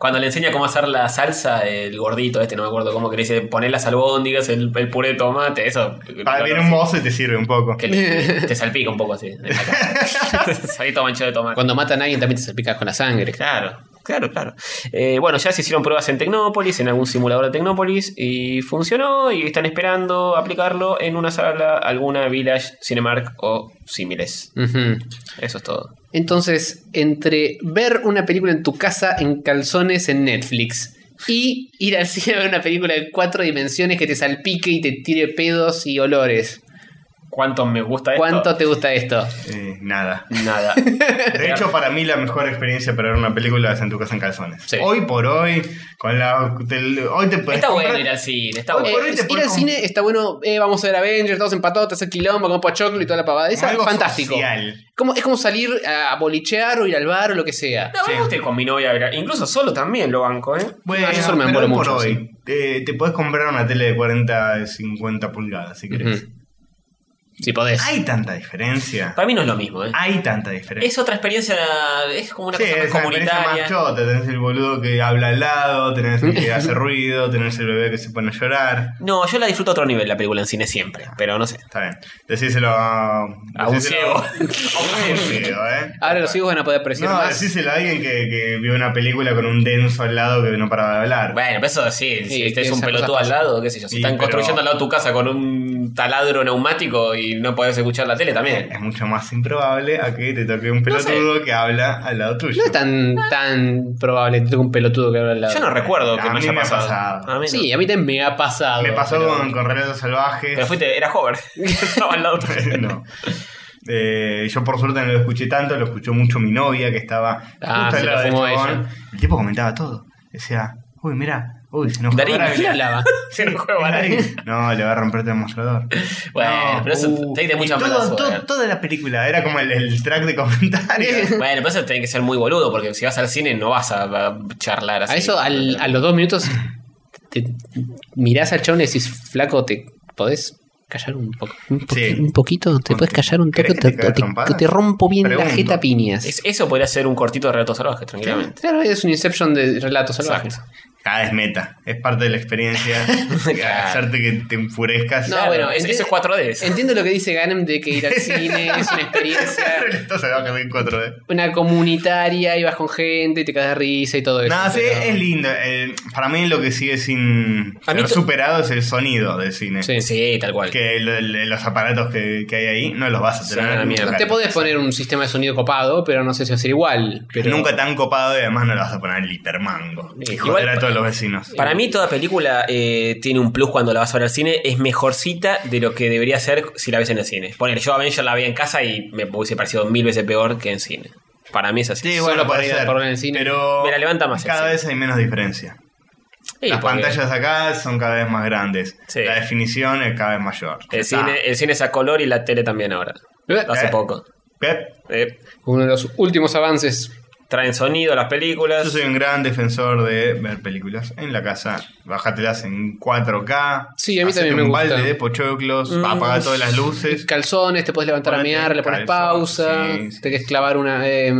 Speaker 4: Cuando le enseña cómo hacer la salsa, el gordito este, no me acuerdo cómo que le dice, poner las albóndigas, el, el puré de tomate, eso.
Speaker 2: Pa- Ah, Viene un mozo y te sirve un poco.
Speaker 4: Que le- te salpica un poco así. en la cara. *laughs* Salí todo manchado de tomate.
Speaker 3: Cuando matan a alguien también te salpicas con la sangre.
Speaker 4: Claro. Claro, claro. Eh, bueno, ya se hicieron pruebas en Tecnópolis, en algún simulador de Tecnópolis, y funcionó y están esperando aplicarlo en una sala, alguna Village, Cinemark o similes.
Speaker 3: Ujú.
Speaker 4: Eso es todo.
Speaker 3: Entonces, entre ver una película en tu casa en calzones en Netflix y ir al *laughs* cine a ver una película en cuatro dimensiones que te salpique y te tire pedos y olores,
Speaker 4: ¿Cuánto me gusta esto?
Speaker 3: ¿cuánto te gusta esto?
Speaker 2: Eh, nada.
Speaker 4: Nada.
Speaker 2: De hecho, para mí la mejor experiencia para ver una película es en tu casa en calzones.
Speaker 3: Sí.
Speaker 2: Hoy por hoy, con la. te- hoy te puedes
Speaker 4: está bueno
Speaker 2: comprar-
Speaker 4: ir al cine, está
Speaker 2: Hoy
Speaker 4: bueno.
Speaker 2: por hoy
Speaker 3: Eh,
Speaker 2: te
Speaker 3: ir
Speaker 2: podés
Speaker 3: al
Speaker 2: com-
Speaker 3: cine está bueno, eh, vamos a ver Avengers, todos empatados, te hace quilombo, con pochoclo y toda la pavada.
Speaker 2: como
Speaker 3: Esa es
Speaker 2: algo
Speaker 3: fantástico.
Speaker 2: social.
Speaker 3: Como, es como salir a bolichear o ir al bar o lo que sea.
Speaker 4: No, me
Speaker 2: Sí.
Speaker 4: gusta ir con mi novia, a ver- incluso solo también lo banco, ¿eh?
Speaker 2: Bueno,
Speaker 3: yo solo me
Speaker 2: pero
Speaker 3: embolo
Speaker 2: hoy por
Speaker 3: mucho,
Speaker 2: hoy,
Speaker 3: sí.
Speaker 2: eh, te puedes comprar una tele de 40, 50 pulgadas si querés.
Speaker 3: Ujú. Si podés.
Speaker 2: Hay tanta diferencia.
Speaker 4: Para mí no es lo mismo, ¿eh?
Speaker 2: Hay tanta diferencia.
Speaker 4: Es otra experiencia, es como una
Speaker 2: Sí,
Speaker 4: cosa más
Speaker 2: es una experiencia
Speaker 4: comunitaria.
Speaker 2: más chota. Tenés el boludo que habla al lado, tenés el que
Speaker 4: *laughs*
Speaker 2: hace ruido, tenés el bebé que se pone a llorar.
Speaker 4: No, yo la disfruto a otro nivel, la película en cine siempre, pero no sé.
Speaker 2: Está bien. Decíselo a,
Speaker 4: A un
Speaker 2: decíselo
Speaker 4: ciego.
Speaker 2: a- *laughs* a un ciego, ¿eh?
Speaker 3: Ahora los hijos van a poder apreciar
Speaker 2: No,
Speaker 3: más.
Speaker 2: decíselo a alguien que, que vio una película con un denso al lado que no paraba de hablar.
Speaker 4: Bueno, pero eso sí,
Speaker 3: Sí,
Speaker 4: si estés
Speaker 3: que
Speaker 4: un
Speaker 3: esas
Speaker 4: pelotudo
Speaker 3: cosas
Speaker 4: al lado, qué sé yo. Si
Speaker 2: Sí,
Speaker 4: están
Speaker 2: pero-
Speaker 4: construyendo al lado de tu casa con un taladro neumático y no podés escuchar la tele también.
Speaker 2: Es mucho más improbable a que te toque un
Speaker 4: No sé.
Speaker 2: pelotudo que habla al lado tuyo.
Speaker 3: No es tan, tan probable que te toque un pelotudo que habla al lado.
Speaker 4: Yo no recuerdo que
Speaker 2: A
Speaker 4: me
Speaker 2: mí
Speaker 4: haya
Speaker 2: me ha
Speaker 4: pasado.
Speaker 2: pasado.
Speaker 4: A mí no.
Speaker 3: Sí, a mí también me ha pasado.
Speaker 2: Me pasó
Speaker 3: pero-
Speaker 2: con, con Relatos Salvajes.
Speaker 4: Pero fuiste, era joven. *laughs*
Speaker 2: *laughs*
Speaker 4: Estaba al lado tuyo.
Speaker 2: no. Eh, yo por suerte no lo escuché tanto, lo escuchó mucho mi novia que estaba
Speaker 3: Ah,
Speaker 2: justo al
Speaker 3: se
Speaker 2: lado
Speaker 3: la
Speaker 2: del
Speaker 3: fumó
Speaker 2: chabón.
Speaker 3: ella.
Speaker 2: El tipo comentaba todo. Decía, uy, mira, uy, se nos
Speaker 4: Darín,
Speaker 2: *laughs*
Speaker 3: ¿Quién hablaba?
Speaker 4: Se lo juego a nadie.
Speaker 2: No, le va a romperte el mostrador.
Speaker 4: Bueno,
Speaker 2: No,
Speaker 4: pero eso
Speaker 2: uh,
Speaker 4: te de mucha
Speaker 2: y
Speaker 4: mala
Speaker 2: todo-
Speaker 4: suerte.
Speaker 2: todo- Toda la película, era como el, el track de
Speaker 4: *laughs*
Speaker 2: comentarios.
Speaker 4: Bueno, pero eso tenés que ser muy boludo, porque si vas al cine no vas a, a charlar así.
Speaker 3: A eso, al- a los dos minutos, te mirás al chabón y decís, flaco, ¿te podés callar un, po- un, po-
Speaker 2: Sí.
Speaker 3: un poquito? ¿Te podés callar un toque?
Speaker 2: ¿Querés que
Speaker 3: Te,
Speaker 2: te cague
Speaker 3: te-
Speaker 2: trompadas?
Speaker 3: te rompo bien la
Speaker 2: Pregunto.
Speaker 3: jeta a piñas.
Speaker 4: Es- eso podría ser un cortito de relatos salvajes, tranquilamente.
Speaker 3: Claro, es un Inception de relatos salvajes.
Speaker 4: Exacto.
Speaker 2: Cada es meta, es parte de la
Speaker 4: *laughs*
Speaker 2: experiencia.
Speaker 4: Claro.
Speaker 2: Hacerte que te enfurezcas.
Speaker 3: No,
Speaker 4: Claro,
Speaker 3: bueno,
Speaker 4: es-
Speaker 3: entiendo-
Speaker 4: eso es 4D.
Speaker 3: Entiendo lo que dice Ganem de que
Speaker 2: *laughs*
Speaker 3: ir al cine es una experiencia,
Speaker 2: Relatos Salvajes en 4D.
Speaker 3: una comunitaria, ibas con gente y te cagas de risa y
Speaker 4: Pues,
Speaker 3: todo eso.
Speaker 2: No, sí,
Speaker 3: pero-
Speaker 2: es lindo. El- para mí lo que sigue sin
Speaker 4: A mí
Speaker 2: ser
Speaker 4: to-
Speaker 2: superado es el sonido del cine.
Speaker 3: Sí.
Speaker 4: Sí, tal cual.
Speaker 2: Que el- el- los aparatos que, que hay ahí no los vas a
Speaker 4: Son
Speaker 2: tener.
Speaker 4: una mierda.
Speaker 2: nunca.
Speaker 3: Te podés poner un sistema de sonido copado, pero no sé si va a ser igual. Pero...
Speaker 2: Nunca tan copado y además no lo vas a poner el hipermango. Y
Speaker 4: Igual-
Speaker 2: joder a todos los vecinos.
Speaker 4: Para mí toda película eh, tiene un plus cuando la vas a ver al cine, es mejorcita de lo que debería ser si la ves en el cine. Poner yo Avenger la veía en casa y me hubiese parecido mil veces peor que en cine. Para mí es así.
Speaker 2: Sí, bueno,
Speaker 3: Solo
Speaker 2: puede
Speaker 3: por ir-
Speaker 2: ser,
Speaker 3: por ver en el cine.
Speaker 2: Pero
Speaker 4: Me la levanta más el
Speaker 2: Cada
Speaker 4: cine.
Speaker 2: vez hay menos diferencia.
Speaker 4: Sí,
Speaker 2: Las
Speaker 4: porque
Speaker 2: pantallas acá son cada vez más grandes.
Speaker 4: Sí.
Speaker 2: La definición es cada vez mayor.
Speaker 4: El
Speaker 2: Está.
Speaker 4: cine, el cine es a color y la tele también ahora.
Speaker 3: Eh,
Speaker 4: Hace
Speaker 2: Eh.
Speaker 4: poco.
Speaker 2: Pep,
Speaker 4: Eh,
Speaker 3: Uno de los últimos avances.
Speaker 4: traen sonido a las
Speaker 2: Yo
Speaker 4: películas.
Speaker 2: soy un gran defensor de ver películas en la casa. Bájatelas en 4K.
Speaker 3: Sí, a mí
Speaker 2: hacete
Speaker 3: también me
Speaker 2: un
Speaker 3: gusta.
Speaker 2: balde de pochoclos,
Speaker 4: Mm.
Speaker 2: apaga todas las luces.
Speaker 3: Calzones, te puedes levantar a
Speaker 2: Ponete
Speaker 3: mear, le pones
Speaker 2: calzón,
Speaker 3: pausa,
Speaker 2: sí, sí.
Speaker 3: te quieres clavar una, eh,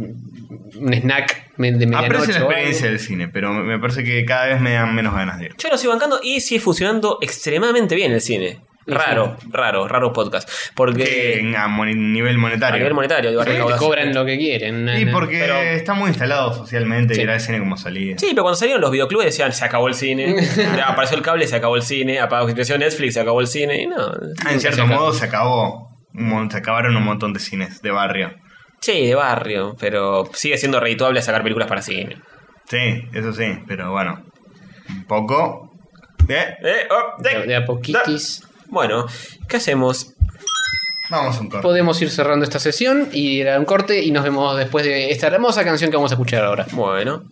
Speaker 3: un snack me- de medianoche.
Speaker 2: Aprecio la
Speaker 3: o algo.
Speaker 2: experiencia del cine, pero me me parece que cada vez me dan menos ganas de ir.
Speaker 4: Yo lo sigo bancando y sigue funcionando extremadamente bien el cine. Raro, raro, raro podcast.
Speaker 2: Que
Speaker 4: Porque
Speaker 2: en- a moni- nivel
Speaker 4: a
Speaker 2: monetario.
Speaker 4: nivel monetario, digo,
Speaker 3: Porque te
Speaker 4: recaudación.
Speaker 3: cobran lo que quieren. na,
Speaker 2: Y
Speaker 3: na.
Speaker 2: porque
Speaker 4: Pero-
Speaker 2: está muy instalado socialmente
Speaker 3: Sí.
Speaker 2: ir al cine como salida.
Speaker 4: Sí, pero cuando salieron los videoclubes decían, se acabó el
Speaker 3: *laughs*
Speaker 4: cine, Ya, apareció el cable, se acabó el cine, apagó situación Netflix, se acabó el cine, y no.
Speaker 2: en cierto
Speaker 3: acabó.
Speaker 2: modo se acabó. Un mon- Se acabaron un montón de cines de barrio.
Speaker 4: Sí, de barrio, pero sigue siendo redituable sacar películas para cine.
Speaker 2: Sí, eso sí, pero bueno. Un poco. ¿Eh?
Speaker 4: Eh, oh, de-
Speaker 3: De, de a poquitis.
Speaker 4: Bueno, ¿qué hacemos?
Speaker 2: Vamos a un corte.
Speaker 3: Podemos ir cerrando esta sesión y ir a un corte y nos vemos después de esta hermosa canción que vamos a escuchar ahora.
Speaker 4: Bueno.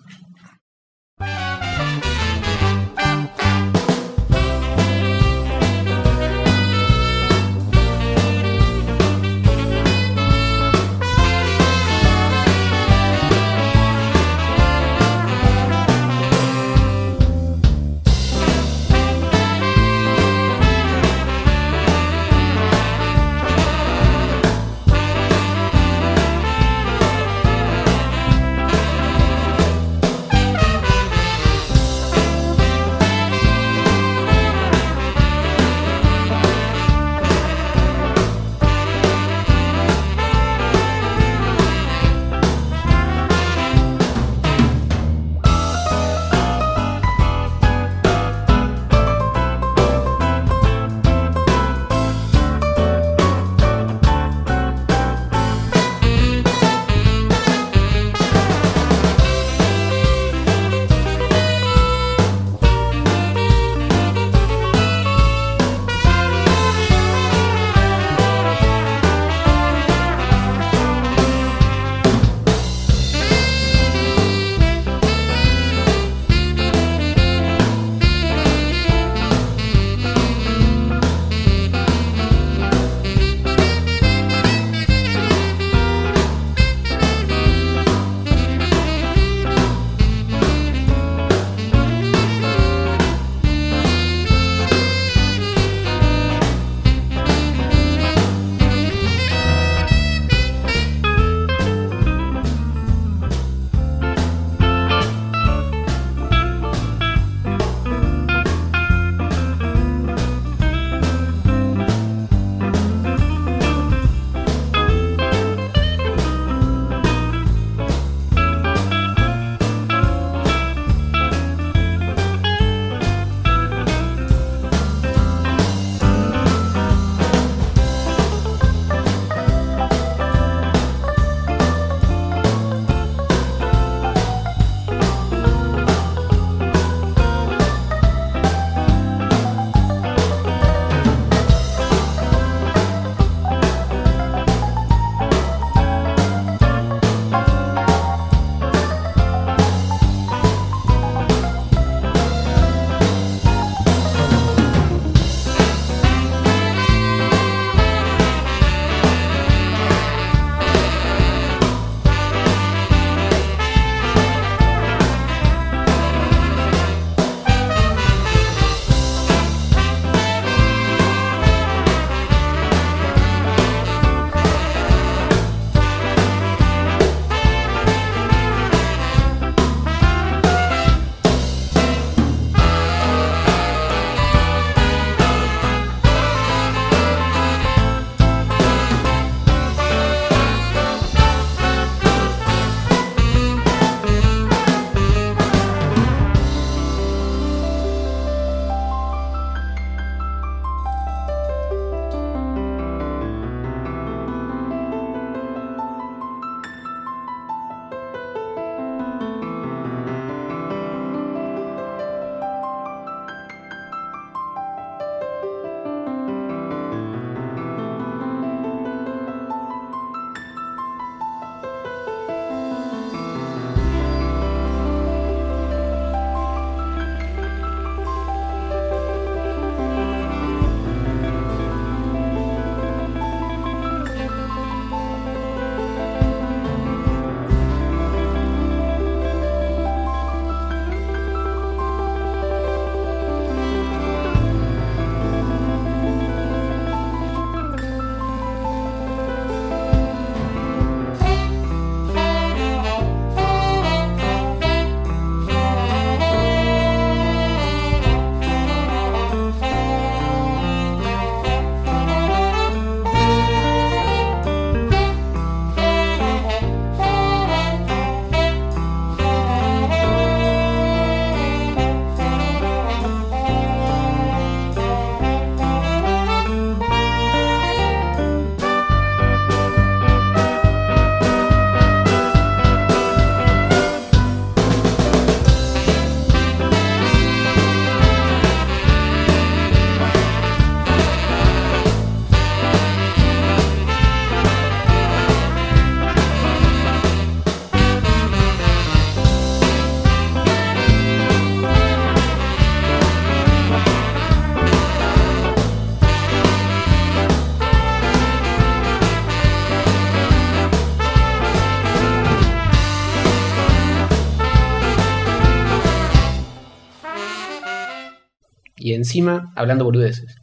Speaker 3: encima hablando boludeces.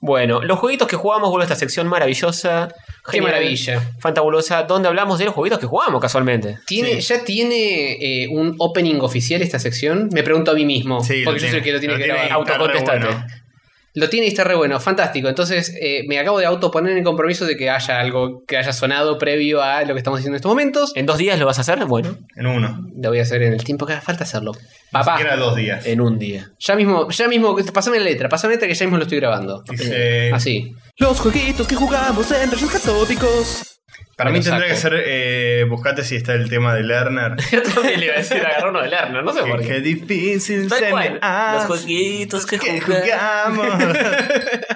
Speaker 4: Bueno, los jueguitos que jugamos, vuelvo a esta sección maravillosa.
Speaker 3: Qué
Speaker 4: genial,
Speaker 3: maravilla.
Speaker 4: Fantabulosa, donde hablamos de los jueguitos que jugamos casualmente.
Speaker 3: ¿Tiene, ¿Ya tiene eh, un opening oficial esta sección? Me pregunto a mí mismo.
Speaker 2: Sí, lo
Speaker 3: porque yo soy
Speaker 2: tiene,
Speaker 3: el que lo tiene
Speaker 2: lo
Speaker 3: que
Speaker 2: tiene ahí.
Speaker 3: grabar.
Speaker 4: Autocontestate.
Speaker 2: bueno.
Speaker 3: Lo tiene y está re bueno, fantástico. Entonces, eh, me acabo de autoponer en el compromiso de que haya algo que haya sonado previo a lo que estamos haciendo en estos momentos.
Speaker 4: ¿En dos días lo vas a hacer? Bueno,
Speaker 2: En uno.
Speaker 3: Lo voy a hacer en el tiempo que haga falta hacerlo. Papá,
Speaker 2: Siquiera dos días.
Speaker 4: en un día.
Speaker 3: ya mismo, ya mismo, pasame la letra, pasame la letra que ya mismo lo estoy grabando. Eh,
Speaker 2: Dice,
Speaker 3: Así.
Speaker 1: Los jueguitos que jugamos en rayos catódicos.
Speaker 2: para
Speaker 3: me
Speaker 2: mí
Speaker 3: lo
Speaker 2: tendría que
Speaker 3: saco.
Speaker 2: ser. Eh, buscate si está el tema de Lerner.
Speaker 4: *laughs* Yo también le iba a decir agarrar uno de Lerner, no sé por
Speaker 2: qué,
Speaker 4: qué.
Speaker 2: qué difícil
Speaker 4: Tal
Speaker 2: se
Speaker 4: cual.
Speaker 2: me hace
Speaker 4: Los jueguitos que,
Speaker 2: que
Speaker 4: jugamos.
Speaker 2: jugamos.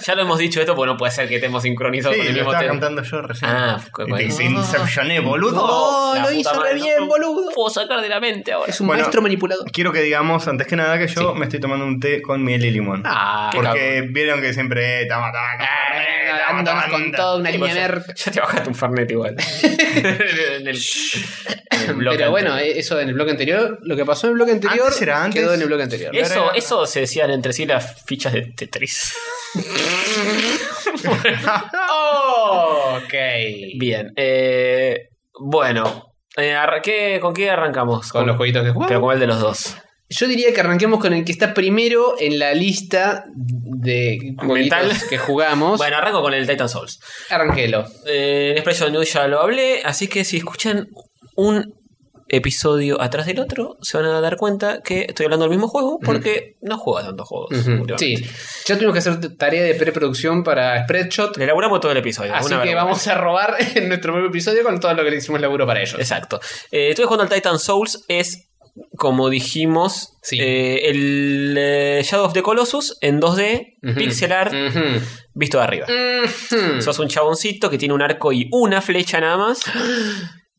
Speaker 4: Ya lo hemos dicho esto, porque no puede ser que estemos sincronizados
Speaker 2: sí,
Speaker 4: con el
Speaker 2: lo
Speaker 4: mismo
Speaker 2: estaba
Speaker 4: tema.
Speaker 2: cantando yo recién.
Speaker 4: Ah,
Speaker 2: y
Speaker 4: bueno.
Speaker 2: te dice, Inceptioné, boludo.
Speaker 3: ¡Oh,
Speaker 4: la
Speaker 3: lo
Speaker 4: puta
Speaker 3: hizo
Speaker 4: madre,
Speaker 3: re
Speaker 4: no
Speaker 3: bien,
Speaker 4: puedo-
Speaker 3: boludo!
Speaker 4: Puedo sacar de la mente ahora.
Speaker 3: Es un
Speaker 2: Bueno.
Speaker 3: maestro manipulador.
Speaker 2: Quiero que digamos, antes que nada, que yo me estoy tomando un té con miel y limón.
Speaker 3: Ah,
Speaker 2: Porque vieron que siempre eh, estamos tomando, eh, estamos
Speaker 3: Hablándonos con
Speaker 2: tomando.
Speaker 3: toda una
Speaker 4: Sí,
Speaker 3: línea
Speaker 4: por
Speaker 3: nerd.
Speaker 4: *laughs* Ya te bajaste un Fernet igual. en el, en el bloque
Speaker 3: Pero bueno,
Speaker 4: anterior.
Speaker 3: eh, eso en el blog anterior, lo que pasó en el blog anterior
Speaker 2: Antes era antes.
Speaker 3: quedó en el blog anterior.
Speaker 2: Eh,
Speaker 4: eso, eso se decían entre sí las fichas de Tetris.
Speaker 3: *laughs* ok.
Speaker 4: Bien. eh, bueno, eh, arra- ¿qué- ¿con qué arrancamos?
Speaker 3: Con los jueguitos que
Speaker 4: Pero
Speaker 3: jugamos.
Speaker 4: con el de los dos.
Speaker 3: Yo diría que arranquemos con el que está primero en la lista de
Speaker 4: Mental.
Speaker 3: jueguitos que
Speaker 4: *laughs*
Speaker 3: jugamos.
Speaker 4: Bueno, arranco con el Titan Souls.
Speaker 3: Arranquelo.
Speaker 4: Eh, en Expression News ya lo hablé, así que si escuchan un episodio atrás del otro, se van a dar cuenta que estoy hablando del mismo juego porque no juega tantos juegos.
Speaker 3: Ujú.
Speaker 4: últimamente.
Speaker 3: Sí, ya tuvimos que hacer t- tarea de preproducción para Spreadshot.
Speaker 4: Le elaboramos todo el episodio.
Speaker 3: Así
Speaker 4: Eh, una
Speaker 3: que
Speaker 4: vergüenza.
Speaker 3: vamos a robar *laughs* en nuestro propio episodio con todo lo que le hicimos laburo para ellos.
Speaker 4: Exacto. Eh, estuve jugando al Titan Souls, es, como dijimos,
Speaker 3: Sí.
Speaker 4: eh, el eh, Shadow of the Colossus en 2D,
Speaker 3: Ujú. Mm.
Speaker 4: pixel art,
Speaker 3: Ujú.
Speaker 4: visto de arriba.
Speaker 3: Ujú.
Speaker 4: Sos un chaboncito que tiene un arco y una flecha nada más.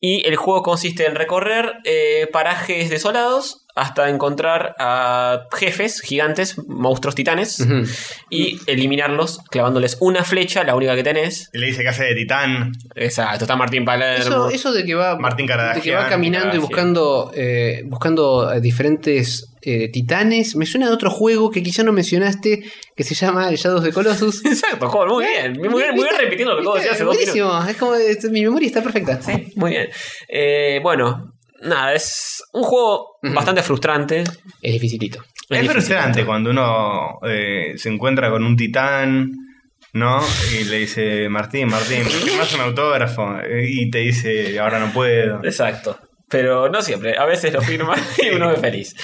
Speaker 4: Y el juego consiste en recorrer eh, parajes desolados hasta encontrar a jefes gigantes, monstruos titanes,
Speaker 3: Ujú.
Speaker 4: y eliminarlos clavándoles una flecha, la única que tenés.
Speaker 2: Y le dice que hace de titán.
Speaker 4: Exacto, está Martín Palermo.
Speaker 3: Eso, eso de que va,
Speaker 2: Martín
Speaker 3: de
Speaker 2: Caradagian,
Speaker 3: que va caminando y
Speaker 4: Caradagian.
Speaker 3: buscando, eh, buscando eh, diferentes eh, titanes, me suena de otro juego que quizá no mencionaste, que se llama Shadows de Colossus.
Speaker 4: *laughs* Exacto, joven, *laughs* muy bien. Muy bien, muy bien repitiendo lo que vos
Speaker 3: ¿Viste?
Speaker 4: decías hace dos minutos.
Speaker 3: Buenísimo, es como es- mi memoria está perfecta.
Speaker 4: Muy bien. Eh, bueno, nada, es un juego
Speaker 3: Ujú.
Speaker 4: bastante frustrante.
Speaker 3: Es dificilito.
Speaker 2: Es,
Speaker 4: difícil.
Speaker 2: frustrante cuando uno eh, se encuentra con un titán, ¿no? Y le dice, Martín,
Speaker 4: *laughs*
Speaker 2: Martín, más un autógrafo. Eh, Y te dice, ahora no puedo.
Speaker 4: Exacto. Pero no siempre. A veces lo
Speaker 3: *laughs*
Speaker 4: firma y uno es feliz.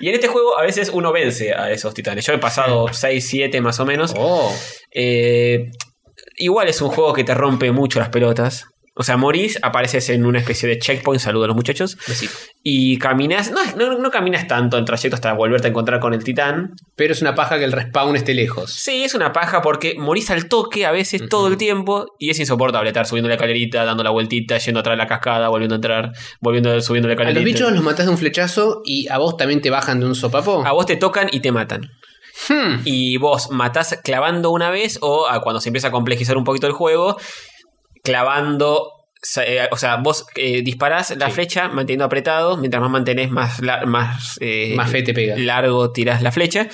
Speaker 4: Y en este juego a veces uno vence a esos titanes. Yo he pasado 6, 7 más o menos.
Speaker 3: Oh.
Speaker 4: Eh, igual es un juego que te rompe mucho las pelotas. O sea, morís, apareces en una especie de checkpoint, saludo a los muchachos, y caminas, no, no, no caminas tanto en trayecto hasta volverte a encontrar con el titán.
Speaker 3: Pero es una paja que el respawn esté lejos.
Speaker 4: Sí, es una paja porque morís al toque a veces todo el tiempo y es insoportable estar subiendo la escalerita, dando la vueltita, yendo atrás de la cascada, volviendo a entrar, volviendo subiendo la
Speaker 3: A
Speaker 4: escalerita.
Speaker 3: los bichos los matás de un flechazo y a vos también te bajan de un sopapo.
Speaker 4: A vos te tocan y te matan.
Speaker 3: Hmm.
Speaker 4: Y vos matás clavando una vez o a cuando se empieza a complejizar un poquito el juego, clavando... sa- eh, O sea, vos eh, disparás la flecha manteniendo apretado, mientras más mantenés más, la- más, eh,
Speaker 3: Más fe te pega.
Speaker 4: largo tirás la flecha.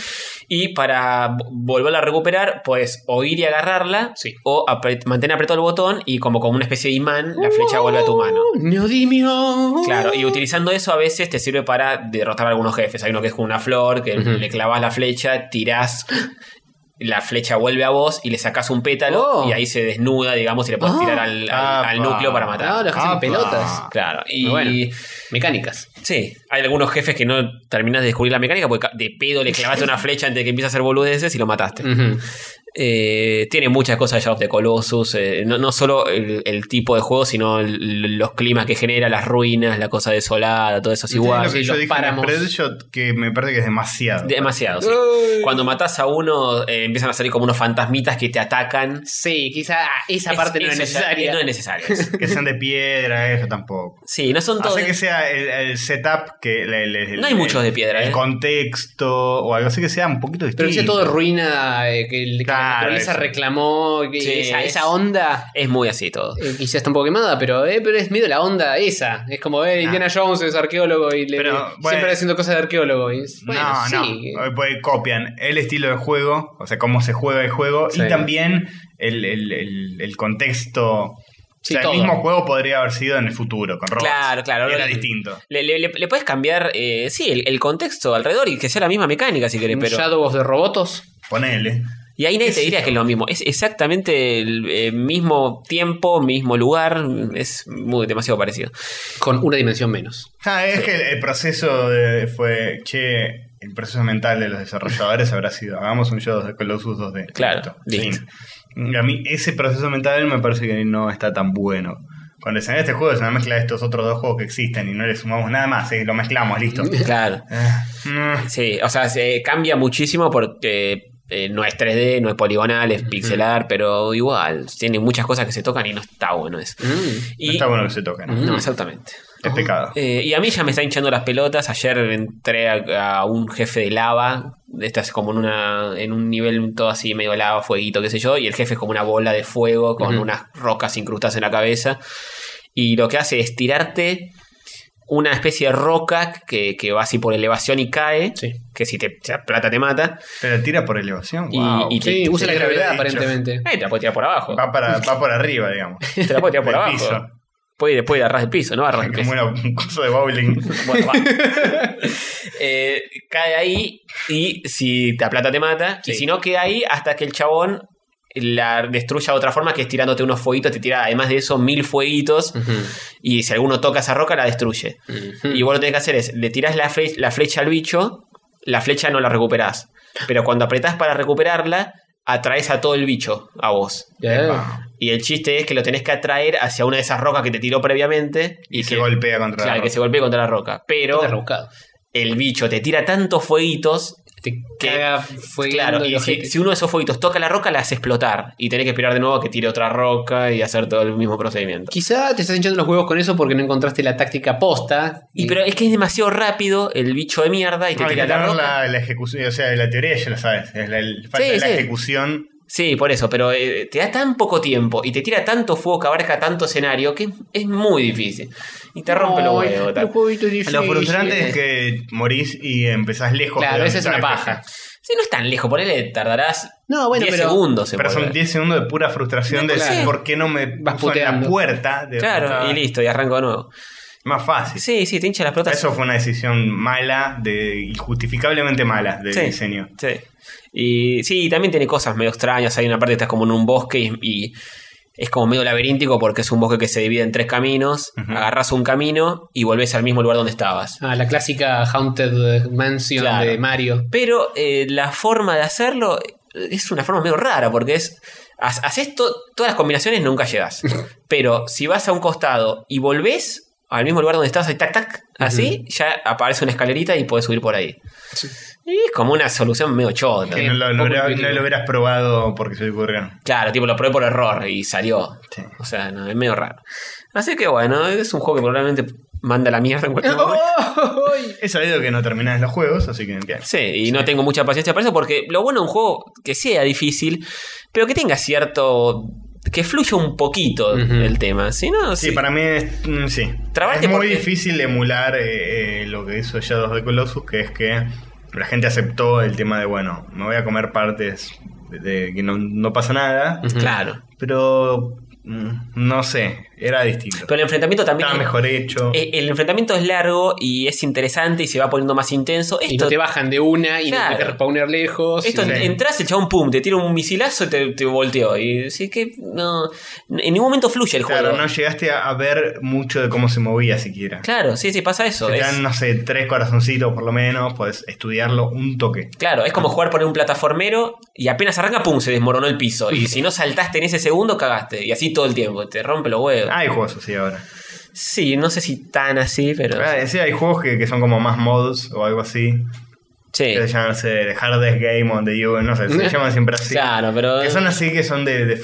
Speaker 4: Y para vo- volverla a recuperar, puedes o ir y agarrarla,
Speaker 3: Sí.
Speaker 4: o apre- mantener apretado el botón y como, como una especie de imán, la flecha vuelve a tu mano.
Speaker 3: Neodimio.
Speaker 4: Claro, y utilizando eso a veces te sirve para derrotar a algunos jefes. Hay uno que es con una flor, que
Speaker 3: Ujú.
Speaker 4: le clavas la flecha, tirás, la flecha vuelve a vos y le sacás un pétalo
Speaker 3: Oh.
Speaker 4: y ahí se desnuda, digamos, y le puedes
Speaker 3: Oh.
Speaker 4: tirar al, al- al
Speaker 2: Apa.
Speaker 4: núcleo para matar.
Speaker 3: Ah, los que hacen
Speaker 2: Apa.
Speaker 3: pelotas.
Speaker 4: Claro, y
Speaker 3: Bueno. Mecánicas.
Speaker 4: sí, hay algunos jefes que no terminas de descubrir la mecánica porque ca- de pedo le clavaste una flecha antes de que empiece a hacer boludeces y lo mataste.
Speaker 3: Ujú.
Speaker 4: Eh, tiene muchas cosas Shadow of the Colossus, eh, no, no solo el, el tipo de juego, sino el- los climas que genera, las ruinas, la cosa desolada, todo eso es
Speaker 2: Igual,
Speaker 4: igual.
Speaker 2: lo que
Speaker 3: sí,
Speaker 2: yo
Speaker 3: los
Speaker 2: dije en
Speaker 3: páramos.
Speaker 2: Spreadshot, que me parece que es demasiado.
Speaker 4: Demasiado, sí. Cuando matas a uno, eh, empiezan a salir como unos fantasmitas que te atacan.
Speaker 3: Sí, quizá esa
Speaker 4: Es-
Speaker 3: parte no es
Speaker 4: eso ya-
Speaker 3: necesaria.
Speaker 4: No es necesario. eso.
Speaker 2: que sean de piedra, eso tampoco.
Speaker 4: Sí, no son todos.
Speaker 2: Hace
Speaker 4: de-
Speaker 2: que sea el, el setup que el- el- el-
Speaker 4: No hay muchos de piedra,
Speaker 2: el
Speaker 4: eh.
Speaker 2: contexto o algo así que sea un poquito distinto.
Speaker 3: Pero que sea todo ruina, eh, que, el- que
Speaker 2: Claro,
Speaker 3: Pero Lisa
Speaker 2: eso.
Speaker 3: reclamó que
Speaker 4: Sí,
Speaker 3: esa,
Speaker 4: es-
Speaker 3: esa onda.
Speaker 4: Es muy así todo.
Speaker 3: eh, quizás está un poco quemada, pero, eh, pero es medio la onda esa. Es como,
Speaker 4: Ah.
Speaker 3: eh, Indiana Jones es arqueólogo y le-
Speaker 2: Pero,
Speaker 3: le-
Speaker 2: bueno.
Speaker 3: siempre haciendo cosas de arqueólogo. y es- bueno,
Speaker 2: no,
Speaker 3: sí.
Speaker 2: no. Pues copian el estilo de juego, o sea, cómo se juega el juego
Speaker 3: Sí.
Speaker 2: y también el, el- el- el contexto.
Speaker 3: Sí,
Speaker 2: o sea,
Speaker 3: todo.
Speaker 2: el mismo juego podría haber sido en el futuro con robots.
Speaker 4: Claro, claro.
Speaker 2: Era
Speaker 4: Lo-
Speaker 2: distinto.
Speaker 4: Le, le, puedes cambiar, eh, sí, el, el contexto alrededor y que sea la misma mecánica si querés,
Speaker 3: Un
Speaker 4: pero.
Speaker 3: Shadow of the Robotos.
Speaker 2: Ponele.
Speaker 4: Y ahí nadie te diría que es lo mismo. Es exactamente el eh, mismo tiempo, mismo lugar. Es muy demasiado parecido.
Speaker 3: Con una dimensión menos.
Speaker 2: Ah, es que el, el proceso de- fue, che, el proceso mental de los desarrolladores habrá sido, hagamos un show de Colossus 2D.
Speaker 4: Claro,
Speaker 2: Listo.
Speaker 4: listo.
Speaker 2: Fin. A mí ese proceso mental me parece que no está tan bueno. Cuando escenario este juego es una mezcla de estos otros dos juegos que existen y no le sumamos nada más, eh, lo mezclamos,
Speaker 3: *laughs*
Speaker 2: listo.
Speaker 4: Claro.
Speaker 2: Ah, mm.
Speaker 4: Sí, o sea, se cambia muchísimo porque eh, no es 3D, no es poligonal, es pixelar, pero igual. Tiene muchas cosas que se tocan y no está bueno eso. Y-
Speaker 2: No está bueno que se toquen.
Speaker 4: No, exactamente.
Speaker 2: Es pecado.
Speaker 4: Eh, y a mí ya me está hinchando las pelotas. Ayer entré a, a un jefe de lava. Estás como en una en un nivel todo así medio lava, fueguito, qué sé yo. Y el jefe es como una bola de fuego con
Speaker 3: Ujú.
Speaker 4: unas rocas incrustadas en la cabeza. Y lo que hace es tirarte una especie de roca que, que va así por elevación y cae.
Speaker 3: Sí.
Speaker 4: Que si te, te aplata te mata.
Speaker 2: Pero tira por elevación.
Speaker 4: Y-
Speaker 2: Wow.
Speaker 4: y-
Speaker 3: Sí,
Speaker 4: te-
Speaker 3: usa la
Speaker 2: te lo
Speaker 3: gravedad
Speaker 2: había dicho.
Speaker 3: aparentemente.
Speaker 4: Eh, te la puede tirar por abajo.
Speaker 2: Va, para, va por arriba,
Speaker 4: *laughs*
Speaker 2: digamos.
Speaker 4: Te la puede tirar
Speaker 2: *laughs*
Speaker 4: por
Speaker 2: Del
Speaker 4: abajo.
Speaker 2: piso.
Speaker 4: Puede, puede ir a ras del piso,
Speaker 2: *laughs*
Speaker 4: ¿no? A ras del
Speaker 2: Como
Speaker 4: piso.
Speaker 2: una- un coso de bowling.
Speaker 4: Bueno, va.
Speaker 2: *laughs*
Speaker 4: Eh, cae ahí y si te aplata te mata. Y
Speaker 3: Sí.
Speaker 4: si no, queda ahí hasta que el chabón la destruya de otra forma que es tirándote unos fueguitos. Te tira además de eso mil fueguitos.
Speaker 2: Mm.
Speaker 4: Y si alguno toca esa roca, la destruye. Y vos lo que tenés que hacer es, le tirás la, fle- la flecha al bicho, la flecha no la recuperás. Pero cuando apretás para recuperarla, atraes a todo el bicho a vos.
Speaker 2: Epa.
Speaker 4: Y el chiste es que lo tenés que atraer hacia una de esas rocas que te tiró previamente. *laughs* Y,
Speaker 2: Y se
Speaker 4: que-
Speaker 2: golpea contra
Speaker 4: Claro,
Speaker 2: la
Speaker 4: que se golpee contra la roca. Pero
Speaker 3: rebuscado.
Speaker 4: el bicho te tira tantos fueguitos.
Speaker 3: Te
Speaker 4: Que-
Speaker 3: caga fue
Speaker 4: Claro, y si, si uno de esos fueguitos toca la roca, la hace explotar. Y tenés que esperar de nuevo a que tire otra roca y hacer todo el mismo procedimiento.
Speaker 3: Quizá te estás hinchando los huevos con eso porque no encontraste la táctica posta.
Speaker 4: Y pero es que es demasiado rápido el bicho de mierda y te
Speaker 2: No, hay
Speaker 4: tira
Speaker 2: que
Speaker 4: la
Speaker 2: tener
Speaker 4: roca.
Speaker 2: la, la ejecución, o sea, la teoría ya la sabes, es la, el- falta
Speaker 4: Sí,
Speaker 2: de la
Speaker 4: sí.
Speaker 2: ejecución.
Speaker 4: Sí, por eso, pero eh, te da tan poco tiempo y te tira tanto fuego que abarca tanto escenario que es, es muy difícil. Y te rompe los huevos. tal.
Speaker 2: Lo frustrante es que morís y empezás lejos.
Speaker 3: Claro,
Speaker 2: de
Speaker 3: esa es
Speaker 2: donde
Speaker 3: una
Speaker 2: está el
Speaker 3: paja.
Speaker 2: jefe.
Speaker 4: Sí, no es tan lejos, ponele, tardarás
Speaker 3: No, bueno,
Speaker 4: 10
Speaker 3: pero.
Speaker 4: segundos. en
Speaker 2: Pero son
Speaker 4: volver.
Speaker 2: 10 segundos de pura frustración de
Speaker 3: Claro.
Speaker 2: decir, ¿por qué no me
Speaker 3: Vas
Speaker 2: puso en la
Speaker 3: puteando.
Speaker 2: puerta? de donde
Speaker 4: Claro,
Speaker 2: estaba?
Speaker 4: y listo, y arranco de nuevo.
Speaker 2: Más fácil.
Speaker 4: Sí, sí, te hincha las pelotas.
Speaker 2: Eso fue una decisión mala, de injustificablemente mala del
Speaker 4: Sí.
Speaker 2: diseño.
Speaker 4: Sí. Y sí, también tiene cosas medio extrañas. Hay una parte que estás como en un bosque y, y es como medio laberíntico porque es un bosque que se divide en tres caminos.
Speaker 2: Ujú.
Speaker 4: Agarras un camino y volvés al mismo lugar donde estabas.
Speaker 3: Ah, la clásica Haunted Mansion
Speaker 4: Claro.
Speaker 3: de Mario.
Speaker 4: Pero eh, la forma de hacerlo es una forma medio rara porque es. ha- Haces to- todas las combinaciones,
Speaker 2: *laughs*
Speaker 4: nunca llegas. Pero si vas a un costado y volvés al mismo lugar donde estabas, ahí tac, tac, así, ya aparece una escalerita y podés subir por ahí. Y es como una solución medio chota.
Speaker 2: Que no lo, no
Speaker 3: poco
Speaker 2: lo-
Speaker 3: intuitivo.
Speaker 2: no lo hubieras probado porque soy burgano.
Speaker 4: Claro, tipo, lo probé por error y salió.
Speaker 2: Sí.
Speaker 4: O sea, no, es medio raro. Así que bueno, es un juego que probablemente manda a la mierda
Speaker 2: *laughs*
Speaker 4: en cualquier momento.
Speaker 2: He sabido que no terminás los juegos, así que bien.
Speaker 4: Sí, y no tengo mucha paciencia para eso porque lo bueno de un juego que sea difícil, pero que tenga cierto... que fluya un poquito
Speaker 3: Ujú.
Speaker 4: el tema. Si no,
Speaker 2: Sí,
Speaker 4: sí.
Speaker 2: para mí es, mm, sí.
Speaker 4: Trabaste
Speaker 2: es muy
Speaker 4: porque-
Speaker 2: difícil emular eh, eh, lo que hizo Shadows de Colossus, que es que la gente aceptó el tema de, bueno, me voy a comer partes de, de que no, no pasa nada,
Speaker 4: Claro.
Speaker 2: pero mm, no sé, era distinto.
Speaker 4: Pero el enfrentamiento también...
Speaker 2: Estaba mejor hecho.
Speaker 4: eh, El enfrentamiento es largo y es interesante y se va poniendo más intenso.
Speaker 3: Y
Speaker 4: Esto,
Speaker 3: no te bajan de una y
Speaker 4: Claro.
Speaker 3: no te que respawner lejos.
Speaker 4: esto
Speaker 3: y-
Speaker 2: sí.
Speaker 4: entras, el chabón pum, te tira un misilazo y te, te volteó. Y sí que no... En ningún momento fluye el
Speaker 2: claro,
Speaker 4: juego.
Speaker 2: no llegaste a, a ver mucho de cómo se movía siquiera.
Speaker 4: Claro, sí, sí, pasa eso.
Speaker 2: Te
Speaker 4: es-
Speaker 2: dan, no sé, tres corazoncitos por lo menos, puedes estudiarlo un toque.
Speaker 4: Claro, es como jugar por un plataformero y apenas arranca, pum, se desmoronó el piso. Y si no saltaste en ese segundo, cagaste. Y así todo el tiempo, te rompe los huevos.
Speaker 2: Hay juegos así ahora.
Speaker 4: Sí, no sé si tan así, pero.
Speaker 2: Ah, sí, hay juegos que, que son como más mods o algo así.
Speaker 4: Sí,
Speaker 2: Que se llaman, no sé, The Hardest Game on the U, no sé,
Speaker 4: *laughs*
Speaker 2: se llaman siempre así.
Speaker 4: claro, pero.
Speaker 2: Que son así, que son de, de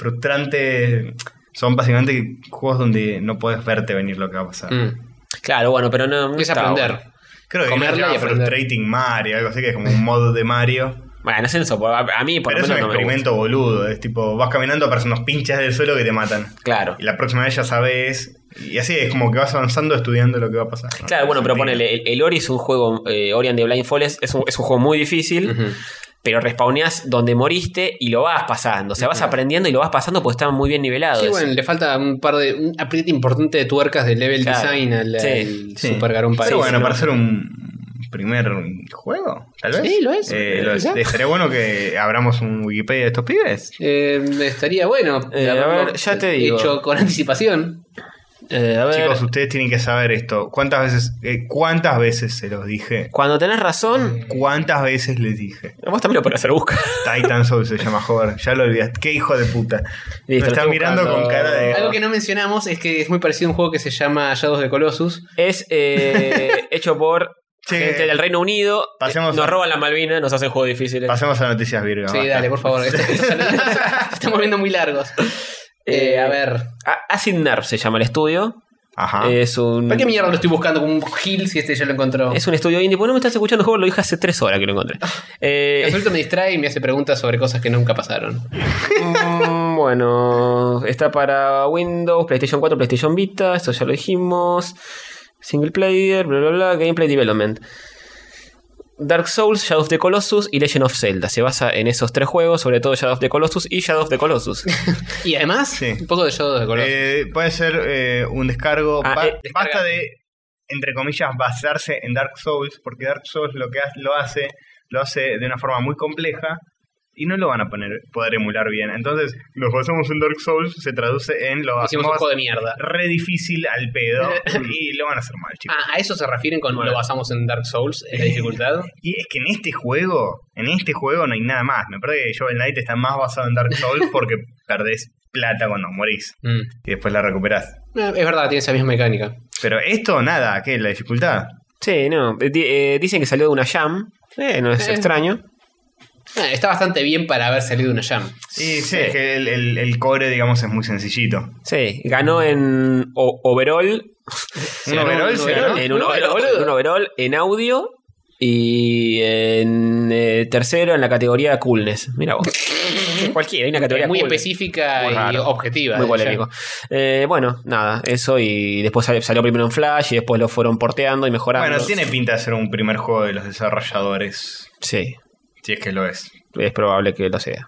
Speaker 2: frustrante. Son básicamente juegos donde no puedes verte venir lo que va a pasar.
Speaker 3: Mm.
Speaker 4: Claro, bueno, pero no. no
Speaker 3: Es
Speaker 4: está
Speaker 3: aprender.
Speaker 4: bueno.
Speaker 2: Creo que
Speaker 3: Comerla
Speaker 2: se llama
Speaker 3: y aprender.
Speaker 2: Frustrating Mario, algo así, que es como un mod de Mario.
Speaker 4: Bueno, Celso, por- a, a mí por
Speaker 2: Pero
Speaker 4: lo
Speaker 2: es un
Speaker 4: menos no me gusta.
Speaker 2: experimento boludo. Es tipo, vas caminando, aparecen unos pinchas del suelo que te matan.
Speaker 4: Claro.
Speaker 2: Y la próxima vez ya sabes. Y así es como que vas avanzando estudiando lo que va a pasar. ¿no?
Speaker 4: Claro, bueno, pero
Speaker 2: Argentina.
Speaker 4: ponele, el, el Ori es un juego, eh, Ori and the Blind Forest es un, es un juego muy difícil, pero respawneás donde moriste y lo vas pasando. O sea, vas aprendiendo y lo vas pasando porque está muy bien nivelado.
Speaker 3: Sí,
Speaker 4: eso.
Speaker 3: bueno, le falta un par de. un apriete importante de tuercas de level
Speaker 4: Claro.
Speaker 3: design al,
Speaker 4: Sí,
Speaker 3: al
Speaker 2: Sí.
Speaker 3: Super Garón París.
Speaker 2: Pero bueno,
Speaker 3: ¿no?
Speaker 2: para ser un primer juego, tal vez.
Speaker 3: Sí, lo es.
Speaker 2: Eh, lo es.
Speaker 3: Ya.
Speaker 2: Estaría bueno que abramos un Wikipedia de estos pibes.
Speaker 3: Eh, estaría bueno.
Speaker 4: Eh, a
Speaker 3: haberlo
Speaker 4: ver, ya te digo.
Speaker 3: Hecho con anticipación.
Speaker 4: Eh, a ver,
Speaker 2: Chicos, ustedes tienen que saber esto. ¿Cuántas veces, eh, cuántas veces se los dije?
Speaker 4: cuando tenés razón,
Speaker 2: ¿Cuántas veces les dije?
Speaker 4: vos también lo podés hacer busca.
Speaker 2: Titan Soul se llama, joder. Ya lo olvidaste. Qué hijo de puta. Me
Speaker 4: Listo, lo
Speaker 2: está
Speaker 4: estoy
Speaker 2: mirando
Speaker 4: buscando.
Speaker 2: con cara de.
Speaker 3: Algo que no mencionamos es que es muy parecido a un juego que se llama Shadows de Colossus.
Speaker 4: Es eh,
Speaker 2: *laughs*
Speaker 4: hecho por
Speaker 2: Che,
Speaker 4: gente del Reino Unido,
Speaker 2: pasemos
Speaker 4: eh, nos
Speaker 2: a-
Speaker 4: roban la Malvina, nos hacen juegos difíciles.
Speaker 2: Pasemos a noticias Virgo.
Speaker 3: sí,
Speaker 2: basta.
Speaker 3: dale, por favor. Esto- esto se- *laughs* se estamos viendo muy largos. Eh,
Speaker 4: Eh,
Speaker 3: a ver.
Speaker 4: A- Acid Nerve se llama el estudio.
Speaker 2: *laughs* Ajá.
Speaker 4: Es un.
Speaker 2: Mm.
Speaker 3: ¿Para qué mierda lo estoy buscando como un Gil si este ya lo encontró?
Speaker 4: Es un estudio indie. Porque no me estás escuchando juego, lo dije hace tres horas que
Speaker 2: *laughs*
Speaker 4: lo encontré. Eh,
Speaker 3: Absoluto me distrae y me hace preguntas sobre cosas que nunca pasaron.
Speaker 4: mm, bueno, está para Windows, PlayStation 4, PlayStation Vita. Esto ya lo dijimos. Single player, bla, bla, bla. Gameplay development. Dark Souls, Shadow of the Colossus y Legend of Zelda. Se basa en esos tres juegos, sobre todo Shadow of the Colossus y Shadow of the Colossus.
Speaker 3: Y además,
Speaker 2: Sí.
Speaker 3: un poco de Shadows de Colossus.
Speaker 2: Eh, puede ser eh, un descargo.
Speaker 4: Ah,
Speaker 2: Ba-
Speaker 4: eh,
Speaker 2: Basta de, entre comillas, basarse en Dark Souls, porque Dark Souls lo que ha- lo hace, lo hace de una forma muy compleja y no lo van a poner, poder emular bien. Entonces, nos basamos en Dark Souls, se traduce en lo
Speaker 3: Hicimos un
Speaker 2: hacemos
Speaker 3: juego de mierda.
Speaker 2: re difícil al
Speaker 3: *laughs*
Speaker 2: pedo y lo van a hacer mal, chicos.
Speaker 3: Ah, ¿a eso se refieren con
Speaker 4: Bueno.
Speaker 3: lo basamos en Dark Souls,
Speaker 4: *laughs*
Speaker 3: en la dificultad?
Speaker 2: Y es que en este juego, en este juego no hay nada más. Me parece que Shovel Knight está más basado en Dark Souls porque perdés plata cuando morís
Speaker 3: Mm.
Speaker 2: y después la recuperás.
Speaker 3: Eh, Es verdad, tiene esa misma mecánica.
Speaker 2: Pero esto, nada, ¿qué? La dificultad.
Speaker 4: Sí, no. eh, di- eh, dicen que salió de una jam. Eh, no es
Speaker 3: Eh.
Speaker 4: extraño.
Speaker 3: Ah, está bastante bien para haber salido de una jam.
Speaker 2: Y sí, es que el, el, el core, digamos, es muy sencillito.
Speaker 4: Sí, ganó en o- overall.
Speaker 2: un
Speaker 3: ganó
Speaker 2: overall
Speaker 3: un
Speaker 2: se
Speaker 3: overall.
Speaker 2: ganó.
Speaker 4: En Ah, un
Speaker 3: No,
Speaker 4: overall,
Speaker 3: boludo.
Speaker 4: en, un overall, en audio. Y en eh, tercero en la categoría coolness. Mira vos. *laughs* Cualquiera, hay una categoría
Speaker 3: muy
Speaker 4: coolness.
Speaker 3: específica
Speaker 4: Muy
Speaker 3: y
Speaker 4: raro.
Speaker 3: objetiva.
Speaker 4: Muy
Speaker 3: de la
Speaker 4: polémico. Eh, bueno, nada, eso y después sal- salió primero en Flash y después lo fueron porteando y mejorando.
Speaker 2: Bueno, tiene pinta de ser un primer juego de los desarrolladores,
Speaker 4: Sí,
Speaker 2: si es que lo es.
Speaker 4: es probable que lo sea.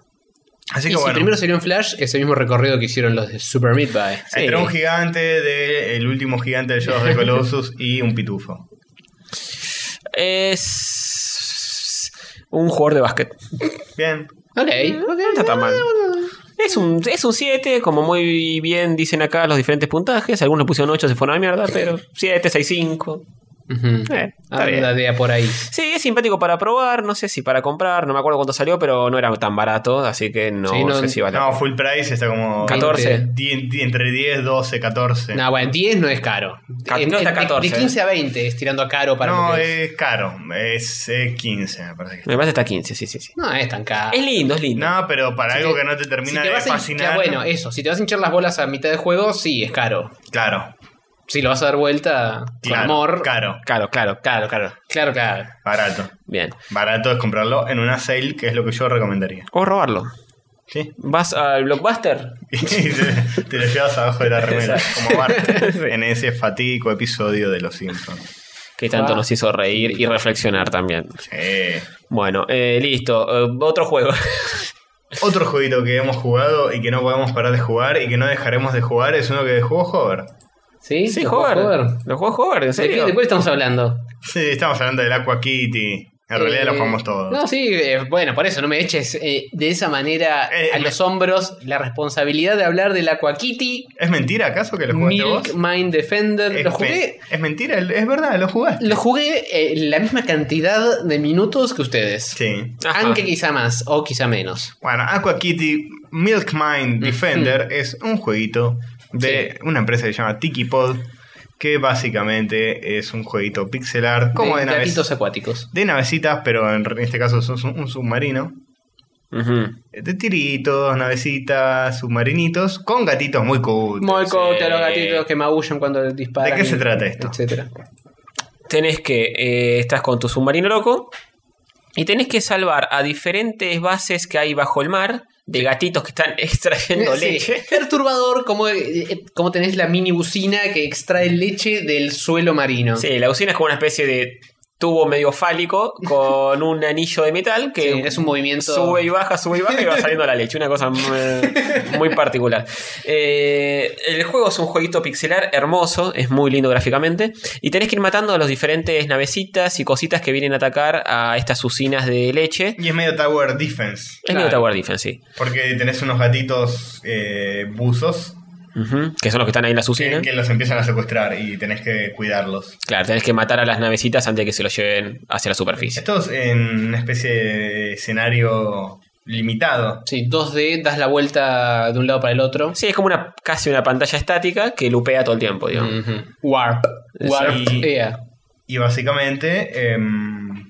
Speaker 2: Así
Speaker 3: jam. Y
Speaker 2: que
Speaker 3: si
Speaker 2: bueno,
Speaker 3: primero salió en Flash, ese mismo recorrido que hicieron los de Super Meat Boy.
Speaker 4: Sí.
Speaker 2: entre un gigante, de, el último gigante de Shadow of
Speaker 3: *laughs*
Speaker 2: the Colossus y un pitufo.
Speaker 4: Es un jugador de básquet.
Speaker 2: Bien.
Speaker 4: Eh,
Speaker 3: Ok, ok.
Speaker 4: No está tan mal. Es un, es un 7, como muy bien dicen acá los diferentes puntajes. Algunos pusieron 8, se fueron a la mierda, pero 7, 6, 5.
Speaker 3: Ujú.
Speaker 4: Eh, está
Speaker 3: Anda
Speaker 4: bien.
Speaker 3: de a por ahí.
Speaker 4: Sí, es simpático para probar, no sé si para comprar, no me acuerdo cuánto salió, pero no era tan barato, así que no,
Speaker 3: Sí, no-
Speaker 4: sé si vale.
Speaker 2: No, full price está como
Speaker 4: 14.
Speaker 2: 10 entre 10, 12, 14.
Speaker 3: No, bueno, 10 no es caro.
Speaker 4: Cat-
Speaker 3: En-
Speaker 4: no está eh.
Speaker 3: en- de-
Speaker 4: 14,
Speaker 3: De 15 a 20 es tirando a caro para
Speaker 2: No,
Speaker 3: lo que
Speaker 4: eh.
Speaker 3: es.
Speaker 2: es caro, es eh, 15, me parece que.
Speaker 4: Me parece que está 15, sí, sí, sí.
Speaker 3: No es tan caro.
Speaker 4: Es lindo, es lindo.
Speaker 2: No, pero para
Speaker 3: Si
Speaker 2: algo
Speaker 3: te-
Speaker 2: que no te
Speaker 3: Si
Speaker 2: termina
Speaker 3: te
Speaker 2: de
Speaker 3: vas a hinchar-
Speaker 2: fascinar.
Speaker 3: bueno, eso, si te vas a hinchar las bolas a mitad de juego, sí, es caro.
Speaker 2: Claro,
Speaker 3: Si lo vas a dar vuelta con
Speaker 2: claro,
Speaker 3: amor.
Speaker 2: caro,
Speaker 4: Claro, claro, claro, claro.
Speaker 3: Claro, claro.
Speaker 2: barato.
Speaker 4: Bien.
Speaker 2: Barato es comprarlo en una sale, que es lo que yo recomendaría.
Speaker 4: O robarlo.
Speaker 2: ¿Sí?
Speaker 4: ¿Vas al blockbuster?
Speaker 2: *laughs* Y te, te lo llevas abajo de la remera, como Bart, en ese fatídico episodio de Los Simpsons.
Speaker 4: Que tanto
Speaker 3: Ah.
Speaker 4: nos hizo reír y reflexionar también.
Speaker 2: Sí.
Speaker 4: Bueno, eh, listo. eh, otro juego.
Speaker 2: Otro jueguito que hemos jugado y que no podemos parar de jugar y que no dejaremos de jugar es uno que jugó Hover.
Speaker 3: ¿Sí?
Speaker 4: sí,
Speaker 3: ¿Lo puedo
Speaker 4: Hover.
Speaker 3: jugar?
Speaker 4: Lo jugó Hover, en
Speaker 3: ¿De, qué-
Speaker 4: serio.
Speaker 3: de cuál estamos hablando?
Speaker 2: Sí, estamos hablando del Aqua Kitty. En realidad
Speaker 3: Eh,
Speaker 2: lo jugamos todos.
Speaker 3: No, sí, eh, bueno, por eso no me eches eh, de esa manera
Speaker 2: Eh,
Speaker 3: a
Speaker 2: me-
Speaker 3: los hombros la responsabilidad de hablar del Aquakiti
Speaker 2: ¿Es mentira acaso que lo jugaste
Speaker 3: Milk
Speaker 2: vos?
Speaker 3: Mind Defender.
Speaker 2: Es,
Speaker 3: Lo
Speaker 2: me-
Speaker 3: jugué,
Speaker 2: es mentira, es verdad, lo jugaste.
Speaker 3: lo jugué eh, la misma cantidad de minutos que ustedes.
Speaker 2: Sí.
Speaker 4: Ajá.
Speaker 3: Aunque quizá más o quizá menos.
Speaker 2: Bueno, Aqua Kitty Milk
Speaker 3: Mm,
Speaker 2: Mind Defender es un jueguito de una empresa que se llama Tiki Pod, que básicamente es un jueguito pixel art, como de,
Speaker 3: de
Speaker 2: naves-
Speaker 3: gatitos acuáticos.
Speaker 2: de navecitas, pero en, en este caso sos un, un submarino. Eh,
Speaker 4: Ujú.
Speaker 2: De tiritos, navecitas, submarinitos, con gatitos muy cool.
Speaker 3: Muy cool,
Speaker 4: Sí.
Speaker 3: los gatitos que maullan cuando les disparan.
Speaker 2: ¿De qué se
Speaker 3: y-
Speaker 2: trata esto?
Speaker 3: Etcétera.
Speaker 4: Tenés que. eh, estás con tu submarino loco. Y tenés que salvar a diferentes bases que hay bajo el mar de gatitos que están *laughs* extrayendo
Speaker 3: Sí,
Speaker 4: leche.
Speaker 3: *laughs* Perturbador como, eh, como tenés la mini bucina que extrae leche del suelo marino.
Speaker 4: Sí, la usina es como una especie de tubo medio fálico con un anillo de metal que
Speaker 3: Sí, es un movimiento.
Speaker 4: Sube y baja, sube y baja y va saliendo la leche. Una cosa muy, muy particular. Eh, el juego es un jueguito pixelar hermoso, es muy lindo gráficamente. Y tenés que ir matando a los diferentes navecitas y cositas que vienen a atacar a estas usinas de leche.
Speaker 2: Y es medio Tower Defense.
Speaker 4: Es medio
Speaker 3: Claro.
Speaker 4: Tower Defense, sí.
Speaker 2: Porque tenés unos gatitos eh, buzos
Speaker 4: Ujú, Que son los que están ahí en las
Speaker 2: que,
Speaker 4: usinas.
Speaker 2: que los empiezan a secuestrar y tenés que cuidarlos.
Speaker 4: Claro, tenés que matar a las navecitas antes de que se los lleven hacia la superficie.
Speaker 2: Esto es en una especie de escenario limitado.
Speaker 3: Sí, 2D, das la vuelta de un lado para el otro.
Speaker 4: Sí, es como una casi una pantalla estática que lupea todo el tiempo, digamos.
Speaker 3: Ujú. Warp. Warp.
Speaker 2: Sí.
Speaker 3: yeah.
Speaker 2: Y básicamente em,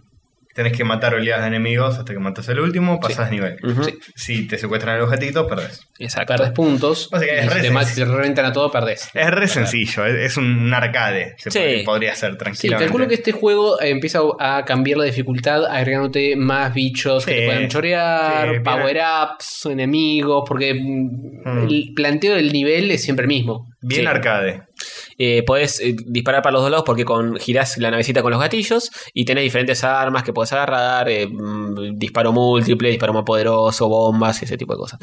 Speaker 2: tenés que matar oleadas de enemigos hasta que matas al último, pasás de nivel.
Speaker 4: Ujú.
Speaker 3: Sí.
Speaker 2: Si te secuestran a los gatitos, perdés.
Speaker 4: Exacto.
Speaker 3: Perdés puntos.
Speaker 2: O sea que es
Speaker 3: y
Speaker 2: re
Speaker 3: si te, mat-
Speaker 2: sencillo.
Speaker 3: te reventan a todo, perdés.
Speaker 2: Es re sencillo, es, es un arcade. Se
Speaker 4: Sí.
Speaker 2: pod- podría hacer
Speaker 3: Sí,
Speaker 2: tranquilamente.
Speaker 3: calculo que este juego eh, empieza a cambiar la dificultad agregándote más bichos que
Speaker 2: Sí.
Speaker 3: te puedan chorear,
Speaker 2: Sí,
Speaker 3: power-ups, enemigos, porque mm, el planteo del nivel es siempre el mismo.
Speaker 2: Bien
Speaker 4: Sí.
Speaker 2: arcade.
Speaker 4: Eh, podés eh, disparar para los dos lados porque con, girás la navecita con los gatillos y tenés diferentes armas que podés agarrar, eh, mm, disparo múltiple, disparo más poderoso, bombas y ese tipo de cosas.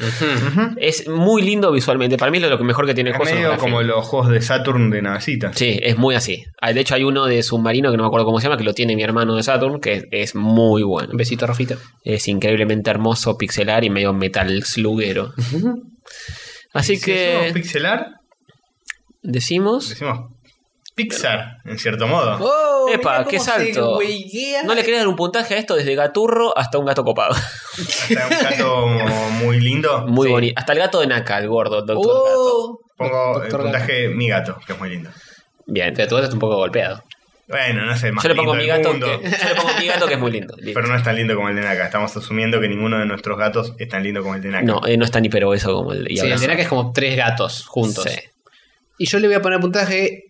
Speaker 4: Es muy lindo visualmente, para mí es lo que mejor que tiene el
Speaker 2: Es
Speaker 4: juego. son los
Speaker 2: medio
Speaker 4: gráficos.
Speaker 2: como los juegos de Saturn de navecita.
Speaker 4: Sí, es muy así. Ah, De hecho hay uno de submarino que no me acuerdo cómo se llama, que lo tiene mi hermano de Saturn, que es, es muy bueno.
Speaker 3: Un besito, Rafita.
Speaker 4: Es increíblemente hermoso, pixelar y medio metal sluguero. Así
Speaker 2: Si decimos
Speaker 4: que
Speaker 2: pixelar,
Speaker 4: decimos...
Speaker 2: decimos Pixar, en cierto modo.
Speaker 3: ¡Oh!
Speaker 4: Epa, mirá qué cómo salto. se No le quería dar un puntaje a esto desde gaturro hasta un gato copado. *laughs*
Speaker 2: Está un gato muy lindo.
Speaker 4: Muy
Speaker 3: Sí.
Speaker 4: bonito. Hasta el gato de Naka, el gordo, el doctor
Speaker 2: Uh.
Speaker 4: gato.
Speaker 2: Pongo el
Speaker 3: Doctor Gato.
Speaker 2: puntaje mi gato, que es muy lindo.
Speaker 4: Bien.
Speaker 3: Pero tu gato está un poco golpeado.
Speaker 2: Bueno, no sé, más
Speaker 4: Yo le, pongo mi
Speaker 2: lindo del
Speaker 4: gato
Speaker 2: mundo.
Speaker 4: que, yo le pongo mi gato que es muy lindo.
Speaker 2: *laughs*
Speaker 4: Listo.
Speaker 2: Pero no es tan lindo como el de Naka. Estamos asumiendo que ninguno de nuestros gatos es tan lindo como el de Naka.
Speaker 4: no, eh, no es tan hiper obeso como el de
Speaker 3: Sí, el de Naka es como tres gatos juntos.
Speaker 4: Sí.
Speaker 3: Y yo le voy a poner puntaje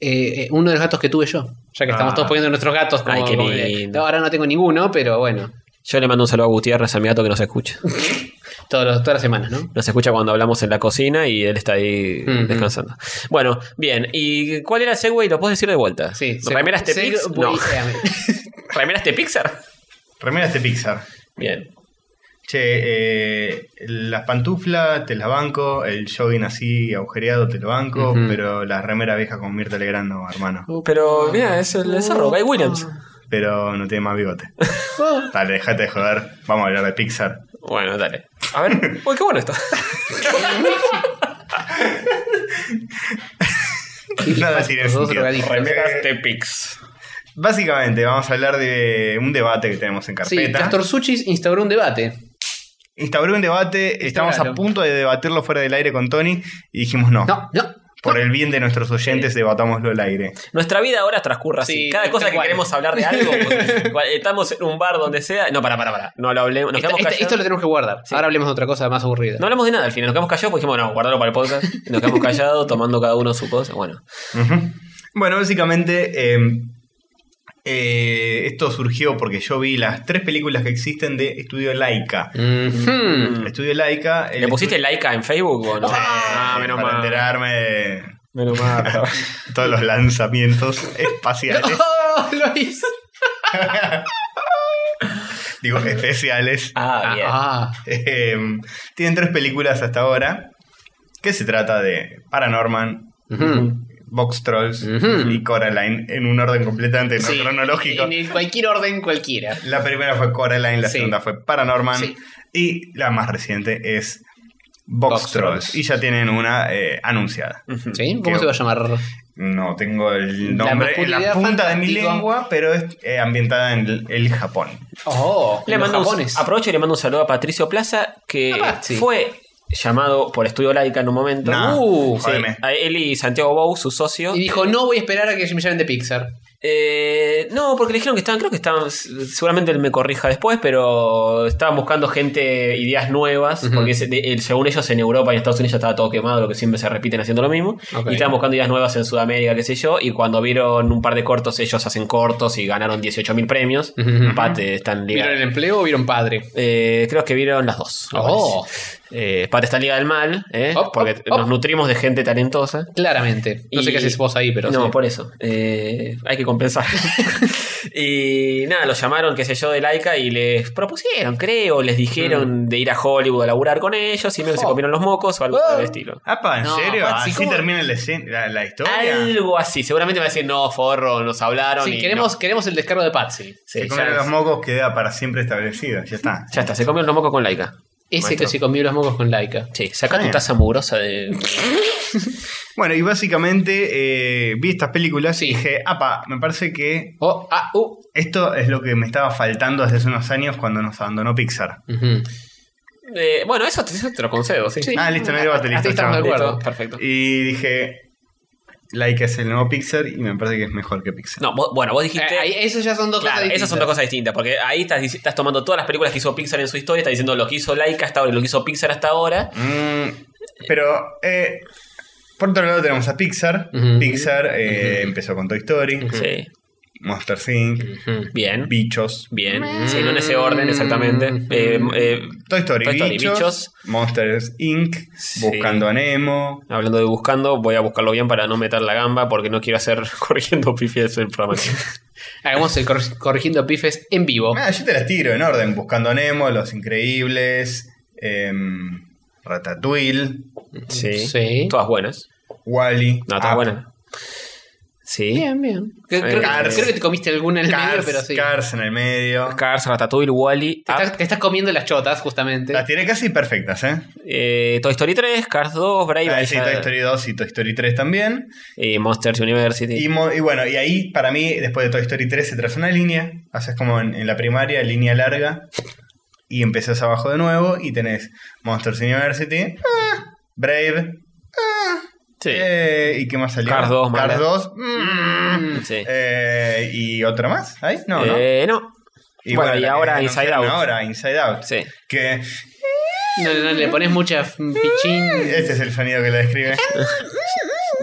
Speaker 3: eh, eh, uno de los gatos que tuve yo. Ya que estamos
Speaker 2: Ah.
Speaker 3: todos poniendo nuestros gatos como,
Speaker 4: Ay, qué
Speaker 3: como que-
Speaker 4: lindo.
Speaker 3: ahora no tengo ninguno, pero bueno.
Speaker 4: Yo le mando un saludo a Gutiérrez, a mi gato que nos escucha.
Speaker 3: Todos los- todas las semanas, ¿no?
Speaker 4: Nos escucha cuando hablamos en la cocina y él está ahí
Speaker 3: Ujú.
Speaker 4: descansando. Bueno, bien. ¿Y cuál era el segue? ¿Lo puedes decir de vuelta?
Speaker 3: Sí. se-
Speaker 4: ¿Remeras de
Speaker 3: se-
Speaker 4: Pixar?
Speaker 3: voy-
Speaker 4: No. *laughs*
Speaker 3: espérame.
Speaker 4: ¿Remeras de Pixar?
Speaker 2: Remeras de este Pixar.
Speaker 4: Bien.
Speaker 2: Che, eh, las pantuflas te las banco, el jogging así agujereado te lo banco,
Speaker 3: Ujú.
Speaker 2: pero la remera vieja con Mirta Legrand no, hermano.
Speaker 4: Pero, mira, es el zorro, Guy Williams.
Speaker 2: Pero no tiene más
Speaker 4: *laughs*
Speaker 2: bigote.
Speaker 3: Oh,
Speaker 2: Dale, dejate de joder. Vamos a hablar de Pixar.
Speaker 4: Bueno, dale. A
Speaker 3: *laughs*
Speaker 4: ver. Uy, qué bueno esto.
Speaker 2: *laughs* Nada tiene
Speaker 3: Los dos
Speaker 2: sentido.
Speaker 3: drogadictos.
Speaker 2: Remeras de-
Speaker 4: de Pix.
Speaker 2: Básicamente, vamos a hablar de un debate que tenemos en
Speaker 3: Sí,
Speaker 2: carpeta.
Speaker 3: Castor Suchis instauró un debate.
Speaker 2: Instauró un debate, estamos a
Speaker 3: Instauralo.
Speaker 2: punto de debatirlo fuera del aire con Tony y dijimos no.
Speaker 3: No, no.
Speaker 2: Por el bien de nuestros oyentes, debatámoslo al aire.
Speaker 4: Nuestra vida ahora transcurre así.
Speaker 3: Sí,
Speaker 4: Cada
Speaker 3: tal
Speaker 4: cosa que
Speaker 3: cual.
Speaker 4: queremos hablar de algo,
Speaker 3: *laughs*
Speaker 4: pues, cual- estamos en un bar donde sea. No, para, para, para. No lo hablemos. Nos
Speaker 3: Esta-
Speaker 4: quedamos
Speaker 3: esta-
Speaker 4: callados.
Speaker 3: esto lo tenemos que guardar. Ahora hablemos de otra cosa más aburrida.
Speaker 4: No hablamos de nada al final. Nos quedamos callados porque dijimos, no, guardalo para el podcast. Y Nos quedamos callados tomando cada uno su cosa. Bueno,
Speaker 2: Ujú. Bueno, básicamente eh, eh, esto surgió porque yo vi las tres películas que existen de Estudio Laika.
Speaker 4: *laughs*
Speaker 3: Ujú.
Speaker 2: Estudio Laika. el
Speaker 4: Mm. ¿le pusiste like en Facebook o no?
Speaker 2: estu-
Speaker 4: Ah, menos
Speaker 2: para
Speaker 4: mal.
Speaker 2: enterarme de
Speaker 4: Menos mal.
Speaker 2: todos los lanzamientos espaciales.
Speaker 3: ¡Oh, lo hice!
Speaker 2: digo, especiales.
Speaker 4: *laughs* Ah, bien.
Speaker 3: Ah,
Speaker 2: Em, tienen tres películas hasta ahora. Que se trata de Paranorman,
Speaker 3: ujú.
Speaker 2: Box Trolls
Speaker 3: Ujú.
Speaker 2: y Coraline en un orden completamente no
Speaker 3: Sí,
Speaker 2: cronológico.
Speaker 3: En el- cualquier orden, cualquiera.
Speaker 2: La primera fue Coraline, la
Speaker 3: Sí.
Speaker 2: segunda fue Paranorman.
Speaker 3: Sí.
Speaker 2: Y la más reciente es Box,
Speaker 3: Box
Speaker 2: Trolls.
Speaker 3: Trolls.
Speaker 2: Y ya tienen una eh, anunciada.
Speaker 4: Mm-hmm.
Speaker 3: ¿Sí?
Speaker 2: Qué-
Speaker 3: ¿Cómo se va a llamar?
Speaker 2: No tengo el
Speaker 3: La
Speaker 2: nombre en la
Speaker 3: masculinidad
Speaker 2: punta de mi
Speaker 3: fantástica.
Speaker 2: lengua, pero es eh, ambientada en el, el Japón.
Speaker 3: Oh,
Speaker 4: Le
Speaker 3: los
Speaker 4: mando un-
Speaker 3: japones.
Speaker 4: aprovecho y le mando un saludo a Patricio Plaza, que
Speaker 3: Ah, sí.
Speaker 4: fue llamado por Estudio Laica en un momento.
Speaker 2: Nah,
Speaker 4: Uh, sí.
Speaker 2: jodeme.
Speaker 4: A él y Santiago Bou, su socio.
Speaker 3: Y dijo, no voy a esperar a que me llamen de Pixar.
Speaker 4: Eh, no, porque le dijeron que estaban, creo que estaban, seguramente él me corrija después, pero estaban buscando gente, ideas nuevas,
Speaker 3: Ujú.
Speaker 4: porque se- de- según ellos en Europa y en Estados Unidos ya estaba todo quemado, lo que siempre se repiten haciendo lo mismo,
Speaker 3: Ok.
Speaker 4: y estaban buscando ideas nuevas en Sudamérica, qué sé yo, y cuando vieron un par de cortos, ellos hacen cortos y ganaron 18 mil premios,
Speaker 3: Ujú.
Speaker 4: Pate está en Liga.
Speaker 3: ¿Vieron el empleo o vieron padre?
Speaker 4: eh, creo que vieron las dos. me
Speaker 3: Oh,
Speaker 4: parece. Eh, Pate está en Liga del Mal, eh,
Speaker 3: Op,
Speaker 4: porque
Speaker 3: op, op.
Speaker 4: nos nutrimos de gente talentosa.
Speaker 3: claramente. No sé
Speaker 4: Y-
Speaker 3: qué haces vos ahí, pero.
Speaker 4: No,
Speaker 3: sí.
Speaker 4: por eso. Eh, hay que
Speaker 3: *laughs*
Speaker 4: compensar. *laughs* y nada, los llamaron, qué sé yo, de Laika y les propusieron, creo, les dijeron de ir a Hollywood a laburar con ellos y medio se
Speaker 3: Mm. Oh.
Speaker 4: comieron los mocos o algo
Speaker 3: Oh.
Speaker 4: por el estilo.
Speaker 2: Apa, ¿en
Speaker 3: No,
Speaker 2: serio?
Speaker 3: Maxi,
Speaker 2: ¿Así
Speaker 3: ¿cómo?
Speaker 2: termina la, escena- la- la historia?
Speaker 4: Algo así. Seguramente va a decir, no, forro, nos hablaron.
Speaker 3: Sí,
Speaker 4: y
Speaker 3: queremos,
Speaker 4: no.
Speaker 3: queremos el descargo de Patsy.
Speaker 4: Sí,
Speaker 2: Se
Speaker 4: ya,
Speaker 2: comen los mocos queda para siempre establecido. Ya está.
Speaker 4: ya está, se comieron los mocos con Laika.
Speaker 3: Ese
Speaker 4: Maestro.
Speaker 3: que se comió los mocos con Laika.
Speaker 4: Sí, saca tu
Speaker 2: Bien.
Speaker 4: taza mugrosa de.
Speaker 2: Bueno, y básicamente eh, vi estas películas
Speaker 3: Sí.
Speaker 2: y dije, apa, me parece que
Speaker 3: Oh, ah, uh.
Speaker 2: esto es lo que me estaba faltando desde hace unos años cuando nos abandonó Pixar.
Speaker 3: Ujú.
Speaker 4: Eh, bueno, eso, eso te lo concedo, sí.
Speaker 3: Sí.
Speaker 2: Ah, listo, no hay debate, listo,
Speaker 3: Hasta ahí estamos de
Speaker 2: chao.
Speaker 3: acuerdo. Eh,
Speaker 4: Listo, perfecto.
Speaker 2: Y dije, Laika es el nuevo Pixar y me parece que es mejor que Pixar.
Speaker 4: No, vos- bueno, vos dijiste.
Speaker 3: Eh, ahí- esas ya son dos
Speaker 4: Claro,
Speaker 3: cosas.
Speaker 4: esas son dos cosas distintas, porque ahí estás, dic- estás tomando todas las películas que hizo Pixar en su historia, estás diciendo lo que hizo Laika hasta ahora y lo que hizo Pixar hasta ahora.
Speaker 2: Mm, pero, eh, por otro lado tenemos a Pixar.
Speaker 3: Ujú.
Speaker 2: Pixar eh, empezó con Toy Story,
Speaker 4: Sí,
Speaker 2: Monster Inc.,
Speaker 3: distintas.
Speaker 4: bien,
Speaker 2: Bichos.
Speaker 4: bien.
Speaker 3: Mm.
Speaker 4: Sí, no en ese orden exactamente.
Speaker 2: Mm.
Speaker 4: Eh, eh,
Speaker 2: Toy Story,
Speaker 4: Toy Story,
Speaker 2: Bichos,
Speaker 4: Bichos.
Speaker 2: Monsters Inc.,
Speaker 4: Sí.
Speaker 2: Buscando a Nemo,
Speaker 4: hablando de buscando, voy a buscarlo bien para no meter la gamba, porque no quiero hacer *laughs* corrigiendo pifies el programa.
Speaker 3: Hagamos el cor- corrigiendo pifes en vivo.
Speaker 2: Ah, yo te las tiro en orden. Buscando a Nemo, Los Increíbles, em, Ratatouille,
Speaker 4: sí.
Speaker 3: Sí.
Speaker 4: todas buenas.
Speaker 2: Wally.
Speaker 4: No, todas buenas. Sí.
Speaker 3: Bien, bien. Creo, creo que,
Speaker 2: Cars.
Speaker 3: creo que te comiste alguna en el medio, pero sí.
Speaker 2: Cars en el medio.
Speaker 4: Cars, Ratatouille, Wally,
Speaker 3: Te estás, te estás comiendo las chotas, justamente.
Speaker 2: Las tiré casi perfectas, ¿eh?
Speaker 4: Toy Story 3, Cars 2, Brave,
Speaker 2: Ah,
Speaker 4: ahí
Speaker 2: sí,
Speaker 4: ya-
Speaker 2: Toy Story 2 y Toy Story 3 también.
Speaker 4: y Monsters University.
Speaker 2: Y, mo- y bueno, y ahí para mí, después de Toy Story 3, se traza una línea. Haces como en, en la primaria, línea larga. Y empezás abajo de nuevo y tenés Monsters University, ah, Brave,
Speaker 4: sí.
Speaker 2: eh, y qué más salió.
Speaker 4: Cars 2, mala.
Speaker 2: Cars 2, mm,
Speaker 4: sí.
Speaker 2: Eh, ¿Y otra más? ¿Ahí? No, ¿no?
Speaker 4: Eh, no. bueno, y
Speaker 2: la que
Speaker 4: ahora Inside
Speaker 2: anunciaron
Speaker 4: Out.
Speaker 2: Ahora Inside Out.
Speaker 4: Sí.
Speaker 2: Que
Speaker 3: No, no, no, le pones mucha f- pichín.
Speaker 2: ese es el sonido que la
Speaker 4: *laughs*
Speaker 2: describe.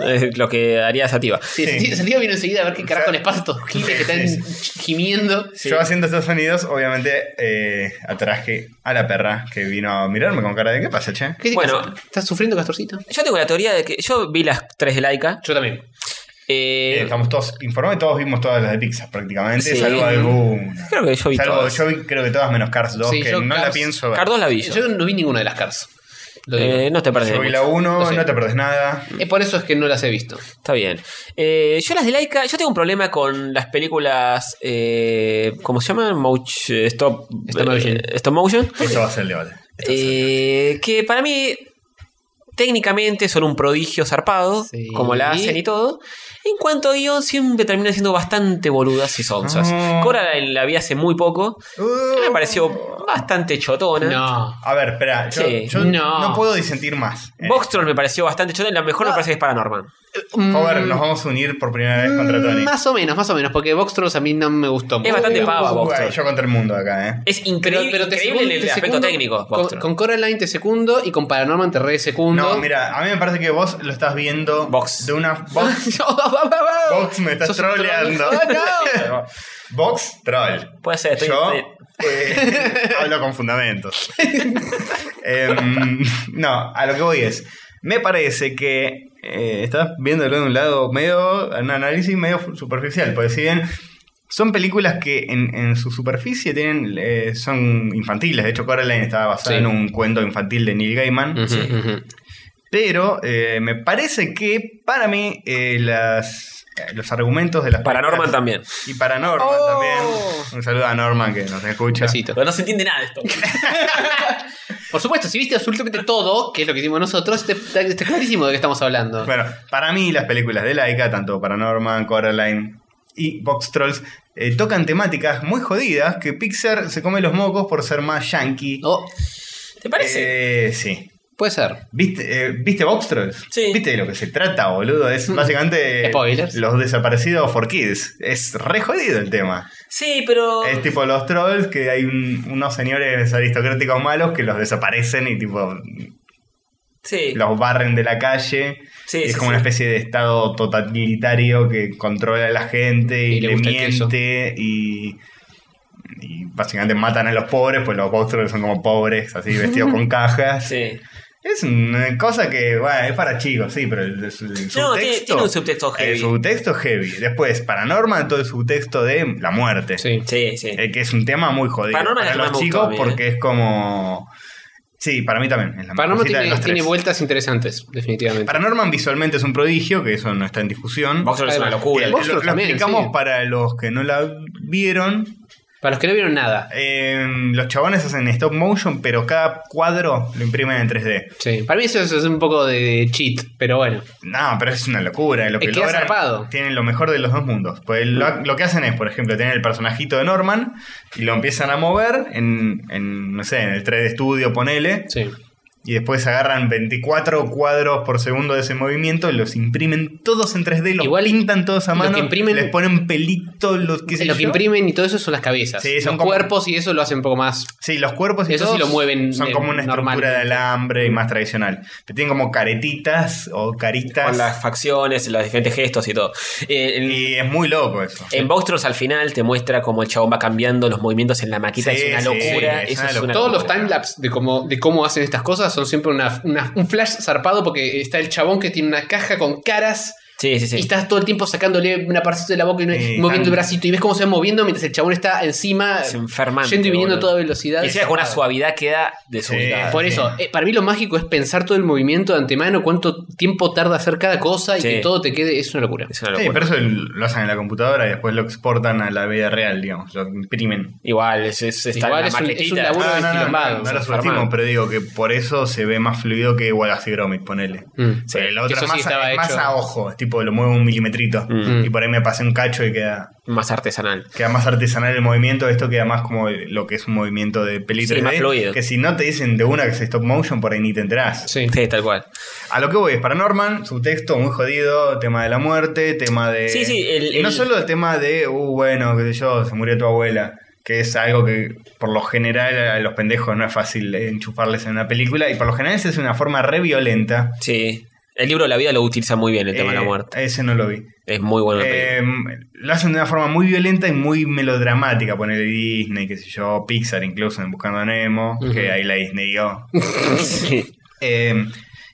Speaker 4: Es eh, lo que haría Sativa.
Speaker 3: Sí,
Speaker 2: Sí.
Speaker 3: Santiago- Santiago vino enseguida a ver qué carajo
Speaker 2: sea,
Speaker 3: les pasa a estos giles que están
Speaker 2: sí,
Speaker 3: gimiendo.
Speaker 2: Yo haciendo estos sonidos, obviamente, eh, atraje a la perra que vino a mirarme con cara de ¿qué pasa, che?
Speaker 3: ¿Qué te
Speaker 4: Bueno.
Speaker 3: pasa? ¿Estás sufriendo, Castorcito?
Speaker 4: Yo tengo la teoría de que. Yo vi las tres de Laika.
Speaker 3: Yo también.
Speaker 4: eh,
Speaker 2: Eh, estamos todos informados y todos vimos todas las de Pixar prácticamente,
Speaker 4: Sí.
Speaker 2: salvo alguna.
Speaker 4: creo que yo vi
Speaker 2: Salvo,
Speaker 4: todas.
Speaker 2: yo vi, creo que todas menos Cars 2,
Speaker 3: Sí,
Speaker 2: que
Speaker 3: yo
Speaker 2: no la
Speaker 3: Cars-
Speaker 2: pienso ver.
Speaker 4: Cars 2 la vi yo.
Speaker 3: Yo no vi ninguna de las cars. Lo digo.
Speaker 4: Eh, no te perdés.
Speaker 2: yo vi la
Speaker 4: mucho.
Speaker 2: 1,
Speaker 3: No sé.
Speaker 2: no te perdés nada.
Speaker 3: Eh, por eso es que no las he visto.
Speaker 4: Está bien. Eh, yo las de Laika. Yo tengo un problema con las películas. Eh, ¿Cómo se llaman? Mouch- eh, stop,
Speaker 3: Stop motion.
Speaker 4: eh, stop motion.
Speaker 2: Eso va a ser el debate.
Speaker 4: Eh, que para mí técnicamente son un prodigio zarpado,
Speaker 3: Sí.
Speaker 4: como la hacen y todo. En cuanto a guión, siempre terminan siendo bastante boludas y sonzas.
Speaker 2: No.
Speaker 4: Cora la, la vi hace muy poco, me
Speaker 2: Ah. Uh.
Speaker 4: pareció bastante chotona.
Speaker 3: No.
Speaker 2: A ver, espera, yo,
Speaker 4: Sí.
Speaker 2: yo
Speaker 3: No.
Speaker 2: no. puedo disentir más. Eh,
Speaker 4: Boxtron me pareció bastante chotona, la
Speaker 2: Ah.
Speaker 4: mejor me parece que es Paranorman.
Speaker 2: Joder, nos vamos a unir por primera vez contra Tony.
Speaker 3: mm, Más o menos, más o menos, porque Boxtrolls a mí no me gustó mucho.
Speaker 4: bastante
Speaker 3: digamos.
Speaker 4: pava,
Speaker 2: Uy,
Speaker 4: Boxer.
Speaker 2: yo contra el mundo acá, eh.
Speaker 4: Es
Speaker 3: Pero,
Speaker 4: increíble,
Speaker 3: pero te
Speaker 4: increíble
Speaker 3: secundo-
Speaker 4: en
Speaker 3: te
Speaker 4: el aspecto
Speaker 3: secundo-
Speaker 4: técnico.
Speaker 3: Con,
Speaker 4: Boxtron.
Speaker 3: con Coraline te secundo y con Paranorman te re secundo.
Speaker 2: No,
Speaker 3: *laughs*
Speaker 2: mira, a mí me parece que vos lo estás viendo
Speaker 4: Vox.
Speaker 2: de una
Speaker 3: *laughs*
Speaker 2: Vox, Vox me estás
Speaker 3: Sos un troll.
Speaker 2: troleando.
Speaker 3: *laughs* Ah,
Speaker 2: *laughs* Vox troll.
Speaker 4: Puede ser, estoy-
Speaker 2: yo
Speaker 4: estoy- *laughs*
Speaker 2: eh, hablo con fundamentos. Em, no, a lo que voy es, me parece que eh, estás viéndolo de un lado medio, un análisis medio fu- superficial, porque si bien son películas que en, en su superficie tienen eh, son infantiles, de hecho Coraline estaba basada
Speaker 3: Sí.
Speaker 2: en un cuento infantil de Neil Gaiman.
Speaker 3: no. Ujú, ujú.
Speaker 2: Pero eh, me parece que para mí eh, las, eh, los argumentos de las películas-
Speaker 4: Paranorman
Speaker 3: *laughs*
Speaker 4: también.
Speaker 2: Y Paranorman
Speaker 3: Oh.
Speaker 2: también. Un saludo a Norman que nos escucha.
Speaker 3: Besito.
Speaker 4: Pero no se entiende nada de esto.
Speaker 3: Por supuesto, si viste absolutamente todo, que es lo que hicimos nosotros, te- te- está clarísimo de qué estamos hablando.
Speaker 2: Bueno, para mí las películas de Laika, tanto Paranorman, Coraline y Box Trolls, eh, tocan temáticas muy jodidas que Pixar se come los mocos por ser más yankee.
Speaker 3: Oh,
Speaker 4: ¿Te parece?
Speaker 2: Eh, sí.
Speaker 3: Puede ser.
Speaker 2: ¿Viste, eh, ¿viste Boxtrolls?
Speaker 4: Sí.
Speaker 2: ¿Viste de lo que se trata, boludo? Es básicamente
Speaker 3: Spoilers.
Speaker 2: los desaparecidos for kids. Es re jodido el tema.
Speaker 4: Sí, pero.
Speaker 2: Es tipo los trolls, que hay un- unos señores aristocráticos malos que los desaparecen y tipo
Speaker 4: Sí.
Speaker 2: los barren de la calle.
Speaker 4: Sí,
Speaker 2: Y es
Speaker 4: sí,
Speaker 2: como
Speaker 4: sí.
Speaker 2: una especie de estado totalitario que controla a la gente y,
Speaker 3: Y le
Speaker 2: le,
Speaker 3: gusta el queso.
Speaker 2: miente y, y básicamente matan a los pobres, pues los monstruos son como pobres,
Speaker 4: *laughs*
Speaker 2: así vestidos con cajas.
Speaker 4: Sí.
Speaker 2: Es una cosa que, bueno, es para chicos, sí, pero el, el- el subtexto...
Speaker 4: tiene- tiene un subtexto heavy.
Speaker 2: El subtexto heavy. Después, Paranormal, todo el subtexto de la muerte.
Speaker 3: Sí.
Speaker 4: Sí, sí.
Speaker 2: Eh, que es un tema muy jodido
Speaker 4: Paranormal es
Speaker 2: para
Speaker 4: el que
Speaker 2: los
Speaker 4: más eh. me
Speaker 2: chicos
Speaker 4: gustó a mí,
Speaker 2: porque es como... Sí, para mí también. es la
Speaker 3: Paranormal
Speaker 2: mejorcita de
Speaker 3: tiene,
Speaker 2: los
Speaker 3: tiene
Speaker 2: tres.
Speaker 3: vueltas interesantes, definitivamente.
Speaker 2: Paranorman visualmente es un prodigio, que eso no está en discusión.
Speaker 4: Boxer es una
Speaker 3: Además,
Speaker 4: locura.
Speaker 2: Eh,
Speaker 3: el- Boxer
Speaker 2: lo, lo
Speaker 3: también,
Speaker 2: explicamos
Speaker 3: sí.
Speaker 2: para los que no la vieron.
Speaker 3: Para los que no vieron nada.
Speaker 2: Eh, los chabones hacen stop motion, pero cada cuadro lo imprimen en 3D.
Speaker 3: Sí. Para mí eso es un poco de cheat, pero bueno.
Speaker 2: No, pero es una locura. Lo
Speaker 3: Es
Speaker 2: que
Speaker 3: que es
Speaker 2: logran,
Speaker 3: zarpado. Mm.
Speaker 2: tienen lo mejor de los dos mundos. Pues lo, lo que hacen es, por ejemplo, tener el personajito de Norman y lo empiezan a mover en, en, no sé, en el 3D Studio, ponele.
Speaker 3: Sí.
Speaker 2: Y después agarran 24 cuadros por segundo de ese movimiento, los imprimen todos en 3D, los
Speaker 3: Igual,
Speaker 2: pintan todos a
Speaker 3: lo
Speaker 2: mano,
Speaker 3: que imprimen-
Speaker 2: les ponen pelitos, los que
Speaker 3: Lo que imprimen y todo eso son las cabezas.
Speaker 2: Sí, son
Speaker 3: los
Speaker 2: como-
Speaker 3: cuerpos y eso lo hacen un poco más.
Speaker 2: Sí, los cuerpos y
Speaker 3: Eso
Speaker 2: todos
Speaker 3: sí lo mueven,
Speaker 2: son
Speaker 3: eh,
Speaker 2: como una estructura
Speaker 3: normalmente.
Speaker 2: de alambre y más tradicional. Pero tienen como caretitas o caritas
Speaker 4: Con las facciones, los diferentes gestos y todo. Eh, en-
Speaker 2: y es muy loco eso.
Speaker 3: Eh,
Speaker 4: En Boxtrolls al final te muestra cómo el chabón va cambiando los movimientos en la maquita.
Speaker 2: Sí,
Speaker 4: es una
Speaker 2: sí,
Speaker 4: locura.
Speaker 2: es
Speaker 4: eso
Speaker 2: una
Speaker 4: es una
Speaker 2: locura.
Speaker 3: Todos los
Speaker 4: locura.
Speaker 3: timelapse de cómo, de cómo hacen estas cosas son siempre una- una- un flash zarpado porque está el chabón que tiene una caja con caras
Speaker 4: Sí, sí, sí.
Speaker 3: y estás todo el tiempo sacándole una partecita de la boca y
Speaker 2: Sí,
Speaker 3: moviendo
Speaker 2: tan-
Speaker 3: el bracito y ves cómo se va moviendo mientras el chabón está encima
Speaker 4: Es enfermante,
Speaker 3: yendo y viniendo
Speaker 4: boludo.
Speaker 3: a toda velocidad.
Speaker 4: Y encima con una
Speaker 3: Zarpado.
Speaker 4: suavidad queda desubicada.
Speaker 3: Por
Speaker 2: Sí.
Speaker 3: eso, eh, para mí lo mágico es pensar todo el movimiento de antemano, cuánto tiempo tarda hacer cada cosa y
Speaker 4: Sí.
Speaker 3: que todo te quede. Es una locura.
Speaker 4: Es una
Speaker 2: Sí,
Speaker 4: locura.
Speaker 2: pero eso lo hacen en la computadora y después lo exportan a la vida real, digamos, lo imprimen. Ah,
Speaker 4: Igual, es, es, está
Speaker 3: Igual
Speaker 4: en la
Speaker 3: es un-
Speaker 4: maquetita.
Speaker 3: es un laburo. Puro desquilombado,
Speaker 2: no, no lo
Speaker 3: enfermado.
Speaker 2: subestimo, pero digo que por eso se ve más fluido que Wallace y Gromit, ponele.
Speaker 3: Mm.
Speaker 2: Sí, el otro es
Speaker 3: eso sí
Speaker 2: más,
Speaker 3: estaba
Speaker 2: es más
Speaker 3: hecho.
Speaker 2: a ojo, tipo lo muevo un milimetrito.
Speaker 4: Mm.
Speaker 2: Y por ahí me pasé un cacho y queda,
Speaker 4: Más artesanal.
Speaker 2: queda más artesanal el movimiento. Esto queda más como lo que es un movimiento de peli
Speaker 4: Sí,
Speaker 2: 3D,
Speaker 3: ¿Eh?
Speaker 4: más fluido.
Speaker 2: Que si no te dicen de una que es stop motion, por ahí ni te enterás.
Speaker 3: Sí.
Speaker 4: Sí, tal cual.
Speaker 2: A lo que voy es Paranorman, su texto muy jodido, tema de la muerte, tema de.
Speaker 4: Sí, sí, el-
Speaker 2: y no
Speaker 4: el-
Speaker 2: solo el tema de, uh, bueno, qué sé yo, se murió tu abuela. Que es algo que por lo general a los pendejos no es fácil enchufarles en una película. Y por lo general esa es una forma re violenta.
Speaker 4: Sí. El libro La vida lo utiliza muy bien el tema de la
Speaker 2: Eh,
Speaker 4: muerte.
Speaker 2: Ese no lo vi.
Speaker 4: Es muy bueno. el película.
Speaker 2: Eh, lo hacen de una forma muy violenta y muy melodramática. Ponerle Disney, qué sé yo, Pixar incluso en Buscando a Nemo,
Speaker 3: Ujú.
Speaker 2: que ahí la Disney yo. *laughs*
Speaker 4: Sí.
Speaker 2: Eh,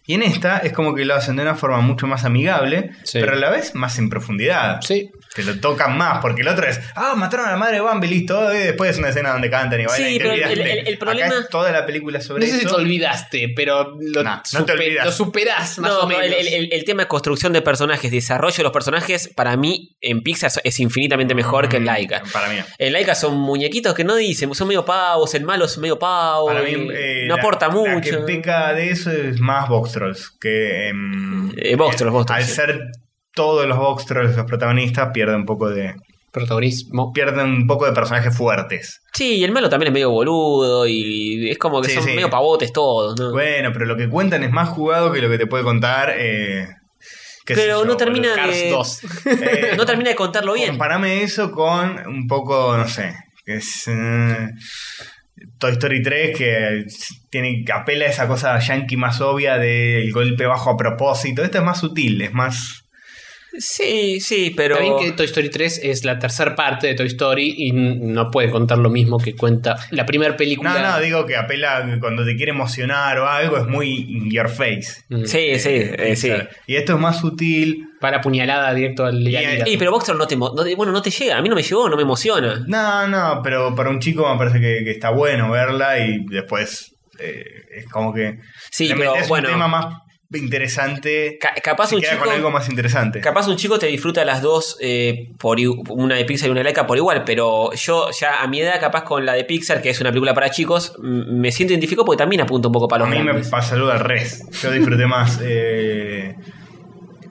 Speaker 2: y en esta es como que lo hacen de una forma mucho más amigable,
Speaker 3: Sí.
Speaker 2: pero a la vez más en profundidad.
Speaker 3: Sí.
Speaker 2: Que lo tocan más, porque el otro es, ah, mataron a la madre de Bambi, listo. eh, después es una escena donde cantan y bailan
Speaker 4: Sí,
Speaker 2: y te
Speaker 4: pero el-
Speaker 2: olvidaste.
Speaker 4: el- el
Speaker 2: Acá
Speaker 4: problema-
Speaker 2: es toda la película sobre
Speaker 3: No sé si te
Speaker 2: eso.
Speaker 3: olvidaste, pero lo,
Speaker 2: Nah, no te
Speaker 3: supe-
Speaker 2: olvidas.
Speaker 3: lo superás más
Speaker 4: No,
Speaker 3: o
Speaker 4: pero
Speaker 3: menos.
Speaker 4: el, el- el- el tema de construcción de personajes, desarrollo de los personajes, para mí en Pixar es infinitamente mejor que en Laika.
Speaker 2: Para mí. no.
Speaker 4: En Laika son muñequitos que no dicen, son medio pavos, el malo es medio pavo,
Speaker 2: Para mí,
Speaker 4: y
Speaker 2: eh,
Speaker 4: no
Speaker 2: la-
Speaker 4: aporta
Speaker 2: la
Speaker 4: mucho.
Speaker 2: que peca de eso es más Box Trolls que. em,
Speaker 4: Eh, Box Trolls, Box Trolls,
Speaker 2: Al
Speaker 4: sí.
Speaker 2: ser todos los Box Trolls los protagonistas, pierde un poco de.
Speaker 3: Protagonismo.
Speaker 2: Pierde un poco de personajes fuertes.
Speaker 4: Sí, y el malo también es medio boludo y es como que
Speaker 2: Sí,
Speaker 4: son
Speaker 2: sí.
Speaker 4: medio pavotes todos, ¿no?
Speaker 2: Bueno, pero lo que cuentan es más jugado que lo que te puede contar. eh, qué sé
Speaker 4: Pero
Speaker 2: yo,
Speaker 4: no termina
Speaker 2: boludo.
Speaker 4: de-
Speaker 3: Cars 2.
Speaker 2: Eh,
Speaker 4: *laughs* no termina de contarlo bien.
Speaker 2: Comparame eso con un poco, no sé, que es, eh, Toy Story 3 que tiene que apela a esa cosa yankee más obvia del golpe bajo a propósito. Esto es más sutil, es más...
Speaker 4: Sí, sí, pero.
Speaker 3: Está bien que Toy Story 3 es la tercera parte de Toy Story y n- no puede contar lo mismo que cuenta la primera película.
Speaker 2: No, no, digo que apela a cuando te quiere emocionar o algo, es muy in your face.
Speaker 3: Mm.
Speaker 4: Sí, sí, eh, sí.
Speaker 2: Y esto es más sutil.
Speaker 3: Para puñalada directo al
Speaker 2: Y-
Speaker 3: al-
Speaker 4: Y, pero Boxer no te, emo- no te- Bueno, no te llega. A mí no me llegó, no me emociona.
Speaker 2: No, no, pero para un chico me parece que, que está bueno verla y después eh, es como que...
Speaker 4: Sí,
Speaker 2: le
Speaker 4: pero
Speaker 2: metés
Speaker 4: bueno.
Speaker 2: un tema más interesante.
Speaker 4: Ca- capaz
Speaker 2: se
Speaker 4: un
Speaker 2: queda
Speaker 4: chico.
Speaker 2: con algo más interesante.
Speaker 4: Capaz un chico te disfruta las dos, eh, por, i- una de Pixar y una de Laika por igual, pero yo ya a mi edad, capaz con la de Pixar, que es una película para chicos, m- me siento identificado porque también apunta un poco para
Speaker 2: A
Speaker 4: los
Speaker 2: mí me
Speaker 4: grandes.
Speaker 2: pasa algo al revés. Yo disfruté más eh,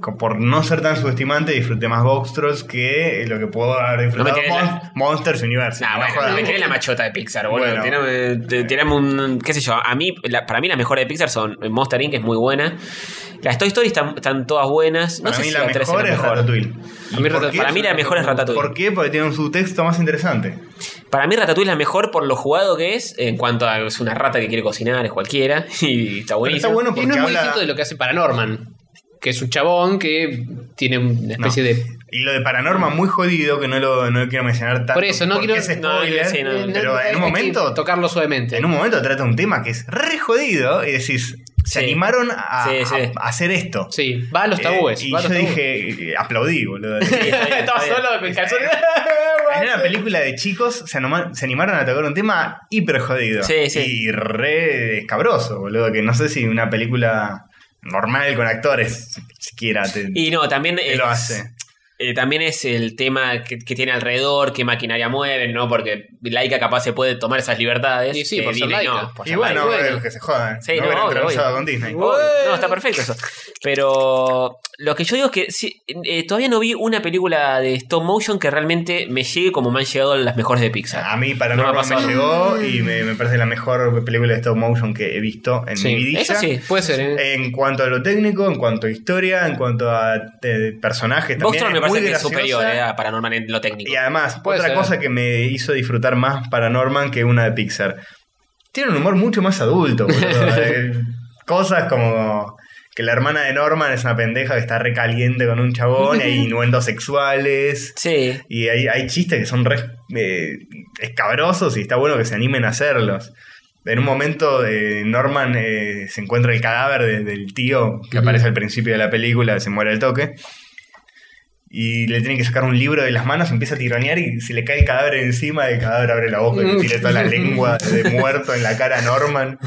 Speaker 2: co- por no ser tan subestimante, disfruté más Box Trolls que eh, lo que puedo haber
Speaker 4: No me
Speaker 2: disfrutado
Speaker 4: querés
Speaker 2: Mon-
Speaker 4: la-
Speaker 2: Monsters Universe.
Speaker 4: Nah,
Speaker 2: No
Speaker 4: Ah, bueno,
Speaker 2: jodas.
Speaker 4: me querés la machota de Pixar, boludo.
Speaker 2: Bueno.
Speaker 4: Tirame, eh, te- tirame un. qué sé yo. A mí, la- para mí las mejores de Pixar son Monster Inc. es muy buena. Las Toy Story están, están todas buenas. No
Speaker 2: Para
Speaker 4: sé
Speaker 2: mí
Speaker 4: si
Speaker 2: la
Speaker 4: la 3 es la
Speaker 2: mejor es
Speaker 4: mejor.
Speaker 2: Ratatouille.
Speaker 3: A mí
Speaker 2: ¿Y por
Speaker 3: Ratatouille-
Speaker 2: qué?
Speaker 4: Para mí la mejor es Ratatouille.
Speaker 2: ¿Por qué? Porque tiene un subtexto más interesante.
Speaker 4: Para mí Ratatouille es la mejor por lo jugado que es. En cuanto a es una rata que quiere cocinar, es cualquiera. *laughs* Y está
Speaker 2: Pero está
Speaker 4: buenísimo.
Speaker 2: bueno
Speaker 3: Y
Speaker 2: porque
Speaker 3: no es muy
Speaker 2: habla...
Speaker 3: distinto de lo que hace Paranorman, que es un chabón que tiene una especie
Speaker 2: No.
Speaker 3: de...
Speaker 2: Y lo de Paranorma muy jodido, que no lo, no lo quiero mencionar tanto.
Speaker 3: Por eso, no
Speaker 2: porque
Speaker 3: quiero-
Speaker 2: es
Speaker 4: no,
Speaker 2: spoiler,
Speaker 4: sí, no, no.
Speaker 2: pero
Speaker 3: hay
Speaker 2: en un
Speaker 3: que
Speaker 2: momento...
Speaker 3: Tocarlo suavemente.
Speaker 2: En un momento trata un tema que es re jodido y decís, se
Speaker 4: Sí.
Speaker 2: animaron a,
Speaker 4: Sí, sí.
Speaker 2: a- a hacer esto.
Speaker 3: Sí, va a los
Speaker 2: Eh,
Speaker 3: tabúes.
Speaker 2: y
Speaker 3: va a
Speaker 2: yo
Speaker 3: los tabúes.
Speaker 2: dije, eh, aplaudí, boludo.
Speaker 4: bien,
Speaker 3: *laughs* Estaba
Speaker 4: está bien.
Speaker 3: solo con calzones.
Speaker 2: En una película de chicos se, anoma- se animaron a tocar un tema hiper jodido.
Speaker 4: Sí, sí.
Speaker 2: Y re escabroso, boludo. Que no sé si una película normal con actores siquiera te,
Speaker 4: Y no, también
Speaker 2: te
Speaker 4: es,
Speaker 2: lo hace.
Speaker 4: eh, también es el tema que, que tiene alrededor, qué maquinaria mueven, ¿no? Porque Laika capaz se puede tomar esas libertades.
Speaker 3: Y sí,
Speaker 4: que
Speaker 3: por ser
Speaker 4: Disney
Speaker 3: Laika.
Speaker 4: no, por
Speaker 2: Y
Speaker 4: ser
Speaker 2: bueno,
Speaker 3: bueno.
Speaker 2: bueno, eh, que se jodan.
Speaker 4: pues, Sí,
Speaker 2: no,
Speaker 4: no,
Speaker 2: hubieran
Speaker 4: obvio,
Speaker 2: transado
Speaker 4: obvio.
Speaker 2: con Disney.
Speaker 4: No, está perfecto eso. Pero lo que yo digo es que sí, eh, todavía no vi una película de stop motion que realmente me llegue como me han llegado las mejores de Pixar.
Speaker 2: A mí
Speaker 4: No me
Speaker 2: Paranormal me,
Speaker 4: ha pasado.
Speaker 2: llegó y me, me parece la mejor película de stop motion que he visto en
Speaker 3: Sí,
Speaker 2: mi vida.
Speaker 4: eso sí.
Speaker 3: Puede ser, ¿eh?
Speaker 2: En cuanto a lo técnico, en cuanto a historia, en cuanto a eh, personajes también.
Speaker 4: Boxtron me
Speaker 2: es muy
Speaker 4: parece que es
Speaker 2: graciosa.
Speaker 4: superior eh, a Paranormal en lo técnico.
Speaker 2: Y además,
Speaker 3: Puede
Speaker 2: otra
Speaker 3: ser.
Speaker 2: cosa que me hizo disfrutar más Paranorman que una de Pixar. Tiene un humor mucho más adulto,
Speaker 4: *laughs*
Speaker 2: boludo. Eh, Cosas como que la hermana de Norman es una pendeja que está recaliente con un chabón,
Speaker 4: *laughs*
Speaker 2: hay innuendos sexuales.
Speaker 4: Sí.
Speaker 2: Y hay, hay chistes que son re, eh, escabrosos y está bueno que se animen a hacerlos. En un momento eh, Norman eh, se encuentra el cadáver de- del tío que aparece al principio de la película, se muere al toque. Y le tienen que sacar un libro de las manos, empieza a tironear y se le cae el cadáver encima, el cadáver abre la boca y le tira toda la
Speaker 4: *laughs*
Speaker 2: lengua de muerto en la cara a Norman.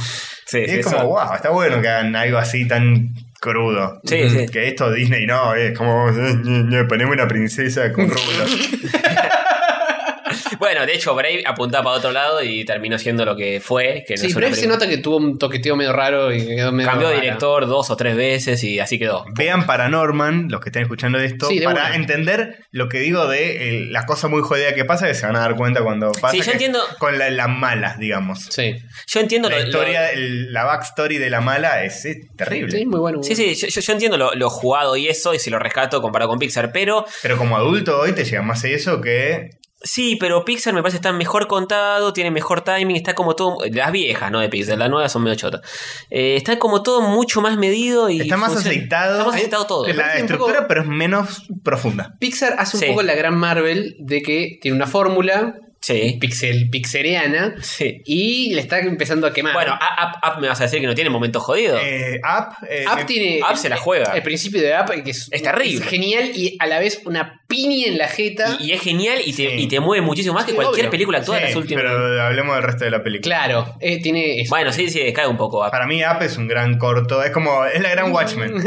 Speaker 4: Sí,
Speaker 2: Y
Speaker 4: sí,
Speaker 2: es como,
Speaker 4: eso.
Speaker 2: wow, está bueno que hagan algo así tan crudo.
Speaker 4: Sí, sí.
Speaker 2: Que esto Disney no, es como, ponemos una princesa
Speaker 4: *laughs*
Speaker 2: con rulos.
Speaker 4: Bueno, de hecho, Brave apuntaba para otro lado y terminó siendo lo que fue. Que no
Speaker 3: Sí,
Speaker 4: es una
Speaker 3: pero ahí se
Speaker 4: película.
Speaker 3: nota que tuvo un toqueteo medio raro y quedó medio.
Speaker 4: Cambió de
Speaker 3: rara.
Speaker 4: director dos o tres veces y así quedó.
Speaker 2: Vean Paranorman, los que estén escuchando esto,
Speaker 3: Sí, de
Speaker 2: para
Speaker 3: una.
Speaker 2: entender lo que digo de eh, las cosas muy jodidas que pasa, que se van a dar cuenta cuando pasa.
Speaker 4: yo
Speaker 2: que-
Speaker 4: entiendo.
Speaker 2: Con la- las malas, digamos.
Speaker 3: Sí.
Speaker 4: Yo entiendo
Speaker 2: La
Speaker 4: lo- lo-
Speaker 2: historia, el- la backstory de la mala es, eh, terrible.
Speaker 3: Sí, muy bueno.
Speaker 4: Sí, sí, yo, yo- yo entiendo lo, lo jugado y eso, y si lo rescato comparado con Pixar, pero
Speaker 2: Pero como adulto hoy te llega más eso que.
Speaker 4: Sí, pero Pixar me parece está mejor contado, tiene mejor timing, está como todo. Las viejas, ¿no? De Pixar, las nuevas son medio chotas. Eh, está como todo mucho más medido y.
Speaker 2: Está más
Speaker 4: funciona.
Speaker 2: aceitado.
Speaker 4: Está más aceitado todo.
Speaker 3: Me
Speaker 2: La
Speaker 3: parece un
Speaker 2: estructura,
Speaker 3: poco-
Speaker 2: pero es menos profunda.
Speaker 3: Pixar hace un
Speaker 4: Sí.
Speaker 3: poco la gran Marvel de que tiene una fórmula
Speaker 4: Sí.
Speaker 3: pixel, pixeriana
Speaker 4: sí.
Speaker 3: y le está empezando a quemar.
Speaker 4: Bueno, App, App, App me vas a decir que no tiene momentos jodidos.
Speaker 2: Eh, Up, eh,
Speaker 3: App
Speaker 2: me-
Speaker 3: tiene.
Speaker 4: App se la juega.
Speaker 3: El principio de App, que es,
Speaker 4: Es terrible.
Speaker 3: es genial y a la vez una piña en la jeta.
Speaker 4: y, y es genial y te,
Speaker 2: Sí.
Speaker 4: y te mueve muchísimo más que
Speaker 3: Sí,
Speaker 4: cualquier
Speaker 3: obvio.
Speaker 4: película actual de
Speaker 2: sí,
Speaker 4: las últimas.
Speaker 2: Pero hablemos del resto de la película.
Speaker 3: Claro, eh, tiene. eso.
Speaker 4: Bueno, sí, sí, decae un poco. App.
Speaker 2: Para mí App es un gran corto, es como, es la gran Watchmen. Up.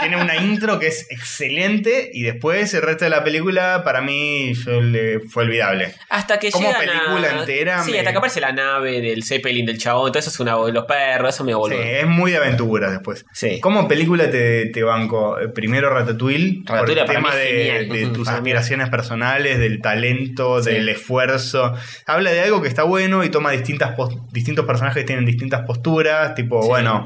Speaker 2: Tiene una intro que es excelente y después el resto de la película para mí yo le- fue olvidable.
Speaker 4: Hasta que
Speaker 2: como
Speaker 4: llegan a-
Speaker 2: película entera
Speaker 4: Sí,
Speaker 2: me-
Speaker 4: hasta que aparece la nave del Zeppelin, del chabón, todo eso es una. Los perros, eso me
Speaker 2: Sí,
Speaker 4: boludo. Sí.
Speaker 2: es muy de aventuras después. Como película te, te banco, eh, primero Ratatouille, por
Speaker 4: Ratatouille
Speaker 2: el
Speaker 4: para
Speaker 2: tema
Speaker 4: mí es
Speaker 2: de,
Speaker 4: genial.
Speaker 2: de
Speaker 4: Ujú,
Speaker 2: tus
Speaker 4: para mí.
Speaker 2: aspiraciones personales, del talento,
Speaker 4: Sí.
Speaker 2: del esfuerzo. Habla de algo que está bueno y toma distintas pos- distintos personajes que tienen distintas posturas, tipo,
Speaker 4: Sí.
Speaker 2: bueno,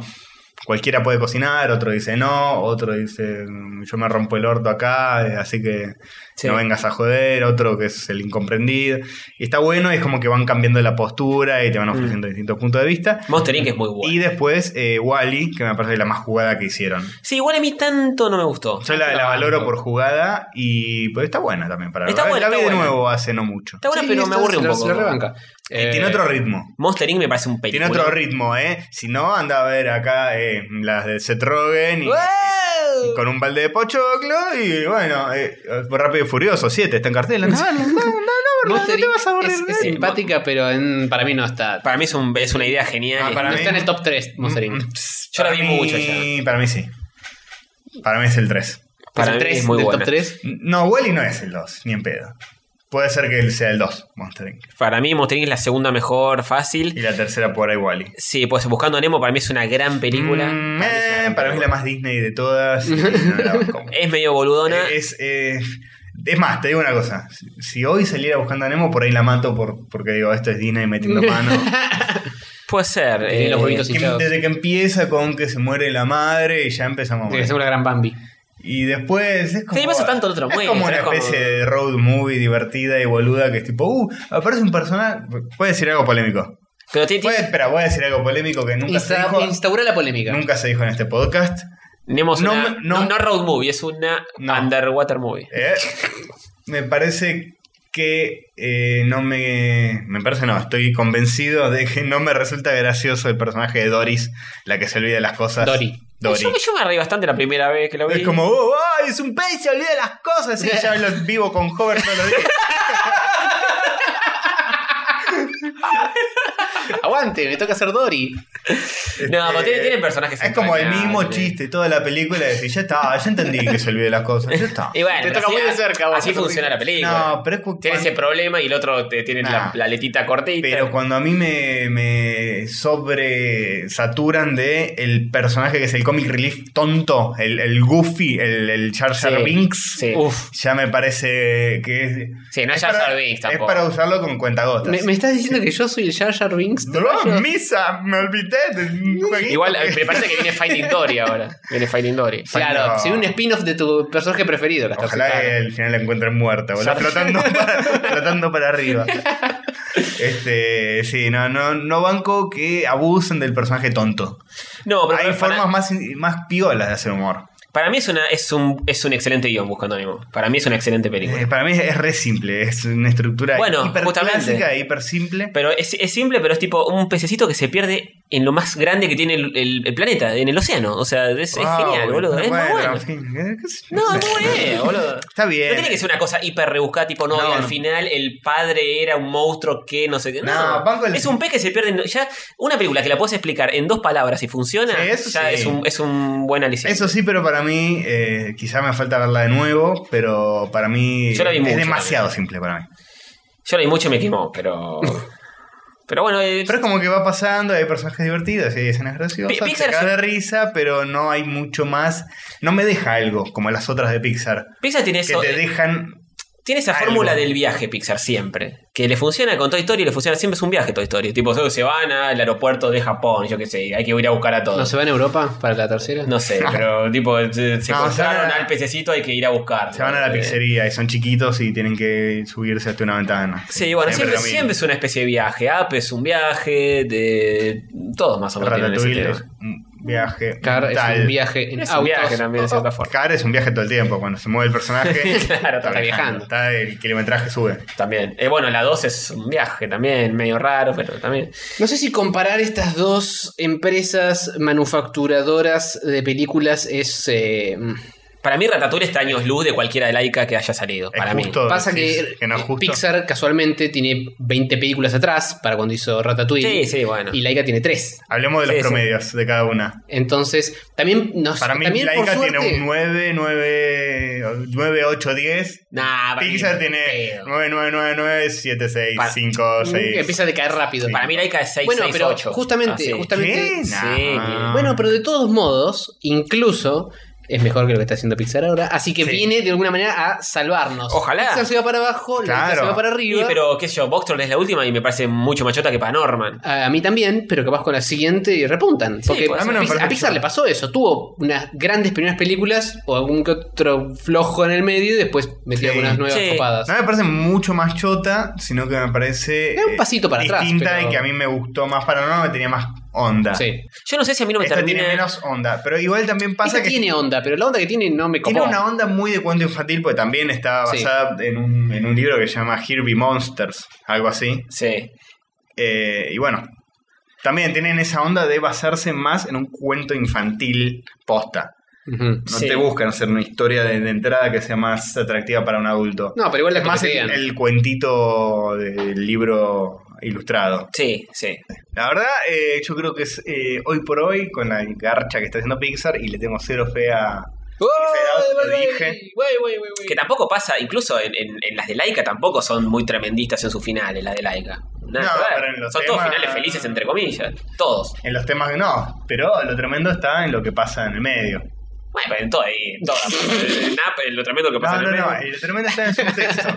Speaker 2: cualquiera puede cocinar, otro dice no, otro dice mm, yo me rompo el orto acá, eh, así que
Speaker 4: Sí.
Speaker 2: no vengas a joder, otro que es el incomprendido. Y está bueno, es como que van cambiando la postura y te van
Speaker 4: Mm.
Speaker 2: ofreciendo distintos puntos de vista.
Speaker 4: Monster Inc. es muy bueno.
Speaker 2: Y después Wally, que me parece la más jugada que hicieron.
Speaker 4: Sí, igual a mí tanto no me gustó.
Speaker 2: Yo la, la valoro por jugada y pues está buena también para
Speaker 4: Está
Speaker 2: la,
Speaker 4: buena,
Speaker 2: la vi
Speaker 4: está
Speaker 2: de
Speaker 4: buena.
Speaker 2: nuevo hace no mucho.
Speaker 4: Está buena,
Speaker 3: Sí,
Speaker 4: pero me
Speaker 3: esta
Speaker 4: aburre
Speaker 3: se
Speaker 4: un
Speaker 3: la-
Speaker 4: poco.
Speaker 3: se la rebanca.
Speaker 2: Y tiene
Speaker 3: Eh,
Speaker 2: otro ritmo.
Speaker 4: Monster Inc. me parece un
Speaker 2: Tiene
Speaker 4: película.
Speaker 2: otro ritmo, ¿eh? Si no, anda a ver acá eh, las de Seth Rogen y, y con un balde de pochoclo y bueno, eh, Rápido y Furioso 7 está en cartel. anda a verlo, anda, anda a verlo,
Speaker 3: Monster
Speaker 2: no te
Speaker 3: Inc.
Speaker 2: vas a aburrir.
Speaker 3: es, es
Speaker 2: eh.
Speaker 3: simpática, pero en- para mí no está.
Speaker 4: Para mí es, un- es una idea genial.
Speaker 2: Ah, para
Speaker 3: no
Speaker 2: mí-
Speaker 3: está en el top 3, Monster
Speaker 4: Mm.
Speaker 3: Inc.
Speaker 4: Yo la vi
Speaker 2: Para
Speaker 4: mucho
Speaker 2: mí-
Speaker 4: ya.
Speaker 2: Para mí sí. Para mí es el 3.
Speaker 4: Para
Speaker 3: es el
Speaker 4: mí
Speaker 3: 3
Speaker 4: es muy
Speaker 3: del
Speaker 4: buena.
Speaker 3: top 3.
Speaker 2: No, Wally no es el 2, ni en pedo. Puede ser que él sea el 2, Monster Inc.
Speaker 4: Para mí Monster Inc. es la segunda mejor,
Speaker 2: Y
Speaker 4: fácil.
Speaker 2: la tercera por ahí Wally.
Speaker 4: Sí, pues Buscando a Nemo para mí es una gran película.
Speaker 2: Mm,
Speaker 4: Para mí es una
Speaker 2: Eh, para mí es la más Disney de todas. y no
Speaker 4: *laughs*
Speaker 2: la banco.
Speaker 4: Es medio boludona.
Speaker 2: Eh, Es, eh, es más, te digo una cosa. Si- Si hoy saliera buscando a Nemo, por ahí la mato por, porque digo, esto es Disney
Speaker 4: *laughs*
Speaker 2: metiendo mano.
Speaker 4: Puede ser. eh,
Speaker 3: Tiene los huevitos
Speaker 2: Que-
Speaker 3: hinchados.
Speaker 2: desde que empieza con que se muere la madre y ya empezamos a
Speaker 3: Tiene que ser
Speaker 2: morir.
Speaker 3: una gran Bambi.
Speaker 2: Y después es como.
Speaker 4: Sí, pasa tanto, el otro
Speaker 2: es
Speaker 4: muere,
Speaker 2: como una
Speaker 4: es como-
Speaker 2: especie de road movie divertida y boluda que es tipo, uh, aparece un personaje. Voy a decir algo polémico.
Speaker 4: Pero tiene,
Speaker 2: Voy a-
Speaker 4: tiene-
Speaker 2: espera, voy a decir algo polémico que nunca se
Speaker 3: Insta-
Speaker 2: dijo.
Speaker 3: instaurar la polémica.
Speaker 2: Nunca se dijo en este podcast.
Speaker 4: tenemos
Speaker 2: No
Speaker 4: una-
Speaker 2: me-
Speaker 4: no,
Speaker 2: no-
Speaker 4: no road movie, es una
Speaker 2: No.
Speaker 4: underwater movie.
Speaker 2: Eh, me parece que eh, no me. Me parece no, estoy convencido de que no me resulta gracioso el personaje de Doris, la que se olvida de las cosas.
Speaker 3: Dory.
Speaker 2: Dory.
Speaker 4: Yo, me- yo me reí bastante la primera vez que lo vi.
Speaker 2: Es como, oh, ay, es un pez, se olvida de las cosas. Y ya lo vivo con Hover todos los días.
Speaker 3: Aguante, me toca ser Dory.
Speaker 4: No, pero tiene- tiene personajes
Speaker 2: este, Es como el mismo
Speaker 4: entrañables.
Speaker 2: chiste, toda la película. de Decir, ya está, ya entendí que se olvida de las cosas. Ya está.
Speaker 4: Y bueno,
Speaker 3: Te
Speaker 4: pero
Speaker 3: toca muy de cerca, vos.
Speaker 4: Así funciona la película.
Speaker 2: No, pero es cu-
Speaker 4: tiene ese problema y el otro te tiene
Speaker 2: Nah.
Speaker 4: la, la letita cortita.
Speaker 2: Pero cuando a mí me, me sobresaturan de el personaje que es el comic relief tonto, el, el Goofy, el, el Jar Jar
Speaker 4: Sí,
Speaker 2: Binks,
Speaker 4: sí.
Speaker 2: uf, ya me parece que es.
Speaker 4: Sí, no es
Speaker 2: es
Speaker 4: Jar Jar
Speaker 2: para-
Speaker 4: Binks
Speaker 2: Es
Speaker 4: tampoco.
Speaker 2: para usarlo con cuentagotas.
Speaker 3: ¿Me, me estás diciendo que yo soy el Jar Jar Binks? *laughs*
Speaker 2: ¡Oh, misa! Me olvidé del jueguito.
Speaker 4: Igual eh,
Speaker 2: que-
Speaker 4: me parece que
Speaker 2: *laughs*
Speaker 4: viene Fighting Dory ahora. Viene Fighting Dory.
Speaker 3: Claro,
Speaker 2: No.
Speaker 3: sería un spin-off de tu personaje preferido. la estás
Speaker 2: Ojalá que
Speaker 3: sacando.
Speaker 2: al final la encuentren muerta, boludo,
Speaker 4: *laughs*
Speaker 2: flotando, para, flotando para arriba. Este, sí, no, no, no banco que abusen del personaje tonto.
Speaker 4: No, pero
Speaker 2: Hay
Speaker 4: para,
Speaker 2: formas más, más piolas de hacer humor.
Speaker 4: para mí es, una, es, un, es un excelente guión buscando a Nemo. Para mí es una excelente película.
Speaker 2: Eh, para mí es re simple, es una estructura
Speaker 4: Bueno,
Speaker 2: hiper
Speaker 4: justamente.
Speaker 2: clásica, hiper simple.
Speaker 4: Pero es, es simple, pero es tipo un pececito que se pierde en lo más grande que tiene el, el- el planeta, en el océano. O sea, es, es
Speaker 2: Wow,
Speaker 4: genial, boludo. Es muy bueno.
Speaker 2: en fin, eh, qué sé yo.
Speaker 4: No, es muy
Speaker 2: *laughs*
Speaker 4: bueno, boludo.
Speaker 2: Está bien.
Speaker 4: No tiene que ser una cosa hiper rebuscada, tipo, no,
Speaker 2: No,
Speaker 4: y al
Speaker 2: no.
Speaker 4: final el padre era un monstruo que no sé qué. No,
Speaker 2: No, banco el-
Speaker 4: es un pez que se pierde. en- Ya, una película que la puedes explicar en dos palabras y funciona,
Speaker 2: Sí, eso
Speaker 4: ya
Speaker 2: sí.
Speaker 4: es, un, es un buen aliciente.
Speaker 2: Eso sí, pero para mí, eh, quizá me falta verla de nuevo, pero para mí
Speaker 4: Yo la vi
Speaker 2: es
Speaker 4: mucho
Speaker 2: demasiado simple para mí.
Speaker 4: Yo leí mucho y me quemó,
Speaker 2: *laughs*
Speaker 4: pero. pero bueno, eh,
Speaker 2: Pero es como que va pasando, hay personajes divertidos, hay escenas graciosas,
Speaker 4: Pi- Pixar
Speaker 2: te cagas de
Speaker 4: es-
Speaker 2: risa, pero no hay mucho más. No me deja algo, como las otras de Pixar,
Speaker 4: Pixar tiene
Speaker 2: que
Speaker 4: eso. eh,
Speaker 2: te dejan
Speaker 4: Tiene esa
Speaker 2: algo.
Speaker 4: fórmula del viaje, Pixar, siempre. Que le funciona con Toy Story, le funciona siempre es un viaje Toy Story. Tipo, se van al aeropuerto de Japón, yo qué sé, hay que ir a buscar a todos.
Speaker 3: ¿No se va en Europa para la tercera?
Speaker 2: *laughs*
Speaker 4: No sé, pero tipo, se se
Speaker 2: No,
Speaker 4: encontraron
Speaker 2: se van a-
Speaker 4: al pececito, hay que ir a buscar.
Speaker 2: Se van a la pizzería y son chiquitos y tienen que subirse hasta una ventana.
Speaker 4: Sí, bueno, siempre,
Speaker 2: lo mismo.
Speaker 4: siempre es una especie de viaje. App es un viaje, de todos más o menos tienen ese
Speaker 2: Ratatouille
Speaker 4: tema.
Speaker 2: es un viaje.
Speaker 3: Car es
Speaker 2: tal.
Speaker 3: un viaje en
Speaker 4: Es
Speaker 3: autos.
Speaker 4: un viaje también, de cierta forma.
Speaker 2: Car es un viaje todo el tiempo. Cuando se mueve el
Speaker 3: *laughs*
Speaker 2: personaje,
Speaker 4: Claro, está
Speaker 3: viajando.
Speaker 2: Está, el kilometraje sube.
Speaker 4: También. Eh, bueno, la 2 es un viaje también, medio raro, pero también.
Speaker 3: No sé si comparar estas dos empresas manufacturadoras de películas es... eh, mm.
Speaker 4: Para mí, Ratatouille está años luz de cualquiera de laica que haya salido.
Speaker 2: Es
Speaker 4: Para
Speaker 2: justo.
Speaker 3: Pasa
Speaker 2: decís
Speaker 3: que,
Speaker 2: que no es
Speaker 3: eh,
Speaker 2: justo.
Speaker 3: Pixar casualmente tiene 20 películas atrás para cuando hizo
Speaker 4: mí. Sí,
Speaker 3: Ratatouille.
Speaker 4: sí, bueno.
Speaker 3: Y Laika tiene 3.
Speaker 2: Hablemos de los
Speaker 4: Sí, sí.
Speaker 2: promedios de cada una.
Speaker 3: Entonces, también nos...
Speaker 2: Para mí,
Speaker 3: Pues también, por
Speaker 2: Laika tiene
Speaker 3: suerte-
Speaker 2: un 9, 9, 9, 8, 10.
Speaker 4: Nah, para mí
Speaker 2: Pixar
Speaker 4: ni
Speaker 2: tiene
Speaker 4: pedo.
Speaker 2: 9, 9, 9, 9, 7, 6,
Speaker 4: Para-
Speaker 2: 5, 6.
Speaker 3: mm, Empieza a decaer rápido.
Speaker 4: Para mí, laica es 6,
Speaker 3: Bueno,
Speaker 4: 6,
Speaker 3: pero
Speaker 4: 8.
Speaker 3: justamente- justamente-
Speaker 2: ¿Qué?
Speaker 4: Ah, Sí,
Speaker 2: Nah.
Speaker 4: que-
Speaker 3: Bueno, pero de todos modos, incluso es mejor que lo que está haciendo Pixar ahora, así que
Speaker 2: Sí.
Speaker 3: viene de alguna manera a salvarnos.
Speaker 4: Ojalá.
Speaker 3: Pixar se va para abajo, la
Speaker 2: Claro.
Speaker 3: se va para
Speaker 4: Sí,
Speaker 3: arriba.
Speaker 4: pero qué sé yo, Boxtron es la última y me parece mucho machota que para Norman.
Speaker 3: A a mí también, pero capaz con la siguiente y repuntan.
Speaker 4: Sí,
Speaker 3: porque
Speaker 4: pues,
Speaker 3: a,
Speaker 4: a mí no me
Speaker 3: Pixar,
Speaker 2: parece
Speaker 3: a Pixar
Speaker 2: mucho.
Speaker 3: le pasó eso. Tuvo unas grandes primeras películas o algún que otro flojo en el medio y después metió
Speaker 2: Sí.
Speaker 3: algunas nuevas
Speaker 4: Sí.
Speaker 3: copadas.
Speaker 2: No me parece mucho más chota, sino que me parece.
Speaker 3: Es un
Speaker 2: eh,
Speaker 3: pasito para atrás,
Speaker 2: distinta
Speaker 3: pero-
Speaker 2: y que a mí me gustó más para no, me tenía más onda.
Speaker 3: Sí.
Speaker 4: Yo no sé si a mí no me
Speaker 2: Esta
Speaker 4: termina.
Speaker 2: tiene menos onda, pero igual también pasa
Speaker 3: Esta
Speaker 2: que
Speaker 3: tiene onda, pero la onda que tiene no me copó.
Speaker 2: tiene una onda muy de cuento infantil, porque también está
Speaker 3: Sí.
Speaker 2: basada en, un, en un libro que se llama Herbie Monsters, algo así.
Speaker 4: Sí.
Speaker 2: Eh, y bueno, también tienen esa onda de basarse más en un cuento infantil posta.
Speaker 3: Ujú.
Speaker 2: No
Speaker 4: Sí.
Speaker 2: te buscan hacer una historia de, de entrada que sea más atractiva para un adulto.
Speaker 3: No, pero igual la
Speaker 2: es más el,
Speaker 3: copetean.
Speaker 2: el cuentito del libro ilustrado.
Speaker 4: Sí, sí.
Speaker 2: La verdad, eh, yo creo que es eh, hoy por hoy, con la garcha que está haciendo Pixar, y le tengo cero fe a... Out, lo dije.
Speaker 4: Que tampoco pasa, incluso en, en- en las de Laika tampoco son muy tremendistas en sus finales, las de Laika. nada
Speaker 2: No,
Speaker 4: que ver.
Speaker 2: pero en los
Speaker 4: Son todos
Speaker 2: temas-
Speaker 4: finales felices, entre comillas. Todos.
Speaker 2: En los temas que no, pero lo tremendo está en lo que pasa en el medio.
Speaker 4: Bueno, pero en todo ahí. En todo.
Speaker 3: *laughs*
Speaker 4: En Nap, en lo tremendo que pasa
Speaker 2: No, no,
Speaker 4: en el medio.
Speaker 2: no, el tremendo está en el
Speaker 4: *laughs*
Speaker 2: subtexto.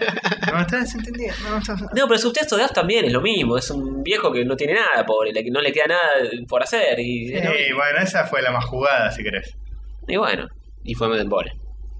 Speaker 2: No, está desentendido. No, está...
Speaker 4: No, pero el subtexto de Oz también es lo mismo. Es un viejo que no tiene nada, pobre, le- que no le queda nada por hacer. Y, es lo
Speaker 2: Eh,
Speaker 4: mismo.
Speaker 2: bueno, esa fue la más jugada, si querés.
Speaker 4: Y bueno,
Speaker 3: Y fue Medenbore,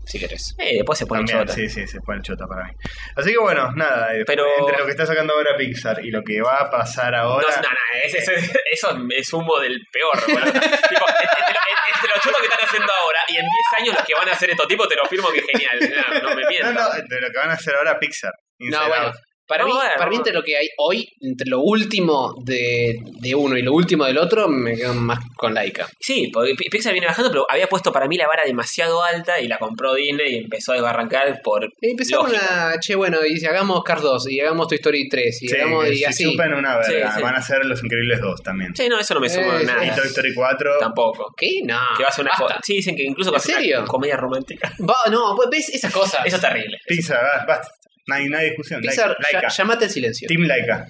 Speaker 3: si querés.
Speaker 4: eh, después se pone
Speaker 2: También,
Speaker 4: chota.
Speaker 2: sí, sí, se fue el chota para mí. Así que bueno, nada, eh,
Speaker 4: Pero-
Speaker 2: entre lo que está sacando ahora Pixar y lo que va a pasar
Speaker 4: No,
Speaker 2: ahora...
Speaker 4: no, no, es- es- es- eso es humo del peor. boludo. Tipo, entre, lo- entre los chotos que están haciendo ahora y en 10 años los que van a hacer estos tipos, te lo firmo que es genial. No, *laughs* no me
Speaker 2: No,
Speaker 4: mientas.
Speaker 2: no, de lo que van a hacer ahora Pixar.
Speaker 3: No,
Speaker 2: Inside
Speaker 3: bueno.
Speaker 2: Out.
Speaker 3: Para,
Speaker 4: No,
Speaker 3: mí,
Speaker 4: bueno,
Speaker 3: para mí,
Speaker 4: no.
Speaker 3: entre lo que hay hoy, entre lo último de, de uno y lo último del otro, me quedo más con Laika.
Speaker 4: Sí, porque Pi- Pixar viene bajando, pero había puesto para mí la vara demasiado alta y la compró Disney y empezó a desbarrancar por.
Speaker 3: Y Empezó con
Speaker 4: lógica.
Speaker 3: la, che, bueno, y si hagamos Cars 2, y hagamos Toy Story 3, y
Speaker 2: Sí,
Speaker 3: hagamos,
Speaker 2: que
Speaker 3: y
Speaker 2: se
Speaker 3: así.
Speaker 2: chupan una verga.
Speaker 4: Sí, sí.
Speaker 2: Van a ser Los Increíbles 2 también.
Speaker 4: Sí, no, eso no me suma
Speaker 3: Eh,
Speaker 4: nada.
Speaker 2: Y Toy Story 4...
Speaker 4: Tampoco.
Speaker 3: ¿Qué? No.
Speaker 4: Que va a ser una
Speaker 3: basta.
Speaker 4: co- Sí, dicen que incluso
Speaker 3: ¿En
Speaker 4: va a ser
Speaker 3: serio?
Speaker 4: una comedia romántica.
Speaker 3: Va- no, pues, ves esas cosas.
Speaker 4: Eso es terrible.
Speaker 2: Pixar, va- basta. No hay, no hay discusión.
Speaker 3: Pixar,
Speaker 2: Laika.
Speaker 3: ya- llamate al silencio.
Speaker 2: Team Laika.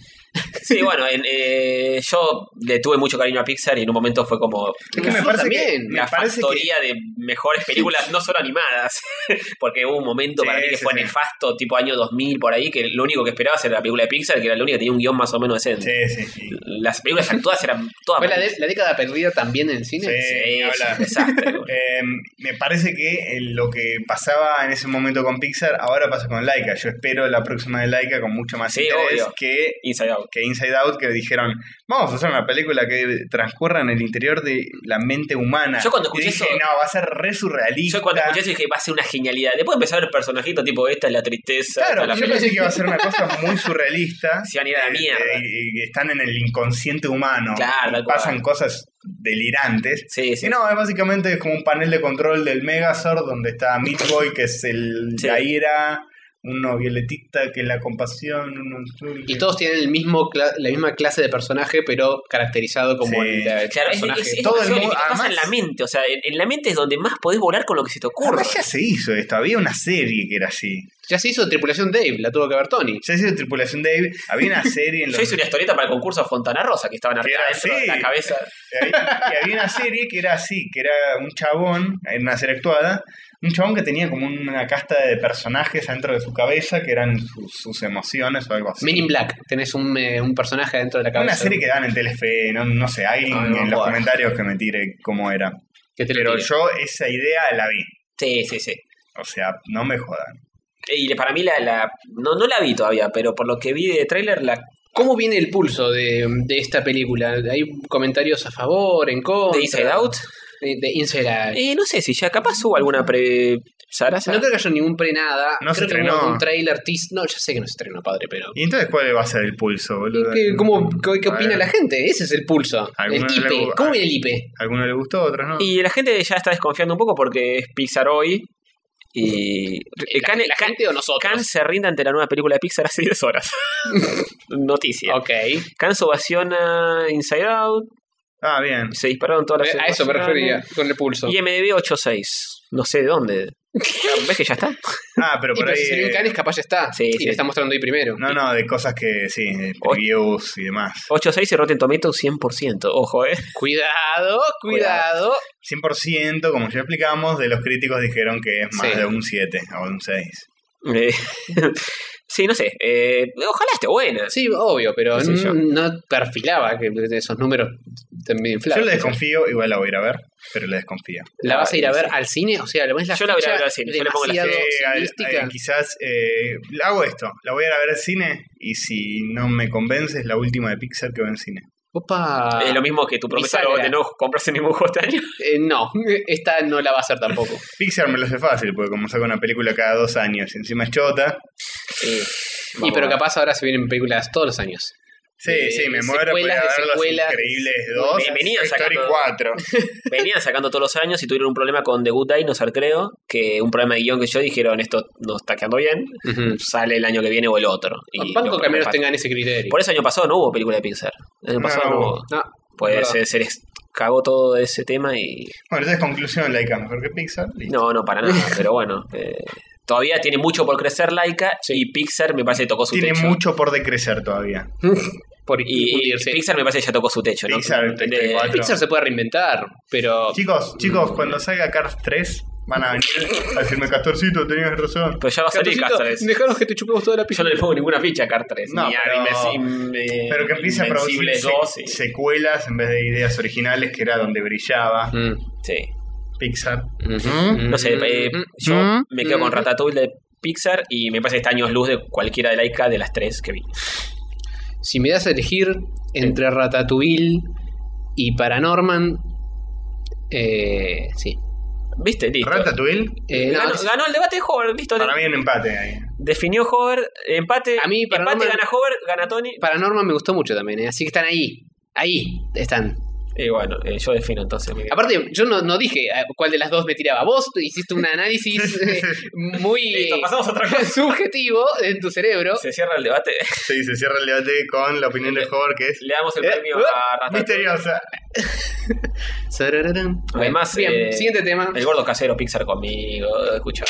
Speaker 4: Sí, bueno, en, eh, yo le tuve mucho cariño a Pixar y en un momento fue como
Speaker 2: Es que me
Speaker 3: Nosotros
Speaker 2: parece que...
Speaker 3: también,
Speaker 2: me
Speaker 4: la
Speaker 2: parece que-
Speaker 4: factoría de mejores películas, no solo animadas, *laughs* porque hubo un momento
Speaker 2: Sí,
Speaker 4: para mí que
Speaker 2: sí,
Speaker 4: fue
Speaker 2: sí.
Speaker 4: nefasto, tipo año 2000 por ahí, que lo único que esperabas era la película de Pixar, que era la única que tenía un guión más o menos decente.
Speaker 2: Sí, sí, sí.
Speaker 4: Las películas actuadas eran todas
Speaker 3: ¿Fue la,
Speaker 4: malísimas.
Speaker 3: de- la década perdida también en el cine?
Speaker 2: Sí.
Speaker 4: Sí,
Speaker 2: ni
Speaker 4: es un
Speaker 2: hablar. *laughs*
Speaker 4: desastre, boludo.
Speaker 2: Eh, me parece que eh, lo que pasaba en ese momento con Pixar, ahora pasa con Laika. Yo espero la próxima de Laika con mucho más
Speaker 4: Sí,
Speaker 2: interés
Speaker 4: obvio.
Speaker 2: que,
Speaker 4: Inside Out.
Speaker 2: que Inside Out, que dijeron, vamos a hacer una película que transcurra en el interior de la mente humana.
Speaker 4: Yo
Speaker 2: Y
Speaker 4: cuando escuché
Speaker 2: dije,
Speaker 4: eso-
Speaker 2: no, va a ser re surrealista.
Speaker 4: Yo cuando escuché eso dije, va a ser una genialidad. Después empezar a ver personajitos tipo, esta es la tristeza, esta es
Speaker 2: Claro,
Speaker 4: la
Speaker 2: yo
Speaker 4: felicidad.
Speaker 2: pensé que iba a ser una cosa muy surrealista.
Speaker 4: *laughs* Se van a ir a la
Speaker 2: Eh,
Speaker 4: mierda.
Speaker 2: eh, y- y están en el inconsciente humano.
Speaker 4: Claro,
Speaker 2: y
Speaker 4: tal cual.
Speaker 2: pasan cosas delirantes.
Speaker 4: Sí, sí.
Speaker 2: Y no, es básicamente es como un panel de control del Megazord donde está Meat Boy, que es el,
Speaker 4: Sí.
Speaker 2: la ira, uno violetita, que es la compasión, uno azul,
Speaker 3: Y
Speaker 2: que-
Speaker 3: todos tienen el mismo cla- la misma clase de personaje, pero caracterizado como
Speaker 2: Sí.
Speaker 3: el, el
Speaker 4: Claro, es,
Speaker 3: personaje.
Speaker 4: es- es
Speaker 2: Todo el mundo-
Speaker 4: demasiado límite, pasa
Speaker 2: además-
Speaker 4: en la mente, o sea, en, en la mente es donde más podés volar con lo que se te ocurre.
Speaker 2: Además, ya se hizo esto, había una serie que era así.
Speaker 3: Ya se hizo Tripulación Dave, la tuvo que ver Tony.
Speaker 2: Ya se hizo Tripulación Dave, había una
Speaker 4: *laughs*
Speaker 2: serie en los
Speaker 4: Yo hice una historieta para el concurso de Fontana Rosa que estaban
Speaker 2: Era
Speaker 4: arriba dentro de
Speaker 2: así.
Speaker 4: la cabeza.
Speaker 2: Y había, y había una serie que era así, que era un chabón, en una serie actuada, un chabón que tenía como una casta de personajes dentro de su cabeza, que eran sus, sus emociones o algo así.
Speaker 3: Men in Black, tenés un, eh, un personaje dentro de la cabeza.
Speaker 2: Una serie que dan en Telefe, no, no sé, alguien
Speaker 3: No, no me
Speaker 2: en los
Speaker 3: acuerdo.
Speaker 2: comentarios que me tire cómo era.
Speaker 3: que te lo
Speaker 2: Pero
Speaker 3: tira.
Speaker 2: yo esa idea la vi.
Speaker 4: Sí, sí, sí.
Speaker 2: O sea, no me jodan.
Speaker 4: Y le- para mí la, la- no, no la vi todavía, pero por lo que vi de tráiler la
Speaker 3: ¿Cómo viene el pulso de, de esta película? ¿Hay comentarios a favor, en contra?
Speaker 4: de Inside Out,
Speaker 3: De, de Inside Out.
Speaker 4: eh, no sé si ya capaz hubo alguna pre zaraza.
Speaker 3: No creo que haya ningún pre nada.
Speaker 2: No se
Speaker 3: creo que hubo
Speaker 2: estrenó.
Speaker 3: un trailer tease. No, ya sé que no se estrenó, padre, pero.
Speaker 2: ¿Y entonces cuál va a ser el pulso, boludo?
Speaker 3: ¿Qué, cómo- qué- qué
Speaker 2: A
Speaker 3: opina
Speaker 2: ver.
Speaker 3: la gente? Ese es el pulso. El
Speaker 2: Alguna
Speaker 3: tipe.
Speaker 2: le-
Speaker 3: ¿Cómo viene el IP?
Speaker 2: Algunos le gustó, otros no.
Speaker 4: Y la gente ya está desconfiando un poco porque es Pixar hoy. Y eh,
Speaker 3: ¿La,
Speaker 4: Can,
Speaker 3: la
Speaker 4: Can-
Speaker 3: gente o nosotros?
Speaker 4: Can se rinde ante la nueva película de Pixar hace *laughs* 10
Speaker 3: *laughs*
Speaker 4: horas. Noticia.
Speaker 3: Ok. A
Speaker 4: Can se ovaciona Inside Out.
Speaker 2: Ah, bien.
Speaker 4: Se dispararon todas las
Speaker 3: eso me
Speaker 4: ovaciones.
Speaker 3: refería, con el pulso. Y,
Speaker 4: IMDb 8.6. No sé de dónde.
Speaker 3: *laughs*
Speaker 4: ¿Ves que ya está?
Speaker 2: Ah, pero por
Speaker 3: pero
Speaker 2: ahí...
Speaker 3: si salió en
Speaker 2: eh,
Speaker 3: Cannes, capaz ya está.
Speaker 4: Sí,
Speaker 3: y
Speaker 4: sí.
Speaker 3: le está mostrando ahí primero.
Speaker 2: No, no, de cosas que sí, de
Speaker 4: Oy.
Speaker 2: previews y demás.
Speaker 4: 8.6 y Rotten Tomatoes 100%. Ojo, eh.
Speaker 3: Cuidado, cuidado.
Speaker 2: 100%, como ya explicamos, de los críticos dijeron que es más
Speaker 3: Sí.
Speaker 2: de un 7 o de un 6.
Speaker 4: Eh, *laughs* sí, no sé. Eh, ojalá esté buena.
Speaker 3: Sí, obvio, pero
Speaker 4: Qué sé yo.
Speaker 3: n- no perfilaba que de esos números te medio inflados.
Speaker 2: Yo le desconfío, igual la voy a ir a ver, pero le desconfío.
Speaker 3: ¿La vas a ir a
Speaker 4: Sí.
Speaker 3: ver al cine? O sea, ¿la ves la
Speaker 4: Yo la voy a ir a
Speaker 3: fecha
Speaker 4: ver al cine, yo le pongo la
Speaker 2: Eh,
Speaker 3: demasiado
Speaker 2: al-
Speaker 3: cineística?
Speaker 2: eh, quizás eh, hago esto, la voy a ir a ver al cine y si no me convence es la última de Pixar que va en cine.
Speaker 3: Opa.
Speaker 4: Es lo mismo que tu promesa
Speaker 3: bisagra.
Speaker 4: de no comprarse ningún juego este año.
Speaker 3: Eh, no, esta no la va a
Speaker 4: *laughs*
Speaker 3: hacer tampoco.
Speaker 2: Pixar me lo hace fácil, porque como saca una película cada dos años y encima es chota,
Speaker 4: *laughs*
Speaker 3: y
Speaker 4: Vamos
Speaker 3: pero
Speaker 4: a ver.
Speaker 3: capaz ahora se vienen películas todos los años.
Speaker 2: sí,
Speaker 3: Eh,
Speaker 2: sí, me
Speaker 3: de
Speaker 2: muero por ir a
Speaker 3: secuelas, de
Speaker 2: ver Los
Speaker 3: secuelas.
Speaker 2: Increíbles 2,
Speaker 4: Ven- venían
Speaker 2: Toy Story
Speaker 4: sacando-
Speaker 2: 4.
Speaker 4: *laughs* Venían sacando todos los años y tuvieron un problema con The Good Dinosaur, creo. Que un problema de guión que yo dijeron, esto no está quedando bien. Sale el año que viene o el otro. Y
Speaker 3: Banco
Speaker 4: lo-
Speaker 3: que al menos
Speaker 4: lo-
Speaker 3: tengan ese criterio.
Speaker 4: Por eso el año pasado no hubo película de Pixar. El año
Speaker 2: No,
Speaker 4: pasado no
Speaker 2: no
Speaker 4: hubo.
Speaker 2: hubo.
Speaker 3: No,
Speaker 4: Pues
Speaker 3: es verdad.
Speaker 4: se, se les cagó todo ese tema y.
Speaker 2: Bueno, entonces conclusión, Laika mejor que Pixar. listo.
Speaker 4: No, no, para
Speaker 2: *laughs*
Speaker 4: nada. pero bueno. eh, todavía tiene mucho por crecer Laika
Speaker 3: Sí.
Speaker 4: y Pixar me parece que tocó su
Speaker 2: Tiene
Speaker 4: techo.
Speaker 2: mucho por decrecer todavía.
Speaker 3: *laughs* por
Speaker 4: Y, y
Speaker 3: hundirse.
Speaker 4: Pixar me parece que ya tocó su techo, ¿no?
Speaker 2: Pixar,
Speaker 4: De-
Speaker 2: 34.
Speaker 3: Pixar se puede reinventar, pero
Speaker 2: Chicos, chicos, cuando salga Cars 3 van a venir a decirme, Castorcito, tenías razón.
Speaker 4: Pero ya va a salir
Speaker 3: Cartoncito,
Speaker 4: Cars 3.
Speaker 3: Dejanos que te chupemos toda la
Speaker 4: Yo
Speaker 3: pizza.
Speaker 4: no le pongo ninguna ficha a Cars 3.
Speaker 2: No,
Speaker 4: ni a
Speaker 2: pero-
Speaker 4: Invencible,
Speaker 2: Pero que empiece a producir
Speaker 4: Invencible
Speaker 2: se-
Speaker 4: 2. y-
Speaker 2: secuelas en vez de ideas originales, que era donde brillaba
Speaker 3: Mm.
Speaker 4: sí.
Speaker 2: Pixar.
Speaker 3: Mm.
Speaker 4: No sé, eh, yo
Speaker 2: Mm.
Speaker 4: me quedo con
Speaker 3: Mm.
Speaker 4: Ratatouille de Pixar y me parece que está años luz de cualquiera de Laika de las tres que vi.
Speaker 3: Si me das a elegir entre Ratatouille y Paranorman, eh, sí.
Speaker 4: ¿Viste? Listo.
Speaker 2: Ratatouille,
Speaker 3: Eh, no,
Speaker 4: ganó,
Speaker 3: es-
Speaker 4: ganó el debate Hover, listo.
Speaker 2: para mí un empate ahí.
Speaker 4: Definió Hover, empate.
Speaker 3: A mí, para
Speaker 4: empate
Speaker 3: no me-
Speaker 4: gana Hover, gana Tony.
Speaker 3: Paranorman me gustó mucho también, eh, así que están ahí. Ahí están.
Speaker 4: Y bueno, eh, yo defino entonces. mi-
Speaker 3: Aparte, yo no, no dije eh, cuál de las dos me tiraba. Vos hiciste
Speaker 4: *laughs*
Speaker 3: un análisis eh, muy
Speaker 4: Listo,
Speaker 3: eh,
Speaker 4: pasamos a otra cosa.
Speaker 3: *laughs* subjetivo en tu cerebro.
Speaker 4: Se cierra el debate. *laughs*
Speaker 2: Sí, se cierra el debate con la opinión de Hover, que es
Speaker 4: Le damos el
Speaker 3: Eh,
Speaker 4: premio
Speaker 3: eh,
Speaker 4: a Ratatouille.
Speaker 2: misteriosa.
Speaker 3: Sarararán.
Speaker 4: Además,
Speaker 3: Bien,
Speaker 4: eh,
Speaker 3: siguiente tema.
Speaker 4: El gordo casero Pixar conmigo, escucha.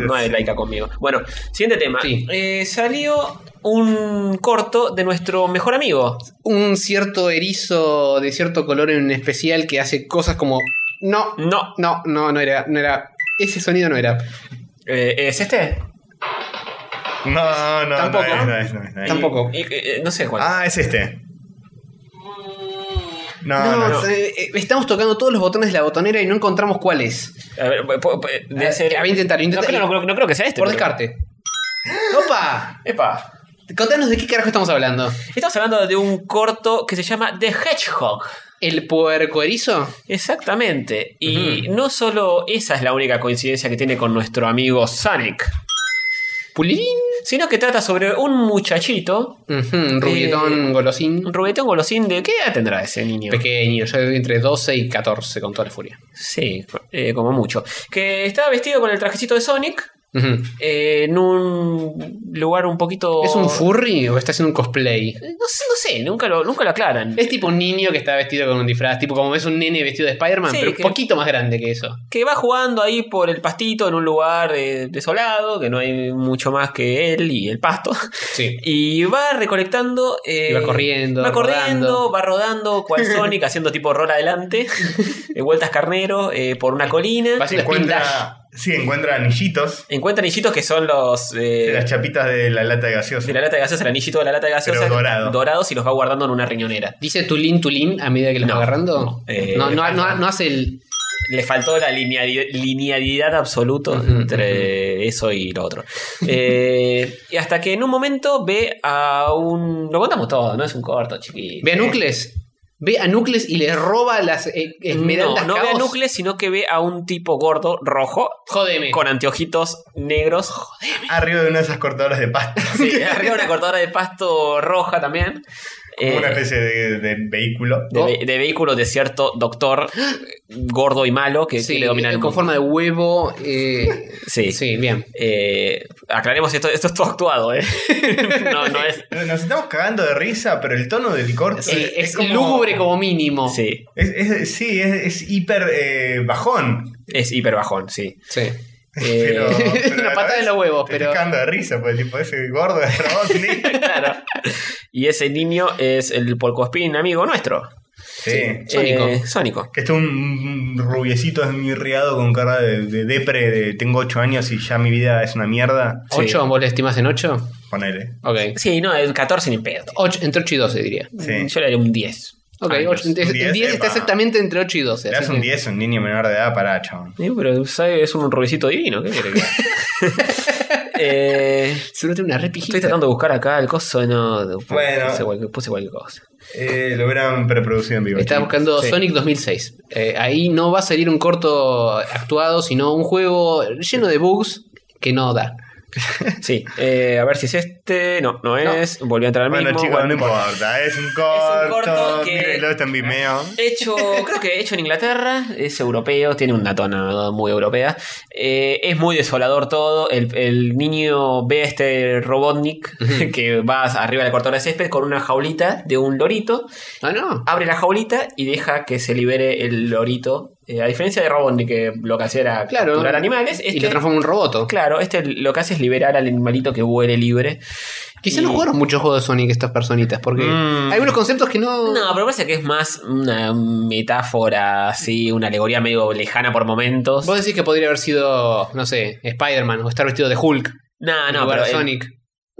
Speaker 4: No es laica conmigo. Bueno, siguiente tema.
Speaker 3: Sí.
Speaker 4: Eh, salió un corto de nuestro mejor amigo.
Speaker 3: Un cierto erizo de cierto color en especial que hace cosas como. No,
Speaker 4: No.
Speaker 3: no, no, no era, no era. Ese sonido no era.
Speaker 4: Eh, ¿Es este?
Speaker 2: No, no,
Speaker 3: Tampoco.
Speaker 2: no es, no es, no es, no es.
Speaker 3: Tampoco.
Speaker 4: Y- y- y- no sé cuál.
Speaker 2: Ah, es este. No,
Speaker 3: No,
Speaker 2: no, no.
Speaker 3: eh, eh, estamos tocando todos los botones de la botonera y no encontramos
Speaker 2: Este,
Speaker 3: cuáles.
Speaker 4: A ver, po- po- de
Speaker 3: a
Speaker 4: ser-
Speaker 3: ver, intentalo,
Speaker 4: No
Speaker 3: intentalo.
Speaker 4: creo, no creo- no creo que sea este.
Speaker 3: Por
Speaker 4: pero-
Speaker 3: descarte. ¡Opa!
Speaker 4: Epa.
Speaker 3: Contanos de qué carajo estamos hablando.
Speaker 4: Estamos hablando de un corto que se llama The Hedgehog.
Speaker 3: ¿El puerco erizo?
Speaker 4: Exactamente. Y no solo esa es la única coincidencia que tiene con nuestro amigo Sonic,
Speaker 3: Pulirín.
Speaker 4: sino que trata sobre un muchachito
Speaker 3: Ujú, un rubietón, golosín.
Speaker 4: Eh, Un rubetón golosín de qué edad tendrá ese niño?
Speaker 3: Pequeño, yo entre 12 y 14 con toda la furia.
Speaker 4: sí, eh, como mucho. Que estaba vestido con el trajecito de Sonic
Speaker 3: Ujú.
Speaker 4: eh, en un lugar un poquito. Eh,
Speaker 3: ¿Es un furry o está haciendo un cosplay?
Speaker 4: No sé, no sé, nunca lo, nunca lo aclaran.
Speaker 3: Es tipo un niño que está vestido con un disfraz, tipo como es un nene vestido de Spider-Man,
Speaker 4: Sí,
Speaker 3: pero un
Speaker 4: que-
Speaker 3: poquito más grande que eso.
Speaker 4: Que va jugando ahí por el pastito en un lugar eh, desolado, que no hay mucho más que él y el pasto.
Speaker 3: Sí.
Speaker 4: *laughs* Y va recolectando. eh,
Speaker 3: Y va corriendo,
Speaker 4: Va corriendo,
Speaker 3: rodando.
Speaker 4: va rodando,
Speaker 3: *laughs*
Speaker 4: cual Sonic, haciendo tipo rol adelante, eh, vueltas carnero, eh, por una colina.
Speaker 3: Va- haciendo
Speaker 2: Encuentra, sí, encuentra anillitos
Speaker 4: Encuentran anillitos que son los. eh,
Speaker 2: de las chapitas de la lata de
Speaker 4: de
Speaker 2: gaseosa.
Speaker 4: la lata de gaseosa, el anillito de la lata de gaseosa.
Speaker 2: Pero dorado.
Speaker 4: Dorados y los va guardando en una riñonera.
Speaker 3: ¿Dice Tulín Tulín a medida que lo
Speaker 4: No,
Speaker 3: va agarrando?
Speaker 4: no. Eh,
Speaker 3: no, no,
Speaker 4: falta.
Speaker 3: no- no hace el.
Speaker 4: Le faltó la lineali- linealidad absoluta
Speaker 3: Ujú,
Speaker 4: entre eso y lo otro. Eh, y hasta que en un momento ve a un. Lo contamos todo, ¿no? Es un corto, chiquito.
Speaker 3: ¿Ve a Nucles? ¿Ve a Nucles y le roba las eh, esmeraldas?
Speaker 4: No, no ve a
Speaker 3: caos?
Speaker 4: Nucleus, sino que ve a un tipo gordo, rojo,
Speaker 3: Jódeme.
Speaker 4: con anteojitos negros.
Speaker 2: Arriba de una de esas cortadoras de pasta.
Speaker 4: Sí, arriba una cortadora de pasto roja también.
Speaker 2: Como una
Speaker 4: Eh,
Speaker 2: especie de, de vehículo.
Speaker 4: de, ve- de vehículo de cierto doctor gordo y malo que
Speaker 3: Sí, eh,
Speaker 4: quiere dominar el
Speaker 3: con
Speaker 4: mundo.
Speaker 3: forma de huevo. eh,
Speaker 4: Sí.
Speaker 3: sí, bien.
Speaker 4: Eh, aclaremos esto, esto es todo actuado,
Speaker 2: *laughs*
Speaker 4: ¿eh? no, no es.
Speaker 2: Nos estamos cagando de risa, pero el tono del corte
Speaker 3: Sí, es,
Speaker 2: como-
Speaker 3: lúgubre como mínimo.
Speaker 4: Sí,
Speaker 2: Es, es- sí, es, es hiper eh, bajón.
Speaker 4: es hiper bajón, sí.
Speaker 2: *laughs*
Speaker 3: Sí.
Speaker 4: Eh,
Speaker 2: Pero, pero
Speaker 3: Una
Speaker 2: a la
Speaker 3: patada
Speaker 2: vez
Speaker 3: en los huevos,
Speaker 2: te
Speaker 3: pero-
Speaker 2: estás cagando de risa, pues tipo ese gordo de robot. ¿sí?
Speaker 4: claro. Y ese niño es el porcospín amigo nuestro.
Speaker 2: sí.
Speaker 3: Sónico.
Speaker 4: Eh, Sónico.
Speaker 2: Que está un rubiecito esmirriado con cara de, de depre de tengo 8 años y ya mi vida es una mierda.
Speaker 4: Sí.
Speaker 3: ¿Ocho? ¿Vos le estimas en 8?
Speaker 2: Ponele.
Speaker 3: Ok.
Speaker 4: Sí, no, el 14 ni pedo.
Speaker 3: Ocho- entre 8 y 12, diría.
Speaker 2: Sí.
Speaker 4: Mm, Yo le haré un Ah, 10.
Speaker 3: Ok,
Speaker 4: Años.
Speaker 3: ocho- entonces,
Speaker 2: Un diez,
Speaker 3: el 10
Speaker 2: epa.
Speaker 3: está exactamente entre 8 y 12.
Speaker 2: Le das
Speaker 3: así
Speaker 2: un
Speaker 3: que-
Speaker 2: 10 a un niño menor de edad, pará, chabón.
Speaker 4: Eh, pero ¿sabe? es un rubicito divino. ¿qué quiere que haga?
Speaker 2: *laughs*
Speaker 4: Eh,
Speaker 3: Seguro tiene una
Speaker 4: estoy
Speaker 3: repijita.
Speaker 4: tratando de buscar acá el coso. No,
Speaker 2: Bueno.
Speaker 4: puse, cualquier, puse cualquier cosa.
Speaker 2: Eh, lo hubieran preproducido en vivo.
Speaker 3: Estaba
Speaker 2: chicos.
Speaker 3: buscando
Speaker 4: Sí.
Speaker 3: Sonic 2006. Eh, ahí no va a salir un corto actuado, sino un juego lleno de bugs que no da.
Speaker 4: Sí, eh, a ver si es este. No, no es. Volví a entrar al
Speaker 2: Bueno,
Speaker 4: mismo.
Speaker 2: chicos, no
Speaker 4: Bueno,
Speaker 2: importa. Es un corto.
Speaker 4: corto que-
Speaker 2: mírenlo, está en Vimeo.
Speaker 4: Hecho, creo que hecho en Inglaterra, es europeo, tiene una tonada muy europea. Eh, es muy desolador todo. El, el niño ve a este Robotnik que va arriba de la cortadora de césped con una jaulita de un lorito.
Speaker 3: Ah, no.
Speaker 4: Abre la jaulita y deja que se libere el lorito. Eh, a diferencia de Robondi, que lo que hacía era
Speaker 3: Claro.
Speaker 4: capturar animales,
Speaker 3: Y lo
Speaker 4: este,
Speaker 3: transforma en un roboto.
Speaker 4: claro, este lo que hace es liberar al animalito que huele libre.
Speaker 3: Quizá
Speaker 4: Y-
Speaker 3: no jugaron muchos juegos de Sonic estas personitas, porque
Speaker 2: Mm.
Speaker 3: hay unos conceptos que no.
Speaker 4: No, pero parece que es más una metáfora, así, una alegoría medio lejana por momentos.
Speaker 3: Vos decís que podría haber sido, no sé, Spider-Man o estar vestido de Hulk.
Speaker 4: Ah, No,
Speaker 3: en
Speaker 4: no,
Speaker 3: lugar
Speaker 4: pero.
Speaker 3: de
Speaker 4: el-
Speaker 3: Sonic.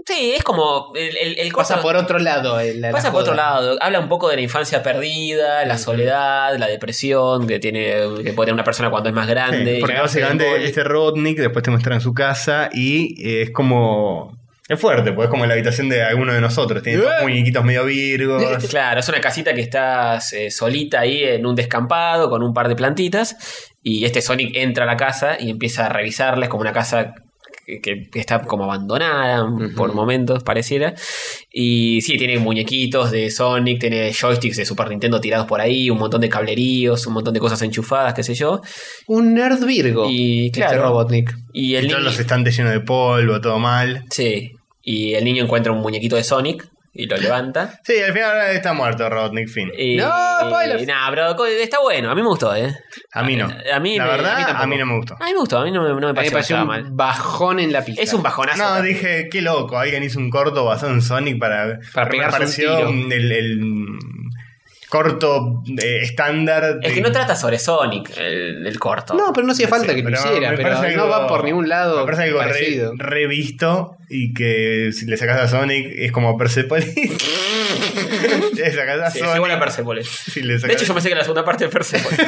Speaker 4: sí, es como. El, el, el
Speaker 3: Pasa
Speaker 4: coso-
Speaker 3: por otro lado. el- la- la
Speaker 4: Pasa por
Speaker 3: joda.
Speaker 4: otro lado, habla un poco de la infancia perdida, la soledad, la depresión que tiene que puede tener una persona cuando es más grande.
Speaker 2: Sí, porque
Speaker 4: Y-
Speaker 2: básicamente este Rodnick después te muestra en su casa y eh, es como. Es fuerte, porque es como la habitación de alguno de nosotros. Tiene todos
Speaker 4: Eh.
Speaker 2: muñequitos medio
Speaker 4: *laughs*
Speaker 2: virgos.
Speaker 4: Claro, es una casita que está eh, solita ahí en un descampado con un par de plantitas y este Sonic entra a la casa y empieza a revisarla, es como una casa que, que- que está como abandonada por momentos, pareciera. Y sí, tiene muñequitos de Sonic, tiene joysticks de Super Nintendo tirados por ahí, un montón de cableríos, un montón de cosas enchufadas, qué sé yo.
Speaker 3: Un nerd Virgo.
Speaker 4: Y
Speaker 3: Este
Speaker 4: claro.
Speaker 3: Robotnik.
Speaker 4: Y el
Speaker 2: Y todos
Speaker 4: niño-
Speaker 2: los estantes llenos de polvo, todo mal.
Speaker 4: Sí. Y el niño encuentra un muñequito de Sonic y lo levanta.
Speaker 2: *laughs* Sí, al final ahora está muerto Rodnick, fin.
Speaker 4: Y,
Speaker 3: No, spoilers.
Speaker 4: y nada, pero co- está bueno. A mí me gustó, ¿eh?
Speaker 2: A mí no.
Speaker 4: A mí
Speaker 2: la
Speaker 4: me-
Speaker 2: verdad,
Speaker 4: a mí tampoco. Ah,
Speaker 2: a mí no me gustó.
Speaker 4: A mí me gustó, a mí no me, no me
Speaker 3: A mí me
Speaker 4: pareció, que
Speaker 3: pareció
Speaker 4: estaba
Speaker 3: un
Speaker 4: mal.
Speaker 3: bajón en la pista.
Speaker 4: Es un bajonazo.
Speaker 2: No,
Speaker 4: también.
Speaker 2: dije, qué loco, alguien hizo un corto basado en Sonic para,
Speaker 3: Para
Speaker 2: me
Speaker 3: pegarse un
Speaker 2: pareció
Speaker 3: tiro.
Speaker 2: El, el corto eh, estándar.
Speaker 4: es
Speaker 2: de-
Speaker 4: que no trata sobre Sonic el, el corto.
Speaker 3: No, pero no hacía falta que lo
Speaker 2: pero
Speaker 3: hiciera,
Speaker 2: me
Speaker 3: pero
Speaker 2: parece
Speaker 3: no
Speaker 2: algo-
Speaker 3: va por ningún lado
Speaker 2: Me parece algo re-
Speaker 3: parecido.
Speaker 2: revisto y que si le sacas a Sonic es como
Speaker 3: *laughs*
Speaker 2: Persepolis. le sacas a
Speaker 4: Sí, es igual a
Speaker 2: Sonic.
Speaker 4: Persepolis.
Speaker 2: si le
Speaker 4: De
Speaker 2: sacás-
Speaker 4: hecho, yo pensé que la segunda parte de Persepolis.
Speaker 2: *laughs*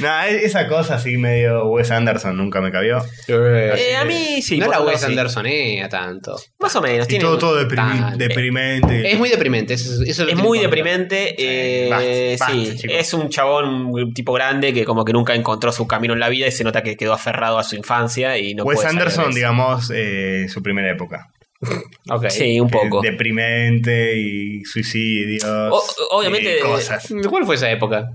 Speaker 2: Nah, e- esa cosa así medio Wes Anderson nunca me cabió.
Speaker 4: Eh, a mí sí.
Speaker 3: no
Speaker 4: por
Speaker 3: la
Speaker 4: algo
Speaker 3: Wes
Speaker 4: sí.
Speaker 3: Andersonea tanto.
Speaker 4: Más o menos.
Speaker 2: Y
Speaker 4: tiene
Speaker 2: todo,
Speaker 4: un-
Speaker 2: todo deprimi-
Speaker 3: tan-
Speaker 2: deprimente.
Speaker 3: eh, Es muy deprimente. Eso, eso es lo que
Speaker 4: Es
Speaker 3: le
Speaker 4: muy
Speaker 3: importa.
Speaker 4: deprimente. eh,
Speaker 2: basta, basta,
Speaker 4: sí,
Speaker 2: chicos.
Speaker 4: es un chabón, un tipo grande que como que nunca encontró su camino en la vida y se nota que quedó aferrado a su infancia y no
Speaker 2: Wes
Speaker 4: puede salir de
Speaker 2: Anderson,
Speaker 4: eso.
Speaker 2: digamos, eh, su primera época.
Speaker 3: Ok.
Speaker 4: Sí, un poco.
Speaker 2: Eh, Deprimente y suicidios.
Speaker 4: O- obviamente-
Speaker 2: y cosas.
Speaker 3: ¿Cuál fue esa época?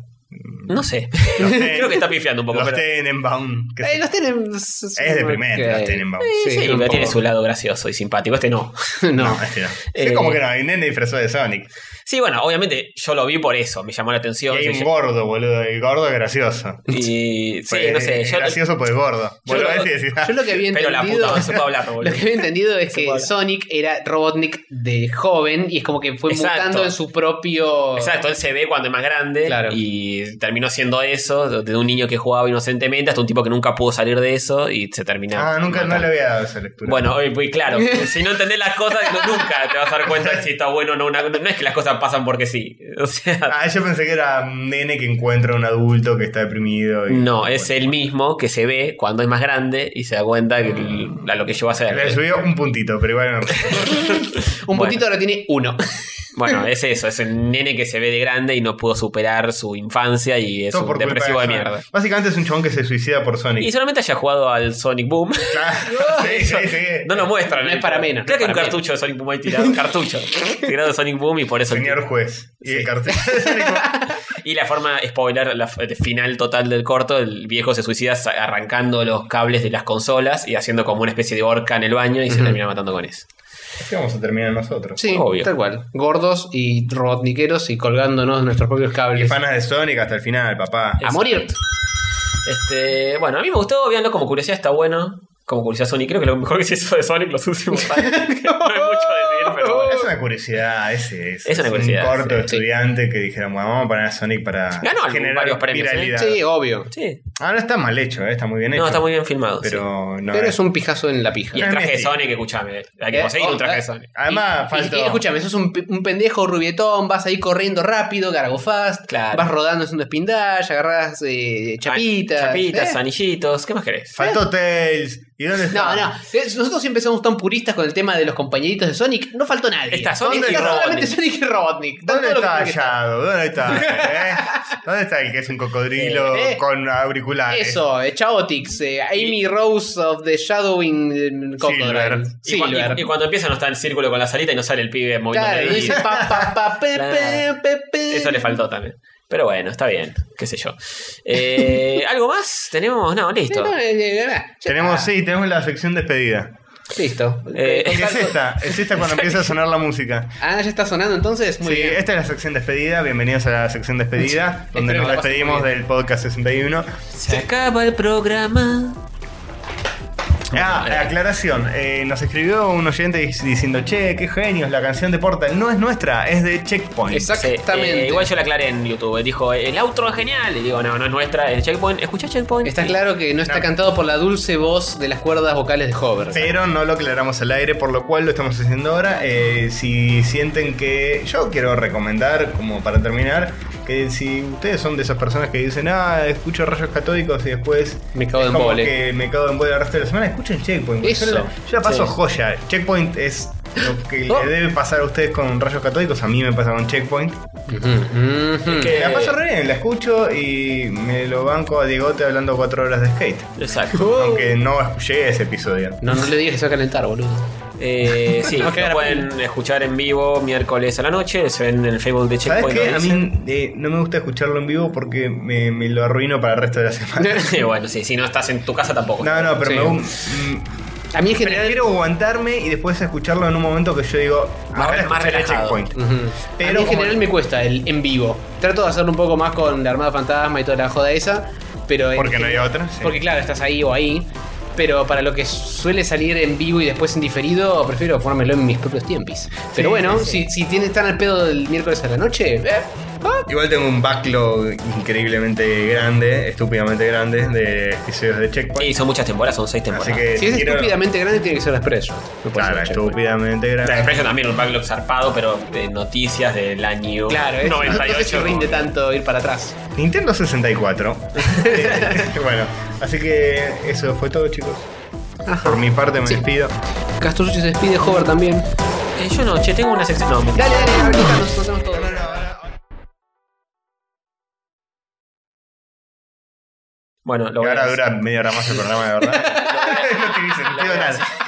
Speaker 4: No sé.
Speaker 2: *laughs* Los
Speaker 4: *laughs* Creo que está pifiando un poco.
Speaker 2: Los
Speaker 4: pero-
Speaker 2: Tenenbaum. que
Speaker 3: Eh,
Speaker 2: es-
Speaker 3: los tienen.
Speaker 2: es deprimente, los Tenenbaum.
Speaker 4: Sí,
Speaker 3: Sí,
Speaker 4: sí,
Speaker 3: un
Speaker 4: pero tiene
Speaker 3: poco.
Speaker 4: su lado gracioso y simpático. Este no.
Speaker 3: No.
Speaker 2: No, este no. Sí,
Speaker 4: Eh,
Speaker 2: como que no, hay un nene disfrazó de Sonic.
Speaker 4: Sí, bueno, obviamente yo lo vi por eso. Me llamó la
Speaker 2: Y
Speaker 4: atención.
Speaker 2: hay un
Speaker 4: Sí,
Speaker 2: gordo, boludo. El gordo es gracioso.
Speaker 4: yo- y- sí,
Speaker 2: Pues,
Speaker 4: no sé.
Speaker 2: es
Speaker 4: yo-
Speaker 2: gracioso porque es gordo.
Speaker 4: yo
Speaker 2: Vos lo
Speaker 4: lo-
Speaker 2: ves y decís, ah,
Speaker 3: Yo lo que había
Speaker 4: pero la
Speaker 3: entendido.
Speaker 4: puta, me supo hablar, boludo.
Speaker 3: *laughs* Lo que había entendido es que
Speaker 4: puede hablar.
Speaker 3: Sonic era Robotnik de joven y es como que fue
Speaker 4: Exacto.
Speaker 3: mutando en su propio.
Speaker 4: Exacto, él se ve cuando es más grande
Speaker 3: Claro.
Speaker 4: y terminó siendo eso, de un niño que jugaba inocentemente hasta un tipo que nunca pudo salir de eso y se
Speaker 2: *laughs*
Speaker 4: terminó.
Speaker 2: ah, nunca no le
Speaker 4: matando.
Speaker 2: había dado esa lectura.
Speaker 4: Bueno, eh, pues
Speaker 2: *laughs*
Speaker 4: claro, si no entendés las cosas, no- nunca te vas a dar cuenta de si está bueno o no. Una, no es que las cosas pasan porque sí. *laughs* O sea,
Speaker 2: Ah, yo pensé que era un nene que encuentra a un adulto que está deprimido. y-
Speaker 4: no, es
Speaker 2: Ah, bueno.
Speaker 4: el mismo que se ve cuando es más grande y se da cuenta que l-
Speaker 2: Mm.
Speaker 4: a lo que llevó a
Speaker 2: Le
Speaker 4: ser.
Speaker 2: subió un puntito, pero
Speaker 4: *laughs*
Speaker 2: igual no.
Speaker 3: Un
Speaker 4: Bueno.
Speaker 3: puntito ahora tiene
Speaker 4: *laughs*
Speaker 3: uno.
Speaker 2: *laughs*
Speaker 4: Bueno, es eso, es el nene que se ve de grande y no pudo superar su infancia y es
Speaker 2: Todo
Speaker 4: un
Speaker 2: por culpa
Speaker 4: depresivo de
Speaker 2: Sonic.
Speaker 4: mierda.
Speaker 2: Básicamente es un chabón que se suicida por *laughs* Sonic.
Speaker 4: Y solamente haya jugado al Sonic Boom.
Speaker 2: Claro. sí, sí, sí.
Speaker 4: *laughs* No lo muestran.
Speaker 3: No
Speaker 4: ¿eh?
Speaker 3: es para menos,
Speaker 4: Creo
Speaker 3: no es
Speaker 4: que hay un
Speaker 3: para
Speaker 4: cartucho de Sonic Boom ahí tirado. Un
Speaker 3: *laughs*
Speaker 4: cartucho. Tirado de Sonic Boom y por eso. el
Speaker 2: Señor
Speaker 4: tipo-
Speaker 2: juez. Y el
Speaker 4: *laughs*
Speaker 2: cartel. Sonic-
Speaker 4: Y la forma, spoiler, la f- el final total del corto, el viejo se suicida sa- arrancando los cables de las consolas y haciendo como una especie de orca en el baño y se termina matando con eso.
Speaker 2: Así vamos a terminar nosotros.
Speaker 3: Sí,
Speaker 4: Obvio.
Speaker 3: tal cual. Gordos y robotniqueros y colgándonos de nuestros propios
Speaker 2: Y
Speaker 3: cables.
Speaker 2: fanas de Sonic hasta el final, papá.
Speaker 3: A morir.
Speaker 4: Este, bueno, a mí me gustó, véanlo como curiosidad, está bueno. Como curiosidad Sonic, creo que lo mejor que se hizo de Sonic los últimos
Speaker 3: *laughs*
Speaker 4: años. no hay mucho a decir, pero
Speaker 3: Oh.
Speaker 4: bueno.
Speaker 2: Es una curiosidad, ese es.
Speaker 4: Es una
Speaker 2: un
Speaker 4: curiosidad,
Speaker 2: corto
Speaker 4: sí,
Speaker 2: de
Speaker 3: sí.
Speaker 2: estudiante que dijeron, bueno, vamos a poner a Sonic para
Speaker 4: Ganó algún-
Speaker 2: generar
Speaker 4: varios premios, ¿eh?
Speaker 2: viralidad.
Speaker 3: Sí, obvio.
Speaker 4: Sí.
Speaker 2: Ahora está mal hecho, eh, está muy bien hecho.
Speaker 4: No, está muy bien filmado. sí.
Speaker 2: Pero no.
Speaker 3: Pero
Speaker 2: eh.
Speaker 3: es un pijazo en la pija.
Speaker 4: Y
Speaker 2: no
Speaker 4: el
Speaker 2: es
Speaker 4: traje de
Speaker 2: mi estilo.
Speaker 4: Sonic, escúchame. Hay que
Speaker 3: Eh,
Speaker 4: conseguir
Speaker 3: oh,
Speaker 4: un traje de
Speaker 3: eh.
Speaker 4: Sonic.
Speaker 2: Además,
Speaker 3: Y-
Speaker 2: faltó.
Speaker 3: y escúchame, sos un, pe- un pendejo rubietón, vas ahí corriendo rápido, cargo fast,
Speaker 4: Claro.
Speaker 3: vas rodando haciendo spindash, agarras chapitas.
Speaker 4: Chapitas,
Speaker 3: ¿eh?
Speaker 4: anillitos. ¿Qué más querés?
Speaker 2: Faltó Tails. ¿Y dónde está?
Speaker 3: No, no. Eh, Nosotros siempre somos tan puristas con el tema de los compañeritos de Sonic. No faltó nadie.
Speaker 4: Está Sonic
Speaker 3: Está
Speaker 4: y Robotnik.
Speaker 3: solamente Sonic y Robotnik. Están
Speaker 2: ¿Dónde
Speaker 3: todos los
Speaker 2: está
Speaker 3: que tienen que estar.
Speaker 2: Shadow? ¿Dónde
Speaker 3: *laughs*
Speaker 2: está? eh? ¿Dónde está el que es un cocodrilo
Speaker 3: Eh, eh.
Speaker 2: con auriculares?
Speaker 3: Eso, eh, Chaotix, eh, Amy Rose of the Shadowing eh, Crocodile.
Speaker 2: Silver.
Speaker 4: Y, cua- y-
Speaker 3: Silver.
Speaker 4: y cuando empieza no está en círculo con la salita y no sale el pibe moviendo
Speaker 3: Claro,
Speaker 4: el
Speaker 3: y dice pa, pa, pa, pe,
Speaker 4: Claro.
Speaker 3: pe, pe, pe.
Speaker 4: Eso le faltó también. Pero bueno, está bien, qué sé yo. Eh, ¿Algo más? Tenemos, no,
Speaker 3: No,
Speaker 4: listo.
Speaker 3: no, eh, eh, ya está.
Speaker 2: Tenemos, sí, tenemos la sección despedida.
Speaker 3: Listo.
Speaker 4: Eh, *laughs*
Speaker 3: Ok,
Speaker 2: Es que es
Speaker 3: contacto-
Speaker 2: esta, es esta cuando empieza a sonar la música.
Speaker 3: Ah, ya está sonando entonces. Muy
Speaker 2: sí,
Speaker 3: bien.
Speaker 2: *laughs* esta es la sección despedida. Bienvenidos a la sección despedida, donde
Speaker 3: que
Speaker 2: nos
Speaker 3: la pasen
Speaker 2: despedimos
Speaker 3: muy
Speaker 2: del podcast 61.
Speaker 4: Se acaba el programa.
Speaker 2: Ah, aclaración. Eh, nos escribió un oyente dic- diciendo, che, qué genios, la canción de Portal no es nuestra, es de Checkpoint.
Speaker 3: Exactamente.
Speaker 4: Sí, eh, igual yo la aclaré en YouTube. Dijo, el outro es genial. Y digo, no, no es nuestra. Es Checkpoint. Escucha Checkpoint.
Speaker 3: Está claro que no está
Speaker 2: No.
Speaker 3: cantado por la dulce voz de las cuerdas vocales de Hover.
Speaker 2: Pero no lo aclaramos al aire, por lo cual lo estamos haciendo ahora. Eh, si sienten que. Yo quiero recomendar, como para terminar, que si ustedes son de esas personas que dicen, ah, escucho rayos catódicos y después.
Speaker 3: Me cago
Speaker 2: es
Speaker 3: en
Speaker 2: como
Speaker 3: bole".
Speaker 2: que me cago en bole el resto de la semana, escuchen Checkpoint. porque Yo
Speaker 3: Eso.
Speaker 2: la, yo la paso
Speaker 4: Sí.
Speaker 2: joya. Checkpoint es lo
Speaker 3: *laughs*
Speaker 2: que
Speaker 3: Oh.
Speaker 2: le debe pasar a ustedes con rayos catódicos. A mí me pasa con Checkpoint.
Speaker 3: Ujú, ujú.
Speaker 4: Que-
Speaker 2: La paso re bien, la escucho y me lo banco a Diegote hablando cuatro horas de skate.
Speaker 3: Uh.
Speaker 4: Exacto.
Speaker 2: Aunque no llegué a ese episodio.
Speaker 3: No, no le digas que se va a calentar, boludo.
Speaker 4: Eh,
Speaker 3: *laughs*
Speaker 4: sí, lo pueden escuchar en vivo miércoles a la noche. Se ven en el Facebook de
Speaker 2: ¿Sabes
Speaker 4: Checkpoint.
Speaker 2: qué?
Speaker 4: lo
Speaker 2: A
Speaker 4: dicen.
Speaker 2: mí eh, no me gusta escucharlo en vivo porque me, me lo arruino para el resto de la semana.
Speaker 4: *laughs* Eh, bueno, sí, si no estás en tu casa tampoco.
Speaker 2: No, no, pero
Speaker 3: Sí.
Speaker 2: me gu- mm,
Speaker 3: A mí en general.
Speaker 2: prefiero aguantarme y después escucharlo en un momento que yo digo,
Speaker 4: Más-
Speaker 2: ahora
Speaker 4: más
Speaker 2: escucharé
Speaker 4: relajado.
Speaker 2: Checkpoint.
Speaker 3: Ujú.
Speaker 2: Pero
Speaker 3: a mí en
Speaker 2: como-
Speaker 3: general me cuesta el en vivo. Trato de hacerlo un poco más con la Armada Fantasma y toda la joda esa. Pero en
Speaker 2: Porque no
Speaker 3: general-
Speaker 2: hay otra. sí.
Speaker 3: Porque claro, estás ahí o ahí. Pero para lo que suele salir en vivo y después en diferido, prefiero formármelo en mis propios tiempos.
Speaker 2: Sí,
Speaker 3: Pero bueno,
Speaker 2: sí, sí.
Speaker 3: Si, si tienes tan al pedo del miércoles a la noche, eh, ah,
Speaker 2: Igual tengo un backlog increíblemente grande, estúpidamente grande, de episodios de
Speaker 4: Sí,
Speaker 2: Checkpoint.
Speaker 4: son muchas temporadas, son seis temporadas.
Speaker 2: Así que
Speaker 3: si es
Speaker 2: quiero-
Speaker 3: estúpidamente pues, grande, tiene que ser la Express. No puede
Speaker 2: Claro,
Speaker 3: ser Checkpoint.
Speaker 2: estúpidamente
Speaker 4: La
Speaker 2: grande.
Speaker 4: Expresión también un backlog zarpado, pero de noticias del año
Speaker 3: Claro, es,
Speaker 4: 98.
Speaker 3: no sé si rinde
Speaker 4: como-
Speaker 3: tanto ir para atrás.
Speaker 2: Nintendo
Speaker 3: *laughs*
Speaker 2: 64. Eh, *laughs* bueno, así que eso fue todo, chicos. Por mi parte me
Speaker 3: Sí.
Speaker 2: despido.
Speaker 3: Castrucci se despide, Hover también.
Speaker 4: Eh, yo no, che, tengo una sección. No, mentira.
Speaker 3: Dale, dale, ahorita nos hacemos todo.
Speaker 4: bueno, lo
Speaker 2: Y
Speaker 4: voy
Speaker 2: *laughs*
Speaker 4: a
Speaker 2: ahora dura media hora más el programa, de verdad. no tiene sentido nada.